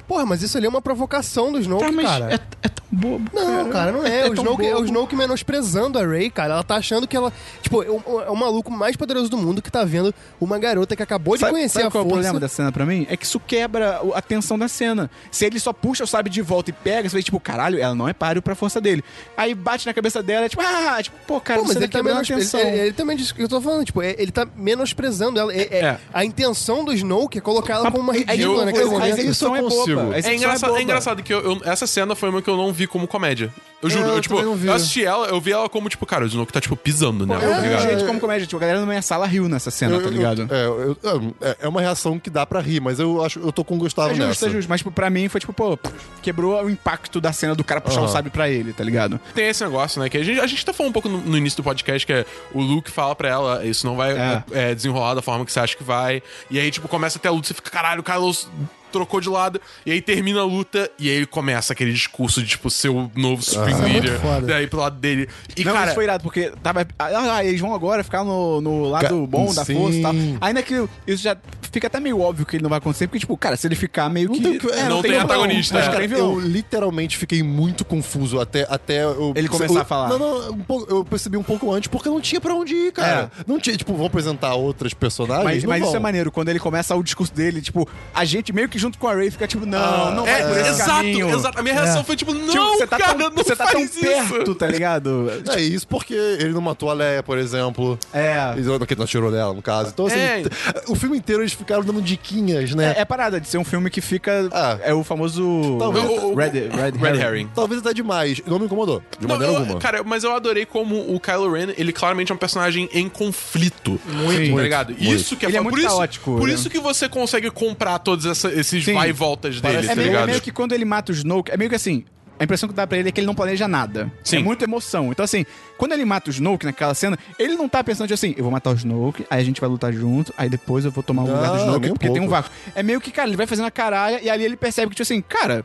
Speaker 3: Porra, mas isso ali é uma provocação do Snoke,
Speaker 2: tá, mas
Speaker 3: cara.
Speaker 2: é, é tão bobo.
Speaker 3: Não, cara, não é.
Speaker 2: É
Speaker 3: o,
Speaker 2: tão
Speaker 3: Snoke, é
Speaker 2: bobo.
Speaker 3: o Snoke menosprezando a Rey, cara. Ela tá achando que ela. Tipo, é o, é o maluco mais poderoso do mundo que tá vendo uma garota que acabou de
Speaker 2: Sabe-
Speaker 3: conhecer
Speaker 2: sabe
Speaker 3: a
Speaker 2: qual é o
Speaker 3: força.
Speaker 2: problema da cena pra mim? É que isso quebra o- a tensão da cena. Se ele só puxa o sabre de volta e pega, você vê, tipo, caralho, ela não é páreo pra força dele. Aí bate na cabeça dela, é tipo, ah, tipo, pô, cara,
Speaker 3: Pô, mas
Speaker 2: você
Speaker 3: ele
Speaker 2: tá
Speaker 3: tá
Speaker 2: quebrando a
Speaker 3: menos, ele,
Speaker 2: tensão.
Speaker 3: ele- ele também disse o que eu tô falando, tipo, é- ele tá menosprezando ela. É- é-
Speaker 4: É.
Speaker 3: A intenção do Snoke é tipo, colocar ela
Speaker 2: Mas-
Speaker 3: como uma
Speaker 2: aí- aí
Speaker 3: ridícula
Speaker 2: eu-
Speaker 3: naquele
Speaker 2: eu-
Speaker 3: momento.
Speaker 2: aí
Speaker 5: Isso eu
Speaker 2: edição é boba.
Speaker 5: consigo.
Speaker 2: A edição
Speaker 4: É engraçado,
Speaker 2: boba.
Speaker 4: é engraçado que eu, eu- essa cena foi uma que eu não vi como comédia. Eu juro,
Speaker 5: É,
Speaker 4: eu,
Speaker 5: eu
Speaker 4: tipo,
Speaker 5: também não vi.
Speaker 4: eu assisti ela, eu vi ela como, tipo, cara, o Snoke tá, tipo, pisando nela,
Speaker 2: Eu
Speaker 4: tá
Speaker 2: vi
Speaker 4: ligado?
Speaker 2: gente um como comédia, tipo, a galera na minha sala riu nessa cena,
Speaker 5: Eu-
Speaker 2: tá
Speaker 5: eu-
Speaker 2: ligado?
Speaker 5: é, eu- é, é uma reação que dá pra rir, mas eu acho eu tô com o Gustavo
Speaker 2: É justo,
Speaker 5: nessa.
Speaker 2: é justo. Mas, tipo, pra mim foi tipo, pô, pff, quebrou o impacto da cena do cara puxar o sabre pra ele, tá ligado?
Speaker 4: Tem esse negócio, né? Que a gente, a gente tá falando um pouco no, no início do podcast, que é o Luke fala pra ela, isso não vai
Speaker 2: É.
Speaker 4: é, desenrolar da forma que você acha que vai. E aí, tipo, começa até a luta, você fica, caralho, o Carlos trocou de lado. E aí termina a luta, e aí ele começa aquele discurso de, tipo, ser o novo Supreme
Speaker 3: Isso é muito
Speaker 4: Leader.
Speaker 3: foda.
Speaker 4: Daí pro lado dele. E,
Speaker 2: Não,
Speaker 4: cara,
Speaker 2: isso foi irado, porque tava. Ah, ah, eles vão agora ficar no, no lado
Speaker 5: Ca-
Speaker 2: bom da
Speaker 5: sim.
Speaker 2: força e tal. Ainda que isso já fica até meio óbvio que ele não vai acontecer, porque, tipo, cara, se ele ficar meio que.
Speaker 5: tem né? o que-
Speaker 2: é,
Speaker 4: não tem
Speaker 2: vilão.
Speaker 4: antagonista,
Speaker 2: Mas,
Speaker 4: é.
Speaker 2: cara, tem vilão.
Speaker 5: Eu literalmente fiquei muito confuso até, até eu-
Speaker 2: Ele começar
Speaker 5: eu-
Speaker 2: a falar.
Speaker 5: Não, não, um pouco- eu percebi um pouco antes porque não tinha pra onde ir, cara. Não tinha, tipo, vão apresentar outras personagens.
Speaker 2: É. Mas,
Speaker 5: não
Speaker 2: mas isso
Speaker 5: vão.
Speaker 2: é maneiro, quando ele começa o discurso dele, tipo, a gente meio que junto com a Ray fica tipo, não, não vai
Speaker 4: É,
Speaker 2: por esse
Speaker 4: exato,
Speaker 2: caminho.
Speaker 4: exato. A minha reação foi tipo,
Speaker 2: Tipo,
Speaker 4: não,
Speaker 2: você tá
Speaker 4: cara,
Speaker 2: tão,
Speaker 4: não
Speaker 2: você tá
Speaker 4: faz
Speaker 2: tão
Speaker 4: isso.
Speaker 2: perto, tá ligado?
Speaker 5: É isso porque ele não matou a Leia, por exemplo.
Speaker 2: É.
Speaker 5: Ele não- que não atirou nela, no caso. Então, assim,
Speaker 4: É.
Speaker 5: t- o filme inteiro eles ficaram dando diquinhas, né?
Speaker 2: É, é parada de ser um filme que fica.
Speaker 5: Ah.
Speaker 2: É o famoso.
Speaker 5: Talvez-
Speaker 4: O- o-
Speaker 2: Red, Red,
Speaker 4: Red
Speaker 2: Herring.
Speaker 4: Herring.
Speaker 5: Talvez até demais. Não me incomodou, de
Speaker 4: Não,
Speaker 5: maneira
Speaker 4: eu-
Speaker 5: alguma.
Speaker 4: Cara, mas eu adorei como o Kylo Ren, ele claramente é um personagem em conflito.
Speaker 2: Sim.
Speaker 4: Muito, tá ligado?
Speaker 5: muito.
Speaker 4: Isso que é
Speaker 2: Ele é
Speaker 4: foda.
Speaker 2: muito
Speaker 4: por isso,
Speaker 2: caótico,
Speaker 4: Por
Speaker 2: né?
Speaker 4: isso que você consegue comprar todos essa- esses
Speaker 2: Sim.
Speaker 4: vai e voltas dele,
Speaker 2: É
Speaker 4: tá
Speaker 2: meio, é
Speaker 4: ligado?
Speaker 2: meio que quando ele mata o Snoke, é meio que assim. A impressão que dá pra ele é que ele não planeja nada.
Speaker 4: Sim.
Speaker 2: É muita emoção. Então, assim, quando ele mata o Snoke naquela cena, ele não tá pensando de assim, eu vou matar o Snoke, aí a gente vai lutar junto, aí depois eu vou tomar o lugar do
Speaker 5: Não,
Speaker 2: Snoke,
Speaker 5: nem um
Speaker 2: porque tem um
Speaker 5: pouco.
Speaker 2: vácuo. É meio que, cara, ele vai fazendo a caralha e ali ele percebe que, tipo assim, cara,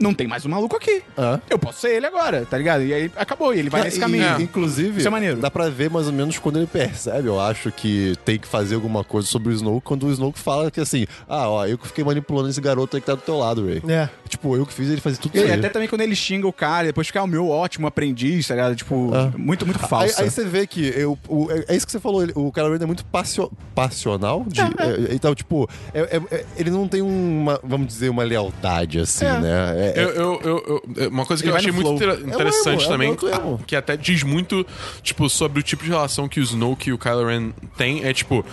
Speaker 2: não tem mais um maluco aqui.
Speaker 5: É.
Speaker 2: Eu posso ser ele agora, tá ligado? E aí acabou, e ele vai
Speaker 5: Não,
Speaker 2: nesse
Speaker 5: e-
Speaker 2: caminho.
Speaker 5: e, Inclusive,
Speaker 2: Isso é maneiro.
Speaker 5: dá pra ver mais ou menos quando ele percebe, eu acho, que tem que fazer alguma coisa sobre o Snoke, quando o Snoke fala que assim, ah, ó, eu que fiquei manipulando esse garoto aí que tá do teu lado, Ray.
Speaker 3: É.
Speaker 5: Tipo, eu que fiz ele fazer tudo
Speaker 2: E
Speaker 5: isso aí.
Speaker 2: até também quando ele xinga o cara, e depois fica "Ah, o meu ótimo aprendiz, tá ligado? Tipo, muito, muito
Speaker 5: É. Aí,
Speaker 2: falso.
Speaker 5: aí você vê que eu, o- é, é isso que você falou, ele- o Kylo Ren é muito passio- passional. De, é, então, tipo, é- é- é- ele não tem uma, vamos dizer, uma lealdade, assim, né? É- é-
Speaker 4: Eu- eu- eu- eu- uma coisa que
Speaker 2: Ele
Speaker 4: eu
Speaker 2: vai
Speaker 4: achei
Speaker 2: no
Speaker 4: muito
Speaker 2: flow.
Speaker 4: inter- interessante
Speaker 5: emo, é o
Speaker 4: também,
Speaker 5: garoto emo.
Speaker 4: que até diz muito, tipo, sobre o tipo de relação que o Snoke e o Kylo Ren têm, é tipo,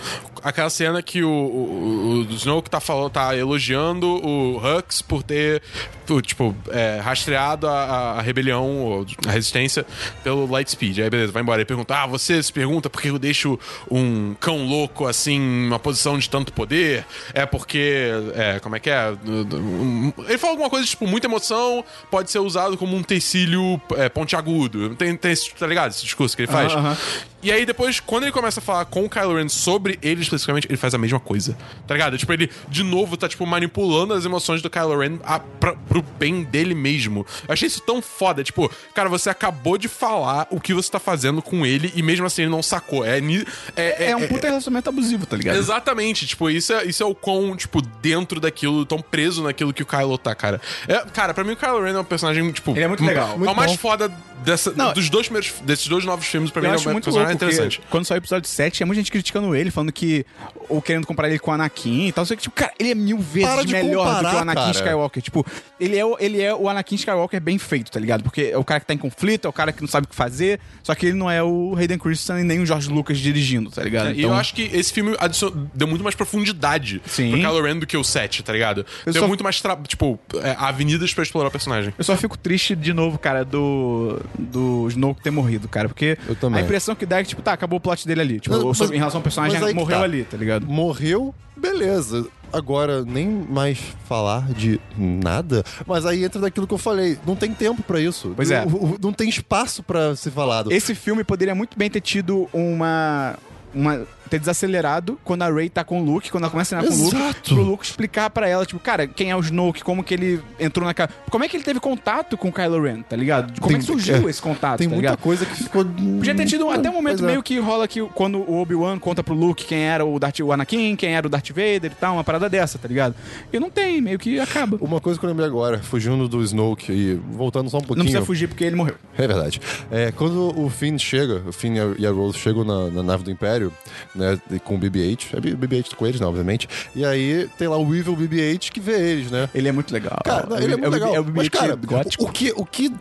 Speaker 4: aquela cena que o, o, o- o Snoke tá, falando, tá elogiando o Hux por ter, por, tipo, é, rastreado a, a- a rebelião, ou a resistência, pelo Lightspeed. Aí, beleza, vai embora. Ele pergunta, ah, você se pergunta por que eu deixo um cão louco, assim, numa posição de tanto poder? É porque, é, como é que é? Um- Ele fala alguma coisa, tipo, muita emoção, pode ser usado como um tecílio é, pontiagudo. Tem, tem esse, tá ligado? Esse discurso que ele faz.
Speaker 2: Aham, aham.
Speaker 4: E E aí depois, quando ele começa a falar com o Kylo Ren sobre ele especificamente, ele faz a mesma coisa. Tá ligado? Tipo, ele de novo tá, tipo, manipulando as emoções do Kylo Ren a, pra, pro bem dele mesmo. Eu achei isso tão foda. Tipo, cara, você acabou de falar o que você tá fazendo com ele e mesmo assim ele não sacou. É, ni- é,
Speaker 2: É, um puta relacionamento abusivo, tá ligado?
Speaker 4: Exatamente, tipo, isso é, isso é o quão, tipo, dentro daquilo, tão preso naquilo que o Kylo tá, cara. É, cara, pra mim o Kylo Ren é um personagem, tipo.
Speaker 2: Ele é muito
Speaker 4: m-
Speaker 2: legal.
Speaker 4: É
Speaker 2: Muito
Speaker 4: o mais
Speaker 2: bom.
Speaker 4: foda dessa,
Speaker 2: Não,
Speaker 4: dos dois primeiros, desses dois novos filmes, pra mim
Speaker 2: Eu
Speaker 4: ele é
Speaker 2: acho
Speaker 4: um
Speaker 2: muito louco,
Speaker 4: personagem interessante.
Speaker 2: porque quando saiu o episódio 7, tinha muita gente criticando ele, falando que... Ou querendo comparar ele com o Anakin e tal. Só que, tipo, cara, ele é mil vezes
Speaker 5: Para de
Speaker 2: melhor do que o
Speaker 5: comparar,
Speaker 2: Anakin
Speaker 5: cara.
Speaker 2: Skywalker. Tipo, ele é, o, ele é o Anakin Skywalker bem feito, tá ligado? Porque é o cara que tá em conflito, é o cara que não sabe o que fazer. Só que ele não é o Hayden Christensen e nem o George Lucas dirigindo, tá ligado?
Speaker 4: É, E eu acho que esse filme adicion- deu muito mais profundidade
Speaker 2: Sim.
Speaker 4: pro Kylo Ren do que o 7, tá ligado?
Speaker 2: Eu
Speaker 4: deu
Speaker 2: só-
Speaker 4: muito mais, tra- tipo, é, avenidas pra explorar o personagem.
Speaker 2: Eu só fico triste de novo, cara, do, do Snoke ter morrido, cara. Porque
Speaker 5: Eu também.
Speaker 2: a impressão que dá é que, tipo, tá, acabou o plot dele ali. Tipo,
Speaker 5: Não, mas-
Speaker 2: sobre- em relação ao personagem,
Speaker 5: mas aí que
Speaker 2: morreu
Speaker 5: tá.
Speaker 2: ali, tá ligado?
Speaker 5: Morreu, beleza. Agora, nem mais falar de nada. Mas aí entra daquilo que eu falei. Não tem tempo pra isso.
Speaker 2: Pois é.
Speaker 5: O- o- não tem espaço pra ser falado.
Speaker 2: Esse filme poderia muito bem ter tido uma. uma ter desacelerado quando a Ray tá com o Luke, quando ela começa a cenar com o Luke,
Speaker 5: Exato.
Speaker 2: pro Luke explicar pra ela, tipo, cara, quem é o Snoke, como que ele entrou na ca- Como é que ele teve contato com o Kylo Ren, tá ligado? Como é
Speaker 5: Tem-
Speaker 2: que surgiu
Speaker 5: é,
Speaker 2: esse contato,
Speaker 5: tem
Speaker 2: tá
Speaker 5: muita
Speaker 2: ligado?
Speaker 5: coisa que ficou.
Speaker 2: Podia ter tido um- até um momento
Speaker 5: Pois é.
Speaker 2: meio que rola que quando o Obi-Wan conta pro Luke quem era o, Darth, o Anakin, quem era o Darth Vader e tal, uma parada dessa, tá ligado? E não tem, meio que acaba.
Speaker 5: Uma coisa que eu lembrei agora, fugindo do Snoke e voltando só um pouquinho.
Speaker 2: Não precisa fugir porque ele morreu.
Speaker 5: É verdade. É, quando o Finn chega, o Finn e a- e a Rose chegam na, na nave do Império, né, e com o BB-8, é BB-8 com eles, não, obviamente, e aí tem lá o Evil BB-8 que vê eles, né?
Speaker 2: Ele é muito legal.
Speaker 5: Cara, não, ele é muito
Speaker 2: o-
Speaker 5: legal.
Speaker 2: É o
Speaker 5: mas,
Speaker 2: BB-8
Speaker 5: cara,
Speaker 2: gótico.
Speaker 5: o que, o que,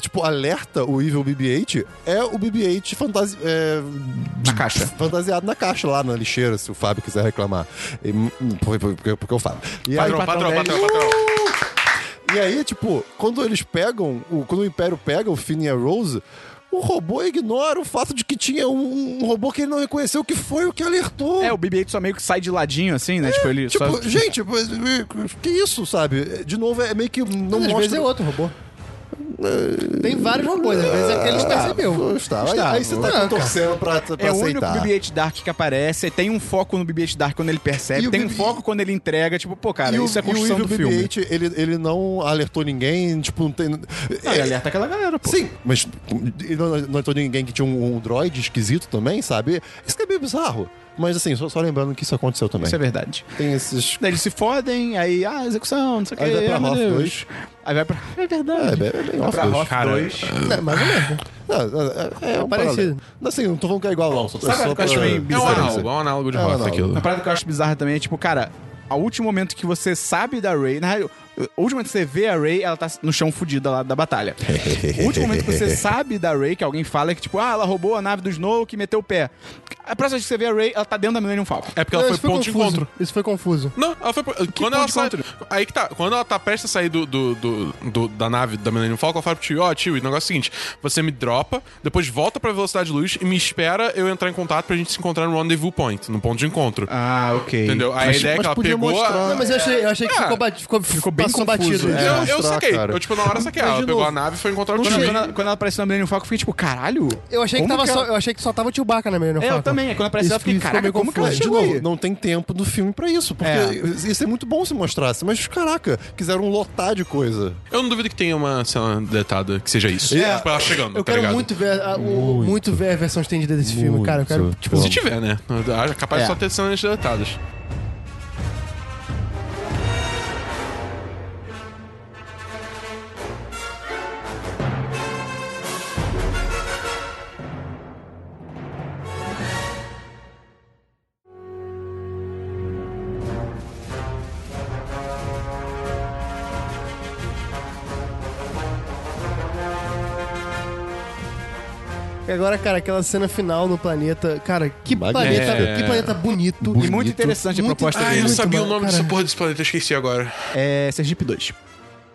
Speaker 5: tipo, alerta o Evil BB-8 é o BB-8 fantasi é,
Speaker 2: Na caixa.
Speaker 5: fantasiado na caixa, lá na lixeira, se o Fábio quiser reclamar. E, hum, porque, porque, porque eu falo. E aí,
Speaker 4: Patrão, patrão,
Speaker 2: patrão
Speaker 4: patrão, patrão.
Speaker 5: e aí, tipo, quando eles pegam, o- quando o Império pega o Finn e a Rose, o robô ignora o fato de que tinha um, um robô que ele não reconheceu, que foi o que alertou.
Speaker 2: É, o BB-8 só meio que sai de ladinho, assim, né? tipo, ele
Speaker 5: Tipo,
Speaker 2: só...
Speaker 5: gente, mas, que isso, sabe? De novo, é meio que não
Speaker 3: Às vezes
Speaker 5: mostra...
Speaker 3: é outro robô. Tem vários robôs, às vezes é aquele que percebeu.
Speaker 5: Ah, Está, aí,
Speaker 3: Está.
Speaker 5: aí você tá
Speaker 3: Ah, cara.
Speaker 5: torcendo pra, pra
Speaker 2: É o único
Speaker 5: aceitar.
Speaker 2: BB-8 Dark que aparece. Tem um foco no BB-8 Dark quando ele
Speaker 5: E
Speaker 2: percebe.
Speaker 5: o
Speaker 2: Tem um
Speaker 5: BB-8
Speaker 2: foco quando ele entrega. Tipo, pô, cara, isso é a construção
Speaker 5: Evil
Speaker 2: do filme.
Speaker 5: BB-8, ele, ele não alertou ninguém, tipo, não tem...
Speaker 2: Ah, ele alerta aquela galera, pô.
Speaker 5: Sim, mas ele não, não alertou ninguém que tinha um, um droid esquisito também, sabe? Isso que é meio bizarro. Mas assim, só, só lembrando que isso aconteceu também.
Speaker 2: Isso é verdade.
Speaker 5: Tem esses...
Speaker 3: né?
Speaker 2: Daí eles se fodem, aí, ah, execução, não sei o que.
Speaker 5: Aí vai pra
Speaker 2: meu
Speaker 5: Hoth
Speaker 2: Deus.
Speaker 5: 2.
Speaker 2: Aí vai pra. É
Speaker 5: É,
Speaker 2: verdade.
Speaker 5: bem, é bem
Speaker 2: vai
Speaker 5: off
Speaker 2: pra
Speaker 5: hoje.
Speaker 2: Hoth
Speaker 4: Cara,
Speaker 2: 2.
Speaker 3: Não, né? mais ou menos.
Speaker 5: Não, é- é, é
Speaker 3: Parecido.
Speaker 5: um paralelo. Assim, não tô falando que é igual, não. Só,
Speaker 2: Sabe
Speaker 5: só
Speaker 2: o que eu acho meio
Speaker 4: É um
Speaker 2: Bizarro,
Speaker 4: análogo, é um análogo de
Speaker 5: É um
Speaker 4: Hoth
Speaker 5: análogo.
Speaker 4: aquilo.
Speaker 2: Uma parada que eu acho bizarra também é, tipo, cara, ao último momento que você sabe da Ray, na real, o último momento que você vê a Ray, ela tá no chão fudida lá da batalha. O último momento que você sabe da Ray, que alguém fala que, tipo, ah, ela roubou a nave do Snow que meteu o pé. A próxima vez que você vê a Ray, ela tá dentro da Millennium Falcon.
Speaker 4: É porque ela
Speaker 3: Não,
Speaker 4: foi
Speaker 3: isso
Speaker 4: ponto de
Speaker 3: confuso.
Speaker 4: encontro.
Speaker 3: Isso foi confuso.
Speaker 4: Não, ela foi. quando ela
Speaker 2: de
Speaker 4: sai.
Speaker 2: encontro?
Speaker 4: Aí que tá. Quando ela tá prestes a sair do, do- do- do- da nave da Millennium Falcon, ela fala pro tio: Ó, tio, o negócio é o seguinte: você me dropa, depois volta pra velocidade de luz e me espera eu entrar em contato pra gente se encontrar no rendezvous point, no ponto de encontro.
Speaker 2: Ah, ok.
Speaker 4: Entendeu? Aí a ideia é que
Speaker 5: mas
Speaker 4: ela
Speaker 5: podia
Speaker 4: pegou.
Speaker 5: mostrar.
Speaker 4: A...
Speaker 3: Não, mas eu achei, eu achei que
Speaker 4: Ah,
Speaker 3: ficou, bati- ficou,
Speaker 2: ficou bem
Speaker 3: passou
Speaker 2: confuso,
Speaker 3: batido.
Speaker 5: é.
Speaker 4: eu, eu
Speaker 5: mostrar,
Speaker 4: saquei.
Speaker 5: cara.
Speaker 4: Eu, tipo, na hora saquei.
Speaker 5: Mas,
Speaker 4: Ela
Speaker 5: de
Speaker 4: pegou a
Speaker 5: novo,
Speaker 4: nave e foi encontrar o
Speaker 2: Quando,
Speaker 4: tio.
Speaker 2: quando ela, quando ela apareceu na Millennium Falcon, eu fiquei tipo, caralho.
Speaker 3: Eu achei que,
Speaker 2: Como
Speaker 3: tava
Speaker 2: que
Speaker 3: só,
Speaker 2: ela-
Speaker 3: eu achei que só tava o Chewbacca na Millennium
Speaker 2: É, eu
Speaker 3: Falcon.
Speaker 2: também. Quando apareceu,
Speaker 3: Isso
Speaker 2: eu fiquei,
Speaker 3: ficou
Speaker 2: caraca,
Speaker 3: meio
Speaker 2: como que ela
Speaker 5: É,
Speaker 3: confuso.
Speaker 5: de
Speaker 2: chegou
Speaker 5: novo,
Speaker 2: aí?
Speaker 5: não tem tempo do filme pra isso, porque
Speaker 2: É.
Speaker 5: ia ser muito bom se mostrasse, mas caraca, quiseram lotar de coisa.
Speaker 4: Eu não duvido que tenha uma cena deletada que seja isso.
Speaker 5: É.
Speaker 4: Tipo, ela chegando.
Speaker 3: Eu
Speaker 4: tá
Speaker 3: quero
Speaker 4: ligado?
Speaker 3: muito ver, a, o- muito. ver a versão estendida desse filme,
Speaker 5: Muito.
Speaker 3: cara. Eu quero, tipo,
Speaker 4: Se tiver, né? Ah, Capaz
Speaker 2: É.
Speaker 4: de só ter cenas deletadas.
Speaker 3: E agora, cara, aquela cena final no planeta. Cara, que
Speaker 5: Magnífica.
Speaker 3: planeta, que planeta bonito.
Speaker 2: É. E muito interessante a
Speaker 3: Muito-
Speaker 2: proposta
Speaker 4: Ah,
Speaker 2: dele.
Speaker 4: eu
Speaker 3: Muito
Speaker 4: sabia
Speaker 3: bom,
Speaker 4: o nome
Speaker 3: cara.
Speaker 4: dessa porra desse planeta, eu esqueci agora.
Speaker 2: é Sergipe 2.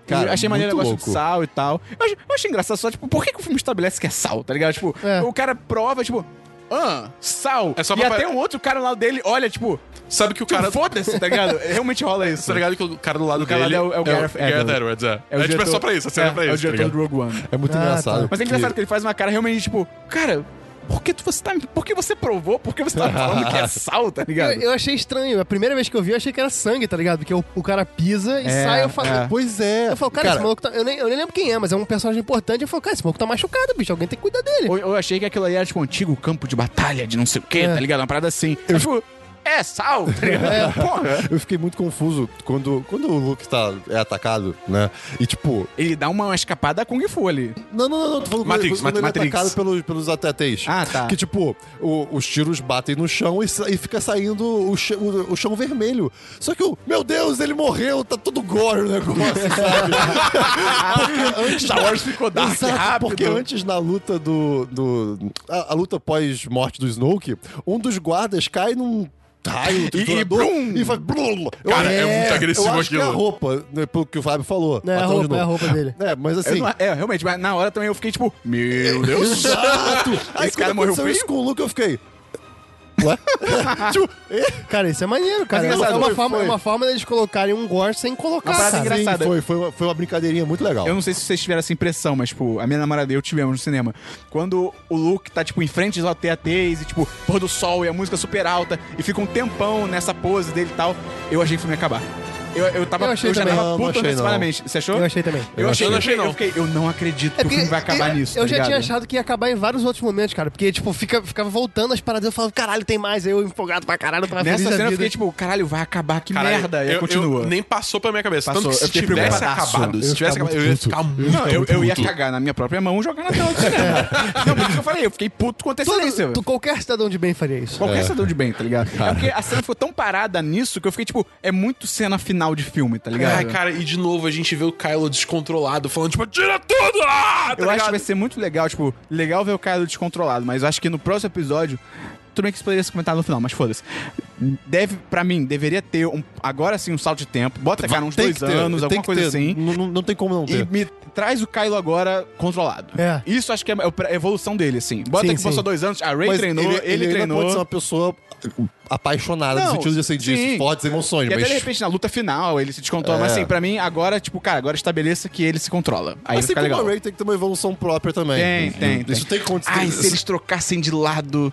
Speaker 5: Cara,
Speaker 2: eu achei maneiro o
Speaker 5: muito
Speaker 2: negócio de
Speaker 5: louco.
Speaker 2: sal e tal. Eu acho, eu acho engraçado só, tipo, por que, que o filme estabelece que é sal, tá ligado? Tipo,
Speaker 3: É.
Speaker 2: o cara prova, tipo, ah, sal.
Speaker 4: É só
Speaker 2: e
Speaker 4: pra-
Speaker 2: até um outro cara lá dele olha, tipo,
Speaker 4: Sabe que o
Speaker 2: cara,
Speaker 4: cara.
Speaker 2: foda-se, tá ligado? Realmente rola isso.
Speaker 4: Tá ligado que o cara do lado
Speaker 2: cara
Speaker 4: dele
Speaker 2: lá é o- é o Gareth Edwards.
Speaker 4: Edwards, é.
Speaker 2: o
Speaker 4: É, tipo, é
Speaker 2: diretor-
Speaker 4: só pra isso, a cena é, pra isso.
Speaker 2: É o
Speaker 4: tá
Speaker 2: diretor
Speaker 4: ligado?
Speaker 2: do Rogue One.
Speaker 5: É muito
Speaker 3: Ah,
Speaker 5: engraçado.
Speaker 3: tá.
Speaker 2: Mas é engraçado que ele faz uma cara realmente, tipo, cara, por que tu- você tá. me- Por que você provou? Por que você tá me falando que é sal, tá ligado?
Speaker 3: Eu, eu achei estranho. A primeira vez que eu vi, eu achei que era sangue, tá ligado? Porque o, o cara pisa e
Speaker 2: É,
Speaker 3: sai. Eu falo,
Speaker 2: é.
Speaker 5: Pois é.
Speaker 3: eu falo cara, esse maluco tá. Eu nem, eu nem lembro quem é, mas é um personagem importante. Eu falo, cara, esse maluco tá machucado, bicho. Alguém tem que cuidar dele.
Speaker 2: Ou, ou eu achei que aquilo ali era tipo um antigo campo de batalha, de não sei o quê,
Speaker 3: É.
Speaker 2: tá ligado? Uma parada assim. Eu tipo, é sal, tá ligado? Porra.
Speaker 5: Eu fiquei muito confuso quando, quando o Luke tá, é atacado, né? E tipo.
Speaker 2: Ele dá uma escapada Kung Fu ali.
Speaker 5: Não, não, não, não. Tô falando
Speaker 4: Matrix,
Speaker 5: quando ele é
Speaker 4: Matrix.
Speaker 5: atacado pelos, pelos ateteis.
Speaker 2: Ah, tá.
Speaker 5: Que tipo, o- os tiros batem no chão e, sa- e fica saindo o, chão- o- o chão vermelho. Só que o. Meu Deus, ele morreu, tá todo gore o negócio, sabe?
Speaker 2: Star Wars ficou dark
Speaker 5: Exato,
Speaker 2: rápido.
Speaker 5: porque antes na luta do. do a, a luta pós-morte do Snoke, um dos guardas cai num raio triturador
Speaker 2: brum!
Speaker 5: e faz. Brum, eu,
Speaker 4: Cara, é muito
Speaker 5: eu
Speaker 4: agressivo
Speaker 5: acho que é a
Speaker 4: aquilo.
Speaker 5: roupa, né, pelo que o Fábio falou.
Speaker 3: É, a
Speaker 5: Patrão de
Speaker 3: roupa, é a
Speaker 5: novo.
Speaker 3: roupa dele.
Speaker 5: É, mas
Speaker 2: Eu
Speaker 5: assim.
Speaker 2: não- é, realmente, mas na hora também eu fiquei tipo, meu Deus.
Speaker 5: Exato! Aí
Speaker 2: Esse cara
Speaker 5: quando
Speaker 2: morreu
Speaker 5: aconteceu
Speaker 2: feio?
Speaker 5: isso com o Luke, eu fiquei. Ué? tipo, é,
Speaker 3: Cara, isso é maneiro, cara.
Speaker 2: Mas
Speaker 3: É uma,
Speaker 2: engraçado,
Speaker 3: é uma
Speaker 5: foi,
Speaker 3: forma,
Speaker 5: foi.
Speaker 3: é uma forma deles colocarem um gore sem colocar.
Speaker 2: Uma parada
Speaker 3: cara.
Speaker 2: engraçada.
Speaker 5: sim, foi, foi, uma, foi uma brincadeirinha muito legal.
Speaker 2: Eu não sei se vocês tiveram essa impressão, mas, tipo, a minha namorada e eu tivemos no cinema. Quando o Luke tá, tipo, em frente aos TATs e, tipo, pôr do sol e a música super alta e fica um tempão nessa pose dele e tal, eu achei que o filme ia acabar. Eu, eu tava.
Speaker 3: Eu
Speaker 2: Eu,
Speaker 3: achei
Speaker 2: já
Speaker 3: também.
Speaker 5: Não,
Speaker 2: tava
Speaker 5: não
Speaker 2: puto
Speaker 5: achei, não.
Speaker 2: antecipadamente. Você achou?
Speaker 3: Eu achei também. É
Speaker 2: Eu achei,
Speaker 4: Eu não
Speaker 2: eu
Speaker 4: achei,
Speaker 2: fiquei, eu
Speaker 4: não.
Speaker 2: fiquei, eu não acredito que o filme vai acabar
Speaker 3: eu-
Speaker 2: nisso.
Speaker 3: Eu
Speaker 2: tá
Speaker 3: já tinha
Speaker 2: ligado?
Speaker 3: achado que ia acabar em vários outros momentos, cara. Porque, tipo, fica, ficava voltando as paradas. Eu falava, caralho, tem mais. Aí eu empolgado pra caralho. Pra
Speaker 2: Nessa cena eu fiquei tipo, caralho, vai acabar, que
Speaker 4: Caralho,
Speaker 2: merda. E aí
Speaker 4: eu-
Speaker 2: continua.
Speaker 4: eu- nem passou pela minha cabeça.
Speaker 2: Passou,
Speaker 4: Tanto que
Speaker 2: eu
Speaker 4: se
Speaker 2: fiquei
Speaker 4: tivesse
Speaker 2: preocupadaço.
Speaker 4: acabado,
Speaker 5: Eu
Speaker 4: se tivesse
Speaker 5: ficava
Speaker 4: acabado, eu ia
Speaker 5: muito
Speaker 4: ficar
Speaker 5: puto.
Speaker 4: muito.
Speaker 2: Não, eu, eu ia
Speaker 4: puto.
Speaker 2: cagar na minha própria mão e jogar na tela do cinema. Não, por isso que eu falei, eu fiquei puto com antecedência.
Speaker 3: Todo, tu, qualquer cidadão de bem faria isso.
Speaker 2: Qualquer cidadão de bem, tá ligado? É porque a cena ficou tão parada nisso que eu fiquei tipo, é muito cena final de filme, tá ligado?
Speaker 4: Ai, cara, e de novo a gente vê o Kylo descontrolado, falando, tipo, tira tudo! Ah! Tá
Speaker 2: eu acho
Speaker 4: ligado?
Speaker 2: que vai ser muito legal, tipo, legal ver o Kylo descontrolado, mas eu acho que no próximo episódio. Tudo bem que isso poderia ser comentado no final, mas foda-se. Deve, pra mim, deveria ter um, agora sim um salto de tempo. Bota, cara, uns
Speaker 5: Tem
Speaker 2: dois
Speaker 5: que ter,
Speaker 2: anos,
Speaker 5: tem
Speaker 2: alguma
Speaker 5: que
Speaker 2: coisa
Speaker 5: ter.
Speaker 2: assim.
Speaker 5: Não, não- não tem como não
Speaker 2: E
Speaker 5: ter.
Speaker 2: me traz o Kylo agora controlado.
Speaker 3: É.
Speaker 2: Isso acho que é a evolução dele, assim. Bota
Speaker 3: Sim,
Speaker 2: que passou
Speaker 3: sim.
Speaker 2: dois anos, a Ray
Speaker 5: Mas
Speaker 2: treinou, ele,
Speaker 5: ainda
Speaker 2: treinou.
Speaker 5: pode ser uma pessoa apaixonada
Speaker 2: Não,
Speaker 5: no sentido de, assim,
Speaker 2: sim.
Speaker 5: de fortes emoções,
Speaker 2: E até de
Speaker 5: mas
Speaker 2: repente na luta final ele se descontrola.
Speaker 5: É.
Speaker 2: Mas assim, pra mim, agora, tipo, cara, agora estabeleça que ele se controla. Aí
Speaker 5: assim
Speaker 2: fica
Speaker 5: como
Speaker 2: legal.
Speaker 5: a Ray tem que ter uma evolução própria também. Hum,
Speaker 2: Tem,
Speaker 5: Uhum.
Speaker 2: tem, tem.
Speaker 5: Isso tem que acontecer.
Speaker 2: Ai, se eles trocassem de lado.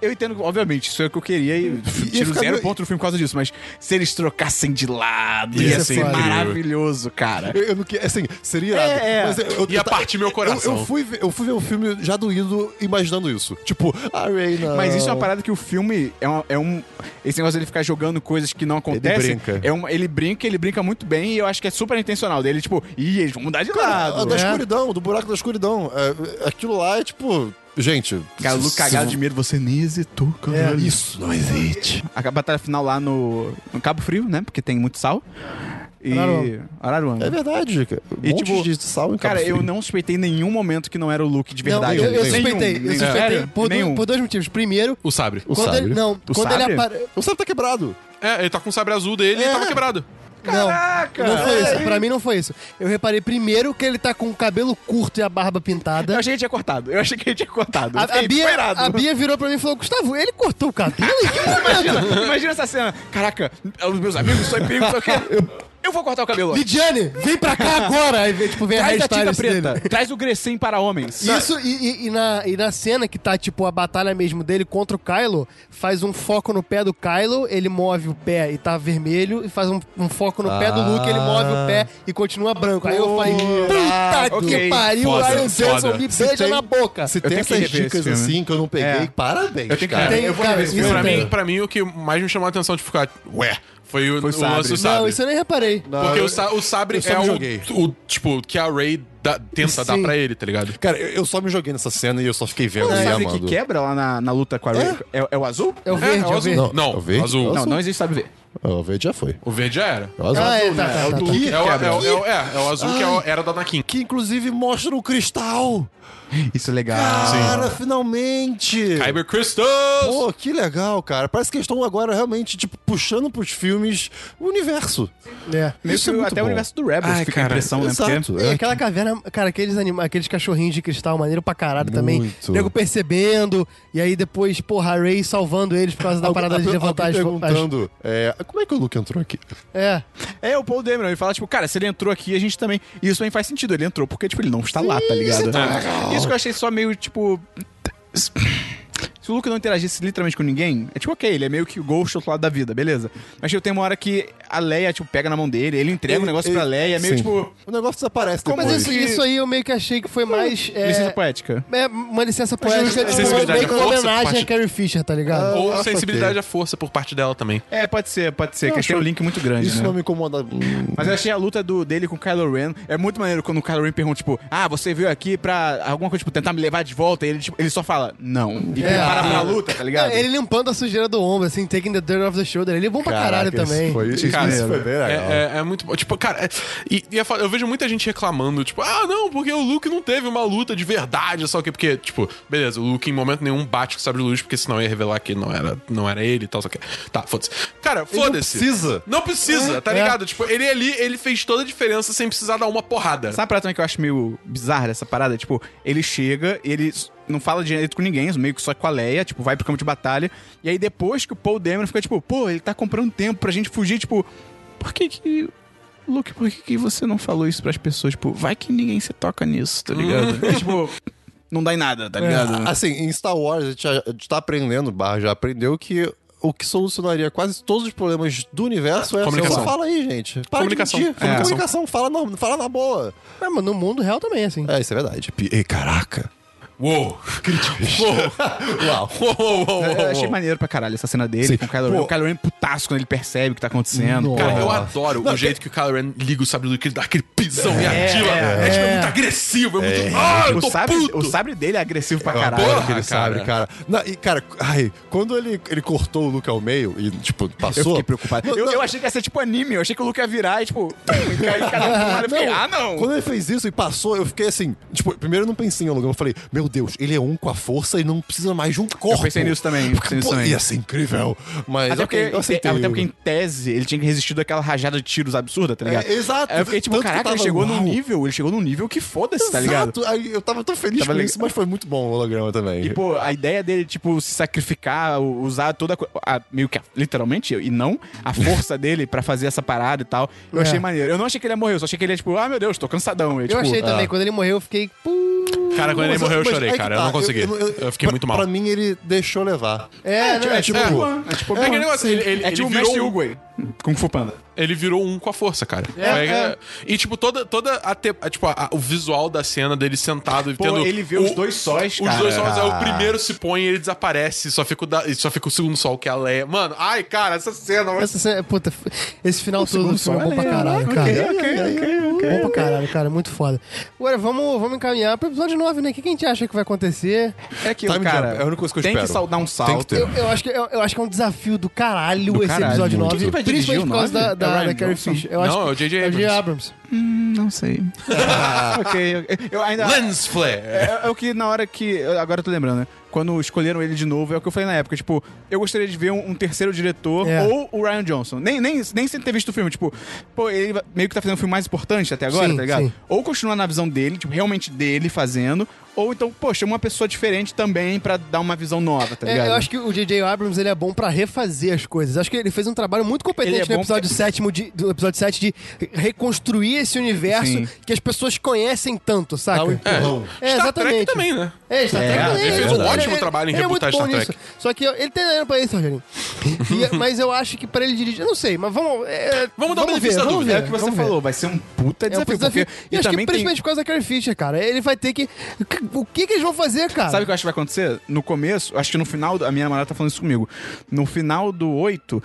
Speaker 2: Eu entendo, que, obviamente, isso é o que eu queria e tiro
Speaker 5: ficar
Speaker 2: zero
Speaker 5: meio-
Speaker 2: ponto no filme por causa disso, mas se eles trocassem de lado,
Speaker 5: Ia
Speaker 2: ia,
Speaker 5: ser
Speaker 2: ser
Speaker 5: incrível.
Speaker 2: maravilhoso, cara.
Speaker 5: é Eu, eu não que- assim, seria irado.
Speaker 2: É, é.
Speaker 5: Mas eu, eu,
Speaker 4: Ia
Speaker 5: eu ta-
Speaker 4: partir meu coração.
Speaker 5: Eu, eu fui, ver- eu fui ver o filme já doído imaginando isso. Tipo, a Ray não.
Speaker 2: Mas isso é uma parada que o filme é, uma- é um. Esse negócio dele ficar jogando coisas que não acontecem.
Speaker 5: brinca.
Speaker 2: É uma, ele brinca, ele brinca muito bem e eu acho que é super intencional dele. Tipo, ih, eles vão mudar de
Speaker 5: Cara,
Speaker 2: lado.
Speaker 5: da
Speaker 2: É.
Speaker 5: escuridão, do buraco da escuridão. É, aquilo lá é tipo. Gente. É,
Speaker 2: Cara, o Luke cagado de medo, você nem hesitou,
Speaker 3: É,
Speaker 2: cara.
Speaker 5: Isso não existe.
Speaker 2: A batalha final lá no, no Cabo Frio, né? Porque tem muito sal. E.
Speaker 3: Araruama.
Speaker 2: Araruama.
Speaker 5: É verdade, cara.
Speaker 2: E,
Speaker 5: Um monte
Speaker 2: tipo,
Speaker 5: de sal em Cabo
Speaker 2: Cara, eu
Speaker 5: Frio.
Speaker 2: não suspeitei em nenhum momento que não era o Luke de
Speaker 3: Não,
Speaker 2: verdade.
Speaker 3: eu, eu
Speaker 5: Nenhum,
Speaker 3: suspeitei.
Speaker 2: nenhum.
Speaker 3: eu suspeitei
Speaker 2: Sério?
Speaker 3: por,
Speaker 2: Nenhum.
Speaker 3: du- por dois motivos. Primeiro,
Speaker 4: O sabre.
Speaker 5: O
Speaker 3: quando
Speaker 5: sabre.
Speaker 3: ele. Não, quando ele
Speaker 2: sabre?
Speaker 3: aparece.
Speaker 5: O sabre tá quebrado.
Speaker 4: É, ele tá com o sabre azul dele
Speaker 5: É.
Speaker 4: e tava quebrado.
Speaker 2: Caraca!
Speaker 3: Não, não foi
Speaker 2: É.
Speaker 3: isso. Pra mim não foi isso. Eu reparei primeiro que ele tá com o cabelo curto e a barba pintada.
Speaker 2: Eu achei que tinha cortado. Eu achei que ele tinha cortado.
Speaker 3: A,
Speaker 2: Eu
Speaker 3: a
Speaker 2: fiquei
Speaker 3: Bia,
Speaker 2: desesperado.
Speaker 3: a Bia virou pra mim e falou: Gustavo, ele cortou o cabelo? Em que momento?
Speaker 2: Imagina, imagina essa cena. Caraca, os meus amigos são em perigo, não sei o quê. Eu vou cortar o cabelo. hoje.
Speaker 3: Lidiane, vem pra cá agora! Aí vem, tipo, vem a
Speaker 2: Traz a tinta
Speaker 3: hairstylist
Speaker 2: preta.
Speaker 3: dele.
Speaker 2: Traz o Grecem para homens.
Speaker 3: Isso, e, e- e na, e na cena que tá, tipo, a batalha mesmo dele contra o Kylo, faz um foco no pé do Kylo, ele move o pé e tá vermelho, e faz um, um foco no pé do Luke, ele move o pé e continua branco. Aí eu falei, puta que
Speaker 2: Ah, ok.
Speaker 3: pariu,
Speaker 4: Foda,
Speaker 3: Ryan Johnson
Speaker 4: foda.
Speaker 3: me
Speaker 5: Se
Speaker 3: beija
Speaker 5: tem-
Speaker 3: na boca.
Speaker 5: Se
Speaker 2: tenho
Speaker 5: tem
Speaker 2: que
Speaker 5: essas
Speaker 2: rever esse
Speaker 5: dicas
Speaker 2: filme.
Speaker 5: assim que eu não peguei,
Speaker 2: É.
Speaker 5: parabéns.
Speaker 2: Eu tenho que
Speaker 5: cara.
Speaker 2: rever.
Speaker 3: Tem,
Speaker 2: eu vou
Speaker 3: cara,
Speaker 2: rever esse
Speaker 3: isso
Speaker 2: filme.
Speaker 4: pra,
Speaker 3: tem.
Speaker 4: mim, pra mim, o que mais me chamou a atenção de ficar, ué, foi o,
Speaker 2: Foi o
Speaker 4: o
Speaker 2: sabre.
Speaker 4: lance do sabre.
Speaker 3: Não, isso é- eu nem reparei.
Speaker 4: Porque
Speaker 5: eu-
Speaker 4: o, sa- o sabre
Speaker 5: eu só
Speaker 4: é
Speaker 5: me
Speaker 4: o,
Speaker 5: joguei.
Speaker 4: o, tipo, que a Ray dá- tenta dar
Speaker 3: Sim.
Speaker 4: pra ele, tá ligado?
Speaker 5: Cara, eu eu só me joguei nessa cena e eu só fiquei vendo
Speaker 2: Não,
Speaker 5: e
Speaker 2: sabe
Speaker 5: amando.
Speaker 2: que é? quebra lá na, na luta com a Rey? É, é o azul?
Speaker 3: É o verde, é,
Speaker 4: o
Speaker 3: o
Speaker 4: azul.
Speaker 3: verde.
Speaker 4: Não,
Speaker 5: é o verde?
Speaker 4: azul.
Speaker 2: Não, não existe sabe ver.
Speaker 5: O verde já foi.
Speaker 4: O verde já era.
Speaker 5: É o azul.
Speaker 3: Ah, é, tá, tá,
Speaker 5: É o
Speaker 3: tá,
Speaker 5: do
Speaker 3: tá.
Speaker 5: Luke.
Speaker 4: É, o, é, o- é o- é, é o azul que é o-
Speaker 5: Ai.
Speaker 4: era da Anakin.
Speaker 5: Que inclusive mostra o cristal.
Speaker 2: Isso é legal.
Speaker 5: Cara, finalmente.
Speaker 4: Kyber Crystals!
Speaker 5: Pô, que legal, cara. Parece que eles estão agora realmente, tipo, puxando pros filmes o universo.
Speaker 3: É.
Speaker 2: Meio
Speaker 5: Isso é
Speaker 2: que
Speaker 5: muito
Speaker 2: até o
Speaker 5: bom.
Speaker 2: universo do Rebels
Speaker 4: Ai,
Speaker 2: fica
Speaker 4: cara,
Speaker 2: a impressão, né? Porque-
Speaker 5: Exato.
Speaker 3: E
Speaker 5: É.
Speaker 3: aquela caverna, cara, aqueles, anima, aqueles cachorrinhos de cristal maneiro pra caralho também.
Speaker 5: Muito.
Speaker 3: Nego percebendo, e aí depois, porra, a Ray salvando eles por causa da
Speaker 5: Alguém-
Speaker 3: parada de
Speaker 5: alguém
Speaker 3: levantar as, as
Speaker 5: perguntando, é, como é que o Luke entrou aqui?
Speaker 3: É.
Speaker 2: É, o Paul Dameron. Ele fala, tipo, cara, se ele entrou aqui, a gente também. E isso também faz tá Ah. sentido. Ele entrou porque, tipo, ele não está lá, tá ligado? Isso que eu achei só meio, tipo. Se o Luke não interagisse literalmente com ninguém, é tipo, ok, ele é meio que o Ghost do outro lado da vida, beleza. Mas tipo, tem uma hora que a Leia, tipo, pega na mão dele, ele entrega o
Speaker 4: um
Speaker 5: Ele-
Speaker 2: negócio
Speaker 5: ele-
Speaker 2: pra Leia, é meio
Speaker 5: Sim.
Speaker 2: tipo.
Speaker 5: O negócio desaparece depois.
Speaker 3: Mas isso, assim, isso aí eu meio que achei que foi mais. É,
Speaker 2: Licença poética.
Speaker 3: é uma licença poética, tipo,
Speaker 4: Sensibilidade
Speaker 3: meio que uma
Speaker 4: à força, Ah,
Speaker 3: homenagem
Speaker 4: parte-
Speaker 3: a Carrie Fisher, tá ligado?
Speaker 4: Ou
Speaker 5: acho
Speaker 4: sensibilidade
Speaker 5: ok.
Speaker 4: à força por parte dela também.
Speaker 2: É, pode ser, pode ser,
Speaker 5: Eu
Speaker 2: que
Speaker 5: acho-
Speaker 2: tem um link muito grande.
Speaker 4: Uhum.
Speaker 5: Isso
Speaker 2: né?
Speaker 5: não me incomoda.
Speaker 2: Mas eu achei a luta do, dele com o Kylo Ren. É muito maneiro quando o Kylo Ren pergunta, tipo, ah, você veio aqui pra alguma coisa, tipo, tentar me levar de volta. E ele, tipo, ele só fala, não. E prepara pra luta, tá ligado?
Speaker 3: É, Ele limpando a sujeira do ombro, assim, taking the dirt off the shoulder. Ele é bom pra caralho
Speaker 5: Caraca, isso
Speaker 3: também.
Speaker 5: Foi, isso,
Speaker 4: Cara,
Speaker 5: isso foi bem legal.
Speaker 4: É, é- é muito bom. Tipo, cara, é- e, e eu falo- eu vejo muita gente reclamando, tipo, ah, não, porque o Luke não teve uma luta de verdade, só que porque, tipo, beleza, o Luke em momento nenhum bate com o sabre de luz, porque senão ia revelar que não era, não era ele e tal, só que. Tá, foda-se. Cara,
Speaker 5: não
Speaker 4: foda-se.
Speaker 5: precisa. É,
Speaker 4: Não precisa, tá ligado? Tipo, ele ali, ele fez toda a diferença sem precisar dar uma porrada.
Speaker 2: Sabe a parada também que eu acho meio bizarra dessa parada? Tipo, ele chega, ele s- não fala direito com ninguém, meio que só com a Leia, tipo, vai pro campo de batalha. E aí depois que o Paul Dameron fica tipo, pô, ele tá comprando tempo pra gente fugir, tipo, por que que. Luke, por que, que você não falou isso pras pessoas? Tipo, vai que ninguém se toca nisso, tá ligado? é, tipo, não dá em nada, tá ligado?
Speaker 5: Assim, em Star Wars, a gente, já- a gente tá aprendendo, barra já aprendeu que o que solucionaria quase todos os problemas do universo é
Speaker 4: Comunicação.
Speaker 5: Só fala aí, gente. Para
Speaker 4: Comunicação.
Speaker 5: De mentir.
Speaker 4: É.
Speaker 5: Comunicação, fala, na, fala na boa.
Speaker 3: Ah, mas no mundo real também, assim.
Speaker 5: É, isso é verdade. Pi- Ei, caraca.
Speaker 4: Uou! Críticas. Uou!
Speaker 5: Uau.
Speaker 4: Uou, uou, uou,
Speaker 2: Eu achei
Speaker 4: uou.
Speaker 2: maneiro pra caralho essa cena dele
Speaker 5: Sim.
Speaker 2: com o Kylo Ren.
Speaker 5: Pô.
Speaker 2: O Kylo Ren putaço quando ele percebe o que tá acontecendo.
Speaker 3: Nossa.
Speaker 4: Cara, eu
Speaker 5: Porra.
Speaker 4: adoro o jeito que o Kylo Ren liga o sabre do luz, que ele dá aquele pisão e
Speaker 2: É,
Speaker 4: ativa. É,
Speaker 2: é.
Speaker 4: tipo, é muito agressivo, é muito. Ah, eu
Speaker 2: o,
Speaker 4: tô
Speaker 2: sabre,
Speaker 4: puto!
Speaker 2: o sabre dele é agressivo pra
Speaker 5: Eu
Speaker 2: caralho.
Speaker 5: adoro
Speaker 4: Porra,
Speaker 5: aquele sabre, cara. Não, e, cara, ai, quando ele, ele cortou o Luke ao meio e, tipo,
Speaker 2: Eu
Speaker 5: passou.
Speaker 2: fiquei preocupado.
Speaker 5: Não,
Speaker 2: eu,
Speaker 5: não.
Speaker 2: eu achei que ia ser tipo anime, eu achei que o Luke ia virar e tipo. pum, e cair cada tomada. Eu fiquei, ah, não!
Speaker 5: Quando ele fez isso e passou, eu fiquei assim. Tipo, primeiro eu não pensei em holograma. Eu falei, meu Deus, ele é um com a força e não precisa mais de um corpo.
Speaker 2: Eu pensei nisso também, eu pensei nisso
Speaker 5: Pô,
Speaker 2: também.
Speaker 5: Ia ser incrível. Mas
Speaker 2: Até
Speaker 5: ok,
Speaker 2: porque,
Speaker 5: eu aceitei.
Speaker 2: até porque, em tese, ele tinha resistido àquela rajada de tiros absurda, tá ligado?
Speaker 5: É, exato.
Speaker 2: Aí eu fiquei tipo,
Speaker 5: Tanto que
Speaker 2: caraca, ele
Speaker 5: tava,
Speaker 2: chegou num
Speaker 5: uau.
Speaker 2: nível, ele chegou num nível que foda-se, tá ligado?
Speaker 5: Exato. Aí eu tava tão feliz
Speaker 2: Tava
Speaker 5: com
Speaker 2: legal.
Speaker 5: isso, mas foi muito bom o holograma também.
Speaker 2: E, pô, a ideia dele, tipo, se sacrificar, u- usar toda a, co- a- Meio que, a- literalmente, e não a força dele pra fazer essa parada e tal. Eu
Speaker 3: É.
Speaker 2: achei maneiro. Eu não achei que ele ia morrer, eu só achei que ele ia, tipo, ah, meu Deus, tô cansadão. E,
Speaker 3: eu
Speaker 2: tipo,
Speaker 3: achei também, quando ele morreu, eu fiquei. "Pum".
Speaker 4: Cara, quando ele
Speaker 5: Mas-
Speaker 4: morreu, eu
Speaker 5: mas
Speaker 4: chorei,
Speaker 5: aí que
Speaker 4: cara.
Speaker 5: tá,
Speaker 4: Eu não consegui. é Eu, fiquei
Speaker 5: pra-
Speaker 4: muito mal.
Speaker 5: Pra mim, ele deixou levar.
Speaker 3: É, né?
Speaker 2: É, tipo, é, é, tipo,
Speaker 4: É aquele negócio, ele, ele,
Speaker 2: é
Speaker 4: ele
Speaker 2: tipo o
Speaker 4: virou
Speaker 2: mestre
Speaker 4: um,
Speaker 2: Hugo aí. Kung Fu Panda.
Speaker 4: ele virou um com a força, cara. Foi-
Speaker 3: é.
Speaker 4: E, tipo, toda, toda a, te- a- tipo, a- a- o visual da cena dele sentado e
Speaker 2: Pô,
Speaker 4: tendo...
Speaker 2: ele vê
Speaker 4: o-
Speaker 2: os dois sóis,
Speaker 4: Os
Speaker 2: cara.
Speaker 4: dois sóis, aí o primeiro se põe e ele desaparece. Só fica o, da- e só fica o segundo sol, que é a Leia. Mano, ai, cara, essa cena... vai-
Speaker 3: Essa cena- é, puta, esse final todo
Speaker 2: segundo
Speaker 3: foi
Speaker 2: só
Speaker 3: bom
Speaker 2: é
Speaker 3: pra caralho,
Speaker 2: legal,
Speaker 3: cara. É
Speaker 2: ok, ok, ok, ok.
Speaker 3: Bom pra caralho, cara. é Muito foda. Agora, vamos, vamos encaminhar pro episódio 9, né? O que, que a gente acha que vai acontecer?
Speaker 2: É que,
Speaker 5: Time
Speaker 2: cara,
Speaker 5: jump, é a única coisa que eu
Speaker 2: tem que
Speaker 5: espero.
Speaker 2: sal- dar um salto.
Speaker 5: Tem que ter.
Speaker 3: Eu, eu acho que, eu, eu acho que é um desafio do caralho esse
Speaker 2: caralho,
Speaker 3: episódio
Speaker 2: muito.
Speaker 3: 9.
Speaker 2: Quem vai dirigir
Speaker 3: principalmente
Speaker 2: o
Speaker 3: por causa da,
Speaker 2: nove? É o
Speaker 3: da,
Speaker 2: Ryan
Speaker 3: da Carrie
Speaker 2: Johnson?
Speaker 3: Fisher. Eu
Speaker 4: Não,
Speaker 3: acho
Speaker 4: é o
Speaker 3: que-
Speaker 4: J.J.
Speaker 3: é o J.J. Abrams.
Speaker 2: Hum, não sei. ok, ok. Eu ainda...
Speaker 4: Lens flare!
Speaker 2: É, é o que na hora que. Agora eu tô lembrando, né? Quando escolheram ele de novo, é o que eu falei na época. Tipo, eu gostaria de ver um, um terceiro diretor
Speaker 3: É.
Speaker 2: ou o Ryan Johnson. Nem, nem, nem sem ter visto o filme. Tipo, pô, ele va- meio que tá fazendo o filme mais importante até agora,
Speaker 3: Sim,
Speaker 2: tá ligado?
Speaker 3: sim.
Speaker 2: Ou continuar na visão dele, tipo, realmente dele fazendo. Ou então, poxa, uma pessoa diferente também pra dar uma visão nova, tá
Speaker 3: É,
Speaker 2: ligado?
Speaker 3: eu acho que o J.J. Abrams ele é bom pra refazer as coisas. Acho que ele fez um trabalho muito
Speaker 2: Ele é
Speaker 3: competente
Speaker 2: bom
Speaker 3: no episódio, sétimo de, do episódio 7 de reconstruir esse universo
Speaker 2: Sim.
Speaker 3: que as pessoas conhecem tanto, saca?
Speaker 5: Dá um
Speaker 4: Uhum.
Speaker 5: empurrão.
Speaker 3: É,
Speaker 4: Star
Speaker 3: exatamente.
Speaker 4: Trek também, né?
Speaker 3: É, Star Trek
Speaker 2: É,
Speaker 3: também,
Speaker 2: ele
Speaker 3: é
Speaker 2: fez um
Speaker 3: verdade.
Speaker 4: ótimo
Speaker 3: Ele-
Speaker 4: trabalho em
Speaker 3: ele é muito
Speaker 4: rebutar
Speaker 3: bom
Speaker 4: Star Trek.
Speaker 3: nisso. Só que eu- ele tem dinheiro pra isso, Rogerinho. E- mas eu acho que pra ele dirigir, eu não sei, mas vamos. é,
Speaker 4: Vamos dar o benefício
Speaker 3: ver,
Speaker 4: da
Speaker 3: vamos
Speaker 4: dúvida.
Speaker 3: ver,
Speaker 2: É o que você
Speaker 3: vamos ver.
Speaker 2: falou, vai ser um puta
Speaker 3: É um
Speaker 2: desafio.
Speaker 3: desafio.
Speaker 2: porque-
Speaker 3: E, acho que
Speaker 2: tem-
Speaker 3: principalmente por causa da Carrie Fisher, cara. Ele vai ter que. O que, que eles vão fazer, cara?
Speaker 2: Ah, Sabe o que eu acho que vai acontecer? No começo, acho que no final, do- a minha namorada tá falando isso comigo. No final do 8,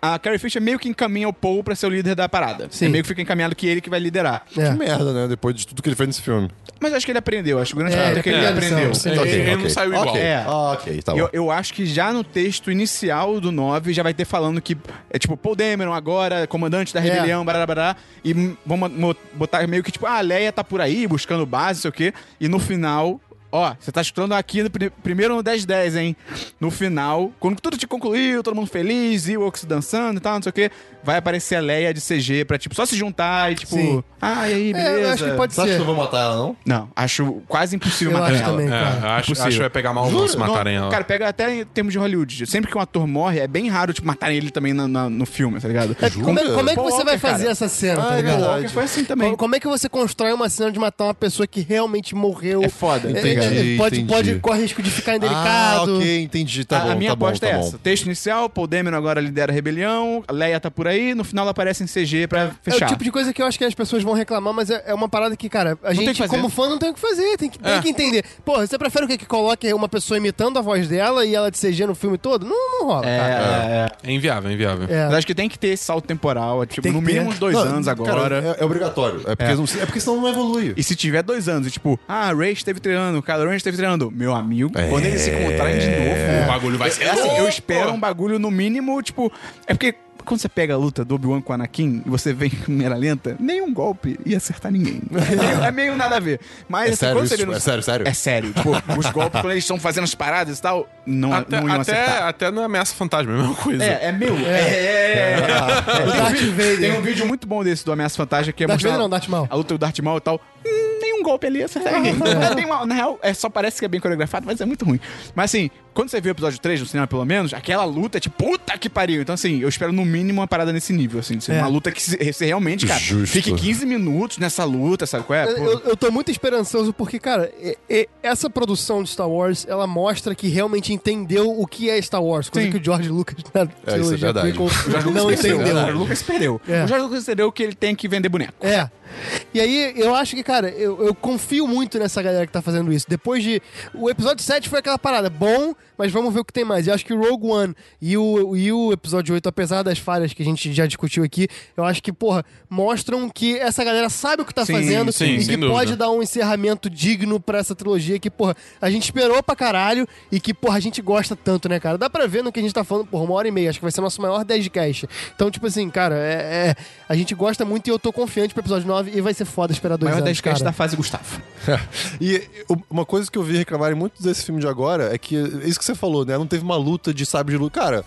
Speaker 2: a Carrie Fisher meio que encaminha o Paul pra ser o líder da parada.
Speaker 3: Sim.
Speaker 2: É meio que fica encaminhado que ele que vai liderar.
Speaker 5: Que
Speaker 3: É.
Speaker 5: merda, né? Depois de tudo que ele fez nesse filme.
Speaker 2: Mas acho que ele aprendeu, acho que o grande
Speaker 3: É,
Speaker 2: fato
Speaker 3: ele
Speaker 2: é que ele
Speaker 3: aprendeu a
Speaker 2: aprendeu.
Speaker 3: lição.
Speaker 4: Ele,
Speaker 5: Ok,
Speaker 4: ele não
Speaker 5: ok.
Speaker 4: saiu igual.
Speaker 5: Ok,
Speaker 2: É.
Speaker 5: ok, tá bom.
Speaker 2: Eu, eu acho que já no texto inicial do 9 já vai ter falando que é tipo Paul Dameron agora, comandante da
Speaker 3: É.
Speaker 2: rebelião, barará, barará, e hum, vamos mo- botar meio que tipo, ah, a Leia tá por aí buscando base, não sei o quê, e no final, ó, você tá escutando aqui no pri- primeiro no 10-10, hein? No final, quando tudo te concluiu, todo mundo feliz, e o Ox dançando e tal, não sei o quê, vai aparecer a Leia de CG pra tipo só se juntar e tipo,
Speaker 3: Sim.
Speaker 2: ah, e aí, beleza.
Speaker 3: É, eu acho que pode
Speaker 5: Você acha
Speaker 3: ser.
Speaker 5: que eu vou matar ela, não?
Speaker 2: Não, acho quase impossível
Speaker 3: Eu
Speaker 2: matar
Speaker 3: acho
Speaker 2: ela.
Speaker 3: também.
Speaker 4: É,
Speaker 3: Cara,
Speaker 4: acho, acho que vai pegar mal
Speaker 2: Juro?
Speaker 4: se matarem
Speaker 2: Não,
Speaker 4: ela.
Speaker 2: Cara, pega até em termos de Hollywood. Sempre que um ator morre, é bem raro, tipo, matarem ele também na- na- no filme, tá ligado?
Speaker 3: Como é, como é que
Speaker 2: Paul
Speaker 3: você vai
Speaker 2: Walker, cara.
Speaker 3: fazer essa cena,
Speaker 5: Ah,
Speaker 3: tá
Speaker 5: é
Speaker 3: ligado?
Speaker 5: verdade.
Speaker 2: Porque foi assim também.
Speaker 3: Como, como é que você constrói uma cena de matar uma pessoa que realmente morreu?
Speaker 2: É foda.
Speaker 3: É,
Speaker 2: Entendi. ligado?
Speaker 5: Entendi.
Speaker 3: Ele pode,
Speaker 5: entendi.
Speaker 3: pode corre risco de ficar indelicado.
Speaker 5: Ah, ok, entendi. Tá
Speaker 2: a,
Speaker 5: bom,
Speaker 2: a minha
Speaker 5: tá bom,
Speaker 2: aposta
Speaker 5: tá
Speaker 2: é
Speaker 5: bom.
Speaker 2: essa. Texto inicial, Paul Demon agora lidera a rebelião, Leia tá por aí, no final ela aparece em CG pra
Speaker 3: É o
Speaker 2: fechar.
Speaker 3: tipo de coisa que eu acho que as pessoas vão reclamar, mas é, é uma parada que, cara, a
Speaker 2: tem que
Speaker 3: gente,
Speaker 2: fazer.
Speaker 3: como fã, não tem o que fazer, tem que, tem
Speaker 4: É.
Speaker 3: que entender. Porra, você prefere o quê? Que coloque uma pessoa imitando a voz dela e ela de CG no filme todo? Não, não rola,
Speaker 2: É,
Speaker 3: cara.
Speaker 2: é, é.
Speaker 4: É inviável, é inviável.
Speaker 3: É.
Speaker 2: Mas acho que tem que ter esse salto temporal, é, tipo,
Speaker 3: Tem
Speaker 2: no
Speaker 3: que ter.
Speaker 2: mínimo uns dois
Speaker 5: Não,
Speaker 2: anos agora.
Speaker 5: cara, é, é obrigatório. É porque, Não, é porque senão não evolui.
Speaker 2: E se tiver dois anos, e tipo, ah, a Ray esteve treinando, o Kylo Ren esteve treinando. Meu amigo,
Speaker 3: É.
Speaker 2: quando eles se encontrarem de novo,
Speaker 4: O bagulho vai ser
Speaker 2: É assim, eu
Speaker 4: louco.
Speaker 2: espero um bagulho no mínimo, tipo. É porque quando você pega a luta do Obi-Wan com o Anakin e você vem em câmera lenta, nenhum golpe ia acertar ninguém. É meio, é meio nada a ver. Mas
Speaker 5: É
Speaker 2: assim,
Speaker 5: sério
Speaker 2: quando você
Speaker 5: isso?
Speaker 2: vê no-
Speaker 5: É sério, sério?
Speaker 2: É sério. Tipo, os golpes, quando eles estão fazendo as paradas e tal, não, é,
Speaker 4: Até,
Speaker 2: não iam
Speaker 4: até,
Speaker 2: acertar.
Speaker 4: até na ameaça fantasma, é a mesma coisa.
Speaker 2: É, é meu. É. é.
Speaker 3: O Darth
Speaker 2: Tem um vídeo-
Speaker 3: Vader.
Speaker 2: Tem um vídeo muito bom desse do Ameaça Fantástica que é
Speaker 3: Darth
Speaker 2: mostrar
Speaker 3: Vader não, Darth Maul.
Speaker 2: a luta do Darth Maul e tal. Hum, nenhum golpe ali acertar ninguém. É bem mal- na real, é, só parece que é bem coreografado, mas é muito ruim. Mas assim, quando você vê o episódio 3 no cinema, pelo menos, aquela luta é tipo, puta que pariu. Então assim, eu espero no mínimo uma parada nesse nível, assim, de ser
Speaker 3: É.
Speaker 2: uma luta que se, se realmente, cara,
Speaker 5: Justo.
Speaker 2: fique 15 minutos nessa luta, sabe qual é?
Speaker 3: Eu-
Speaker 2: Pô,
Speaker 3: Eu, eu tô muito esperançoso porque, cara, e- e- essa produção de Star Wars, ela mostra que realmente entendeu o que é Star Wars, coisa
Speaker 2: Sim.
Speaker 3: que o George Lucas na
Speaker 5: é
Speaker 3: trilogia
Speaker 5: verdade.
Speaker 3: prequel
Speaker 2: o Jorge Lucas
Speaker 3: não
Speaker 2: perdeu.
Speaker 3: entendeu.
Speaker 2: O Jorge Lucas perdeu.
Speaker 3: É.
Speaker 2: O Jorge Lucas entendeu que ele tem que vender boneco.
Speaker 3: É. E aí, eu acho que, cara, eu, eu confio muito nessa galera que tá fazendo isso. Depois de. O episódio 7 foi aquela parada, bom, mas vamos ver o que tem mais. Eu acho que o Rogue One e o, e o episódio 8, apesar das falhas que a gente já discutiu aqui, eu acho que, porra, mostram que essa galera sabe o que tá
Speaker 2: Sim,
Speaker 3: fazendo
Speaker 4: sim, sem
Speaker 3: e que
Speaker 4: dúvida.
Speaker 3: pode dar um encerramento digno pra essa trilogia que, porra, a gente esperou pra caralho e que, porra, a gente gosta tanto, né, cara? Dá pra ver no que a gente tá falando, porra, uma hora e meia. Acho que vai ser nosso maior 10 de cast. Então, tipo assim, cara, é, é- a gente gosta muito e eu tô confiante pro episódio 9 e vai ser foda esperar dois
Speaker 2: Maior
Speaker 3: anos,
Speaker 2: 10 cast
Speaker 3: é,
Speaker 2: da
Speaker 3: cara.
Speaker 2: fase é Gustavo.
Speaker 5: E u- uma coisa que eu vi reclamarem muito desse filme de agora é que é isso que você falou, né? Não teve uma luta de sabre de luz. Cara,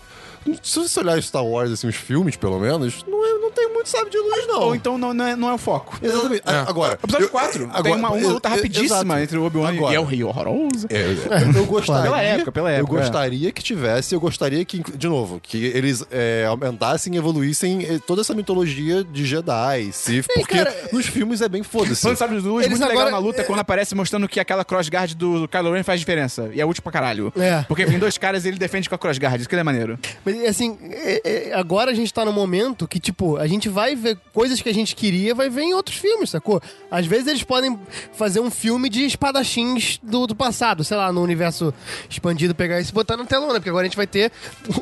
Speaker 5: se você olhar Star Wars, assim, os filmes, pelo menos, não, é- não tem muito sabre de luz, não.
Speaker 2: Ou então não, não é, não é o foco.
Speaker 5: Exatamente. A- Agora.
Speaker 2: É. Episódio
Speaker 5: eu-
Speaker 2: 4. tem
Speaker 5: agora-
Speaker 2: uma, uma
Speaker 5: eu-
Speaker 2: luta
Speaker 5: eu-
Speaker 2: rapidíssima
Speaker 5: exato.
Speaker 2: entre o Obi-Wan
Speaker 5: Agora.
Speaker 2: e o Rei Horrorosa.
Speaker 5: É, eu- eu gostaria.
Speaker 2: Pela época, pela
Speaker 5: Eu
Speaker 2: época, é.
Speaker 5: gostaria que tivesse, eu gostaria que, de novo, que eles é, aumentassem e evoluíssem eh, toda essa mitologia de Jedi, Sith, porque
Speaker 3: cara,
Speaker 5: nos filmes é bem foda-se.
Speaker 2: Falando de sabre de luz,
Speaker 3: Eles
Speaker 2: muito legal
Speaker 3: agora-
Speaker 2: na luta é quando aparece mostrando que aquela crossguard do Kylo Ren faz diferença. E é útil pra caralho.
Speaker 3: É.
Speaker 2: Porque vem dois caras e ele defende com a crossguard. Isso que ele é maneiro.
Speaker 3: Mas assim, é- é- agora a gente tá num momento que, tipo, a gente vai ver coisas que a gente queria, vai ver em outros filmes, sacou? Às vezes eles podem fazer um filme de espadachins do, do passado, sei lá, no universo expandido, pegar isso e botar no telão, né? Porque agora a gente vai ter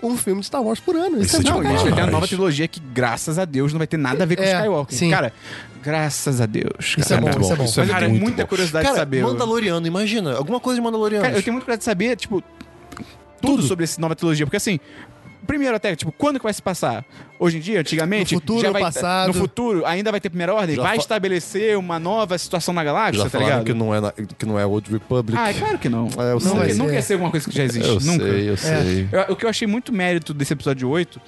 Speaker 3: um filme de Star Wars por ano. Isso, é
Speaker 5: Isso
Speaker 3: muito
Speaker 5: é
Speaker 2: Não, e a gente
Speaker 3: legal.
Speaker 2: vai ter uma nova trilogia que, graças a Deus, não vai ter nada a ver com o
Speaker 3: É,
Speaker 2: Skywalker.
Speaker 3: sim.
Speaker 2: Cara, graças a Deus.
Speaker 3: Isso é
Speaker 2: cara.
Speaker 3: bom, isso é bom.
Speaker 2: Mas eu tenho muita curiosidade
Speaker 5: Cara,
Speaker 2: de saber.
Speaker 5: Mandaloriano, imagina. Alguma coisa de Mandaloriano.
Speaker 2: Cara, eu tenho muito curiosidade de saber, tipo, tudo, sobre essa nova trilogia. Porque assim. Primeiro até, tipo, quando que vai se passar? Hoje em dia, antigamente...
Speaker 3: No futuro,
Speaker 2: já
Speaker 3: no
Speaker 2: vai,
Speaker 3: passado?
Speaker 2: No futuro, ainda vai ter primeira ordem?
Speaker 5: Já
Speaker 2: vai
Speaker 5: fa-
Speaker 2: estabelecer uma nova situação na galáxia,
Speaker 5: Já
Speaker 2: tá
Speaker 5: falaram
Speaker 2: ligado?
Speaker 5: que não, é na- que não é Old Republic.
Speaker 2: Ah, é claro que não.
Speaker 5: É, eu
Speaker 2: nunca,
Speaker 5: sei.
Speaker 3: Não vai
Speaker 2: nunca
Speaker 3: ser.
Speaker 2: ia ser alguma coisa que já existe.
Speaker 5: eu
Speaker 2: nunca. É.
Speaker 5: sei, eu sei.
Speaker 2: Eu- o que eu achei muito mérito desse episódio 8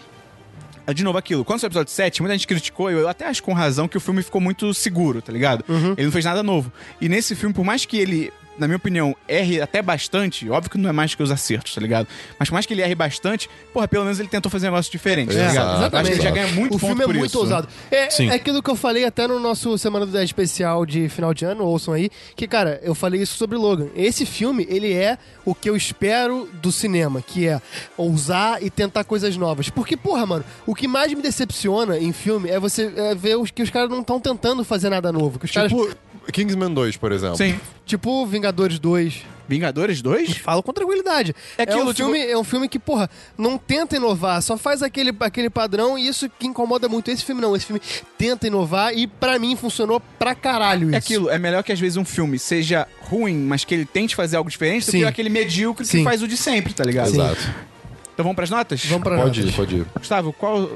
Speaker 2: é, de novo, aquilo. Quando foi o episódio 7, muita gente criticou, eu até acho com razão que o filme ficou muito seguro, tá ligado?
Speaker 3: Uhum.
Speaker 2: Ele não fez nada novo. E nesse filme, por mais que ele, na minha opinião, erre até bastante, óbvio que não é mais que os acertos, tá ligado? Mas por mais que ele erre bastante, porra, pelo menos ele tentou fazer um negócio diferente, tá
Speaker 5: É,
Speaker 2: ligado?
Speaker 5: exatamente.
Speaker 2: Acho que ele já ganha muito
Speaker 3: o
Speaker 2: ponto
Speaker 3: filme é
Speaker 2: por
Speaker 3: muito
Speaker 2: isso. né?
Speaker 3: ousado. É,
Speaker 4: Sim.
Speaker 3: é aquilo que eu falei até no nosso Semana do 10 especial de final de ano, ouçam aí, que, cara, eu falei isso sobre Logan. Esse filme, ele é o que eu espero do cinema, que é ousar e tentar coisas novas. Porque, porra, mano, o que mais me decepciona em filme é você é, ver os, que os caras não estão tentando fazer nada novo. Que os caras,
Speaker 5: Tipo, Kingsman 2, por exemplo.
Speaker 2: Sim.
Speaker 3: tipo Vingadores 2,
Speaker 2: Vingadores 2?
Speaker 3: Falo com tranquilidade. É,
Speaker 2: É aquilo,
Speaker 3: um
Speaker 2: tipo-
Speaker 3: filme, é um filme que, porra, não tenta inovar, só faz aquele, aquele padrão e isso que incomoda muito. Esse filme não, esse filme tenta inovar e pra mim funcionou pra caralho isso.
Speaker 2: É aquilo, é melhor que às vezes um filme seja ruim, mas que ele tente fazer algo diferente,
Speaker 3: Sim.
Speaker 2: do que aquele medíocre
Speaker 3: Sim.
Speaker 2: que faz o de sempre, tá ligado?
Speaker 5: Exato.
Speaker 2: Então vamos pras notas?
Speaker 3: Vamos pra
Speaker 5: Pode
Speaker 3: nada.
Speaker 5: ir, pode ir.
Speaker 2: Gustavo, qual,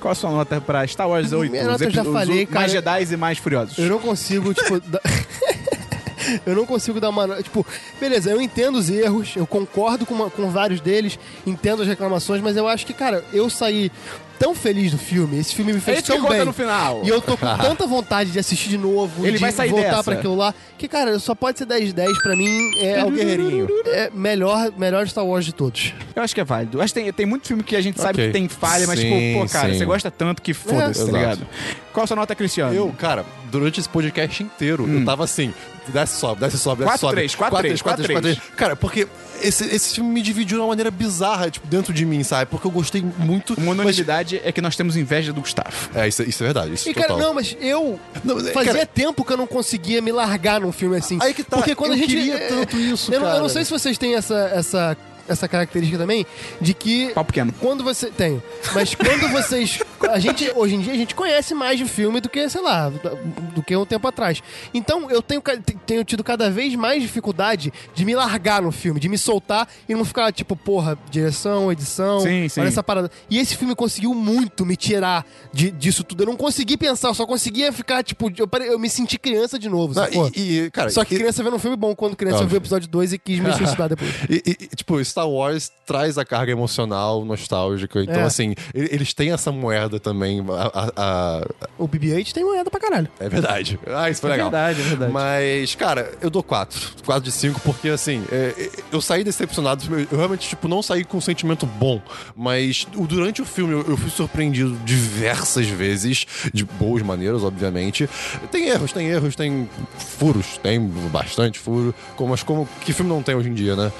Speaker 2: qual a sua nota pra Star Wars 8?
Speaker 3: Minha nota eu já
Speaker 2: epi-
Speaker 3: falei, cara.
Speaker 2: Mais Jedi e mais Furiosos.
Speaker 3: Eu não consigo, tipo. da- Eu não consigo dar uma. no- Tipo, beleza, eu entendo os erros, eu concordo com, uma- com vários deles, entendo as reclamações, mas eu acho que, cara, eu saí tão feliz do filme, esse filme me
Speaker 2: É
Speaker 3: fez
Speaker 2: isso que
Speaker 3: tão
Speaker 2: conta
Speaker 3: bem.
Speaker 2: no
Speaker 5: Tá
Speaker 2: final.
Speaker 3: E eu tô com tanta vontade de assistir de novo,
Speaker 2: Ele
Speaker 3: de
Speaker 2: vai sair
Speaker 3: voltar
Speaker 2: dessa.
Speaker 3: pra aquilo lá, que, cara, só pode ser 10 10 pra mim é,
Speaker 5: É o guerreirinho.
Speaker 3: é melhor, melhor Star Wars de todos.
Speaker 2: Eu acho que é válido. Acho que tem, tem muito filme que a gente sabe
Speaker 4: Ok.
Speaker 2: que tem falha, mas
Speaker 5: Sim,
Speaker 2: tipo, pô, cara,
Speaker 5: sim.
Speaker 2: você gosta tanto que foda-se,
Speaker 5: É,
Speaker 2: tá
Speaker 5: exato.
Speaker 2: ligado? Qual a sua nota, Cristiano?
Speaker 5: Eu, cara, durante esse podcast inteiro, eu tava assim, desce sobe, desce sobe, desce
Speaker 2: Hum. Quatro,
Speaker 5: sobe.
Speaker 2: três, quatro, três,
Speaker 5: quatro,
Speaker 2: quatro,
Speaker 5: quatro, três. Cara, porque esse, esse filme me dividiu de uma maneira bizarra, tipo, dentro de mim, sabe? Porque eu gostei muito.
Speaker 2: Uma
Speaker 5: mas...
Speaker 2: unanimidade é que nós temos inveja do Gustavo.
Speaker 5: É, isso, isso é verdade. Isso
Speaker 3: E, cara,
Speaker 5: total.
Speaker 3: não, mas eu
Speaker 5: Não, mas,
Speaker 3: fazia
Speaker 5: cara-
Speaker 3: tempo que eu não conseguia me largar num filme assim.
Speaker 5: Aí que tá,
Speaker 3: Porque quando
Speaker 5: eu
Speaker 3: a gente.
Speaker 5: queria
Speaker 3: é,
Speaker 5: tanto isso,
Speaker 3: eu não, eu
Speaker 5: cara.
Speaker 3: não sei se vocês têm essa, essa, essa característica também, de que.
Speaker 2: Pau pequeno.
Speaker 3: Quando você. Tenho. Mas quando vocês. A gente, hoje em dia, a gente conhece mais de filme do que, sei lá, do, do que um tempo atrás. Então, eu tenho, ca- te- tenho tido cada vez mais dificuldade de me largar no filme, de me soltar e não ficar tipo, porra, direção, edição,
Speaker 2: Sim, sim.
Speaker 3: olha essa parada. E esse filme conseguiu muito me tirar de, disso tudo. Eu não consegui pensar, eu só conseguia ficar, tipo, eu, pare- eu me senti criança de novo,
Speaker 5: Não,
Speaker 3: sacou?
Speaker 5: e, e, cara,
Speaker 3: só que
Speaker 5: e-
Speaker 3: criança vendo um filme bom quando criança
Speaker 5: Óbvio.
Speaker 3: eu vi o episódio 2 e quis me suicidar depois.
Speaker 5: E, e- e, tipo, Star Wars traz a carga emocional, nostálgica. Então,
Speaker 3: É.
Speaker 5: assim, e- eles têm essa moeda também. a- a- a-
Speaker 3: O BB-8 tem moeda pra caralho.
Speaker 5: É verdade. Ah, isso foi legal.
Speaker 2: verdade, é verdade.
Speaker 5: Mas, cara, eu dou 4. 4 de 5, porque, assim, é, é, eu saí decepcionado. Eu eu realmente, tipo, não saí com um sentimento bom. Mas o- durante o filme eu, eu fui surpreendido diversas vezes, de boas maneiras, obviamente. Tem erros, tem erros, tem furos, tem bastante furo. como- Mas como que filme não tem hoje em dia, né?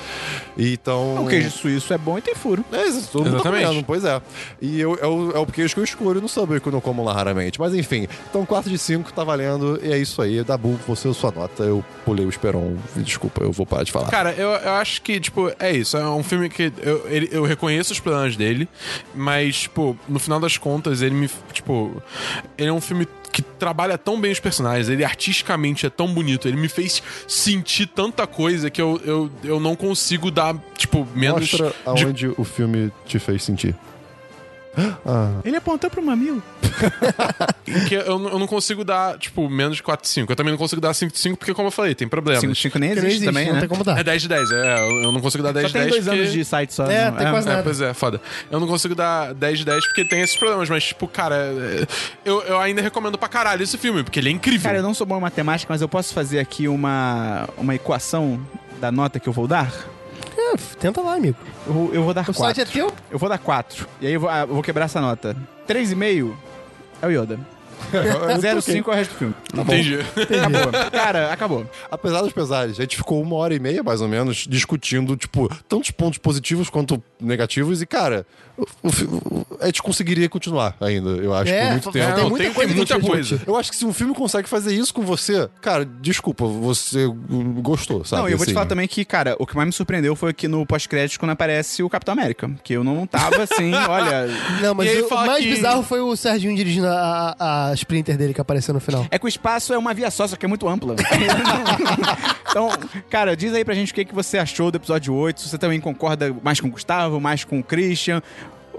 Speaker 5: Então.
Speaker 2: O queijo suíço é bom e tem furo.
Speaker 5: É, isso, todo mundo tá
Speaker 4: Exatamente.
Speaker 5: comendo, pois é. E eu, é, o, é o queijo que eu escolho no Subway quando eu como lá raramente. Mas enfim, então 4 de 5 tá valendo e é isso aí. Dabu, você sua nota. Eu pulei o Esperon. Desculpa, eu vou parar de falar.
Speaker 4: Cara, eu, eu acho que, tipo, é isso. É um filme que eu, ele- eu reconheço os problemas dele, mas, tipo, no final das contas, ele me. Tipo, ele é um filme que trabalha tão bem os personagens, ele artisticamente é tão bonito, ele me fez sentir tanta coisa que eu, eu, eu não consigo dar, tipo, menos.
Speaker 5: Mostra
Speaker 4: de-
Speaker 5: aonde o filme te fez sentir.
Speaker 2: Ele apontou pro mamilo.
Speaker 4: que eu, não- eu não consigo dar, tipo, menos de 4 de 5. Eu também não consigo dar 5 de 5, porque, como eu falei, tem problemas.
Speaker 2: 5 5 nem
Speaker 3: Porque
Speaker 2: existe,
Speaker 3: não existe,
Speaker 2: também,
Speaker 3: não
Speaker 2: né?
Speaker 3: tem como dar.
Speaker 4: É 10 de 10, é, eu eu não consigo dar 10
Speaker 2: Só
Speaker 4: de
Speaker 2: tem
Speaker 4: 10.
Speaker 2: dois
Speaker 4: porque-
Speaker 2: anos de site só.
Speaker 3: É,
Speaker 2: não-
Speaker 3: tem quase
Speaker 4: É,
Speaker 3: nada.
Speaker 4: pois é, foda. Eu não consigo dar 10 de 10 porque tem esses problemas, mas, tipo, cara, é- eu, eu ainda recomendo pra caralho esse filme, porque ele é incrível.
Speaker 2: Cara, eu não sou bom em matemática, mas eu posso fazer aqui uma, uma equação da nota que eu vou dar?
Speaker 3: É, f- tenta lá, amigo.
Speaker 2: Eu, vou- eu vou dar
Speaker 3: O site
Speaker 2: 4.
Speaker 3: é teu?
Speaker 2: Eu vou dar 4. E aí eu vou, ah, eu vou quebrar essa nota. 3,5 é o Yoda. 0,5 é o resto do filme.
Speaker 4: Entendi.
Speaker 2: Acabou. Cara, acabou.
Speaker 5: Apesar dos pesares, a gente ficou uma hora e meia, mais ou menos, discutindo, tipo, tantos pontos positivos quanto negativos. E, cara, o- o- o- a gente conseguiria continuar ainda, eu acho, por muito
Speaker 3: fa-
Speaker 5: tempo.
Speaker 4: Não,
Speaker 3: tem muita
Speaker 4: tem-
Speaker 3: coisa.
Speaker 4: tem
Speaker 3: que
Speaker 4: muita
Speaker 3: discute.
Speaker 4: coisa.
Speaker 5: Eu acho que se um filme consegue fazer isso com você, cara, desculpa, você hum, gostou, sabe?
Speaker 2: não, e eu vou te
Speaker 5: Assim,
Speaker 2: falar também que, cara, o que mais me surpreendeu foi que no pós-crédito quando aparece o Capitão América. Que eu não tava assim, olha.
Speaker 3: Não, mas
Speaker 4: E aí
Speaker 3: o
Speaker 4: fala
Speaker 3: mais
Speaker 4: que-
Speaker 3: bizarro foi o Serginho dirigindo a, a- a Sprinter dele que apareceu no final.
Speaker 2: É que o espaço é uma via só, só que é muito ampla. então, cara, diz aí pra gente o que, que você achou do episódio 8. Se você também concorda mais com o Gustavo, mais com o Christian.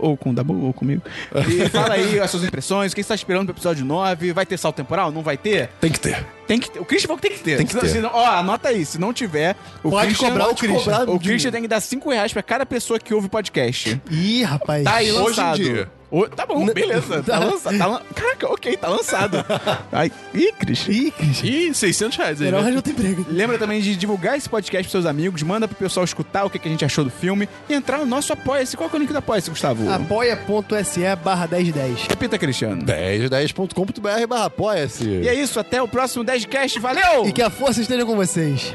Speaker 2: Ou com o Dabu, ou comigo. E fala aí as suas impressões, o que você tá esperando pro episódio 9? Vai ter salto temporal? Não vai ter?
Speaker 5: Tem que ter.
Speaker 2: Tem que ter. O Christian falou que tem que ter.
Speaker 5: Tem que
Speaker 2: Senão-
Speaker 5: ter.
Speaker 2: senão- ó, anota aí. Se não tiver, o
Speaker 3: Pode
Speaker 2: Christian...
Speaker 3: cobrar o
Speaker 2: pode
Speaker 3: Christian.
Speaker 2: cobrar O
Speaker 5: de-
Speaker 2: Christian tem que dar 5 reais pra cada pessoa que ouve o podcast.
Speaker 3: Ih, rapaz.
Speaker 2: Tá aí
Speaker 5: Hoje em
Speaker 2: lançado.
Speaker 5: dia.
Speaker 2: O- tá bom,
Speaker 3: N-
Speaker 2: beleza. Tá
Speaker 3: tá.
Speaker 2: lançado. tá lan- Caraca, ok, tá lançado. Ai, ih, Christian.
Speaker 3: Ih, Cris.
Speaker 4: Ih, 600 reais aí.
Speaker 3: Será
Speaker 4: Né?
Speaker 3: arranjou outro emprego.
Speaker 2: Lembra também de divulgar esse podcast pros seus amigos, manda pro pessoal escutar o que, que a gente achou do filme e entrar no nosso Apoia-se. Qual que é o link do Apoia-se, Gustavo?
Speaker 3: Apoia.se barra 1010.
Speaker 2: Repita, Cristiano.
Speaker 5: 1010.com.br barra apoia-se.
Speaker 2: E é isso, até o próximo 10cast. Valeu!
Speaker 3: E que a força esteja com vocês.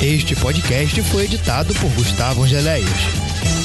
Speaker 3: Este podcast foi editado por Gustavo Angeléias.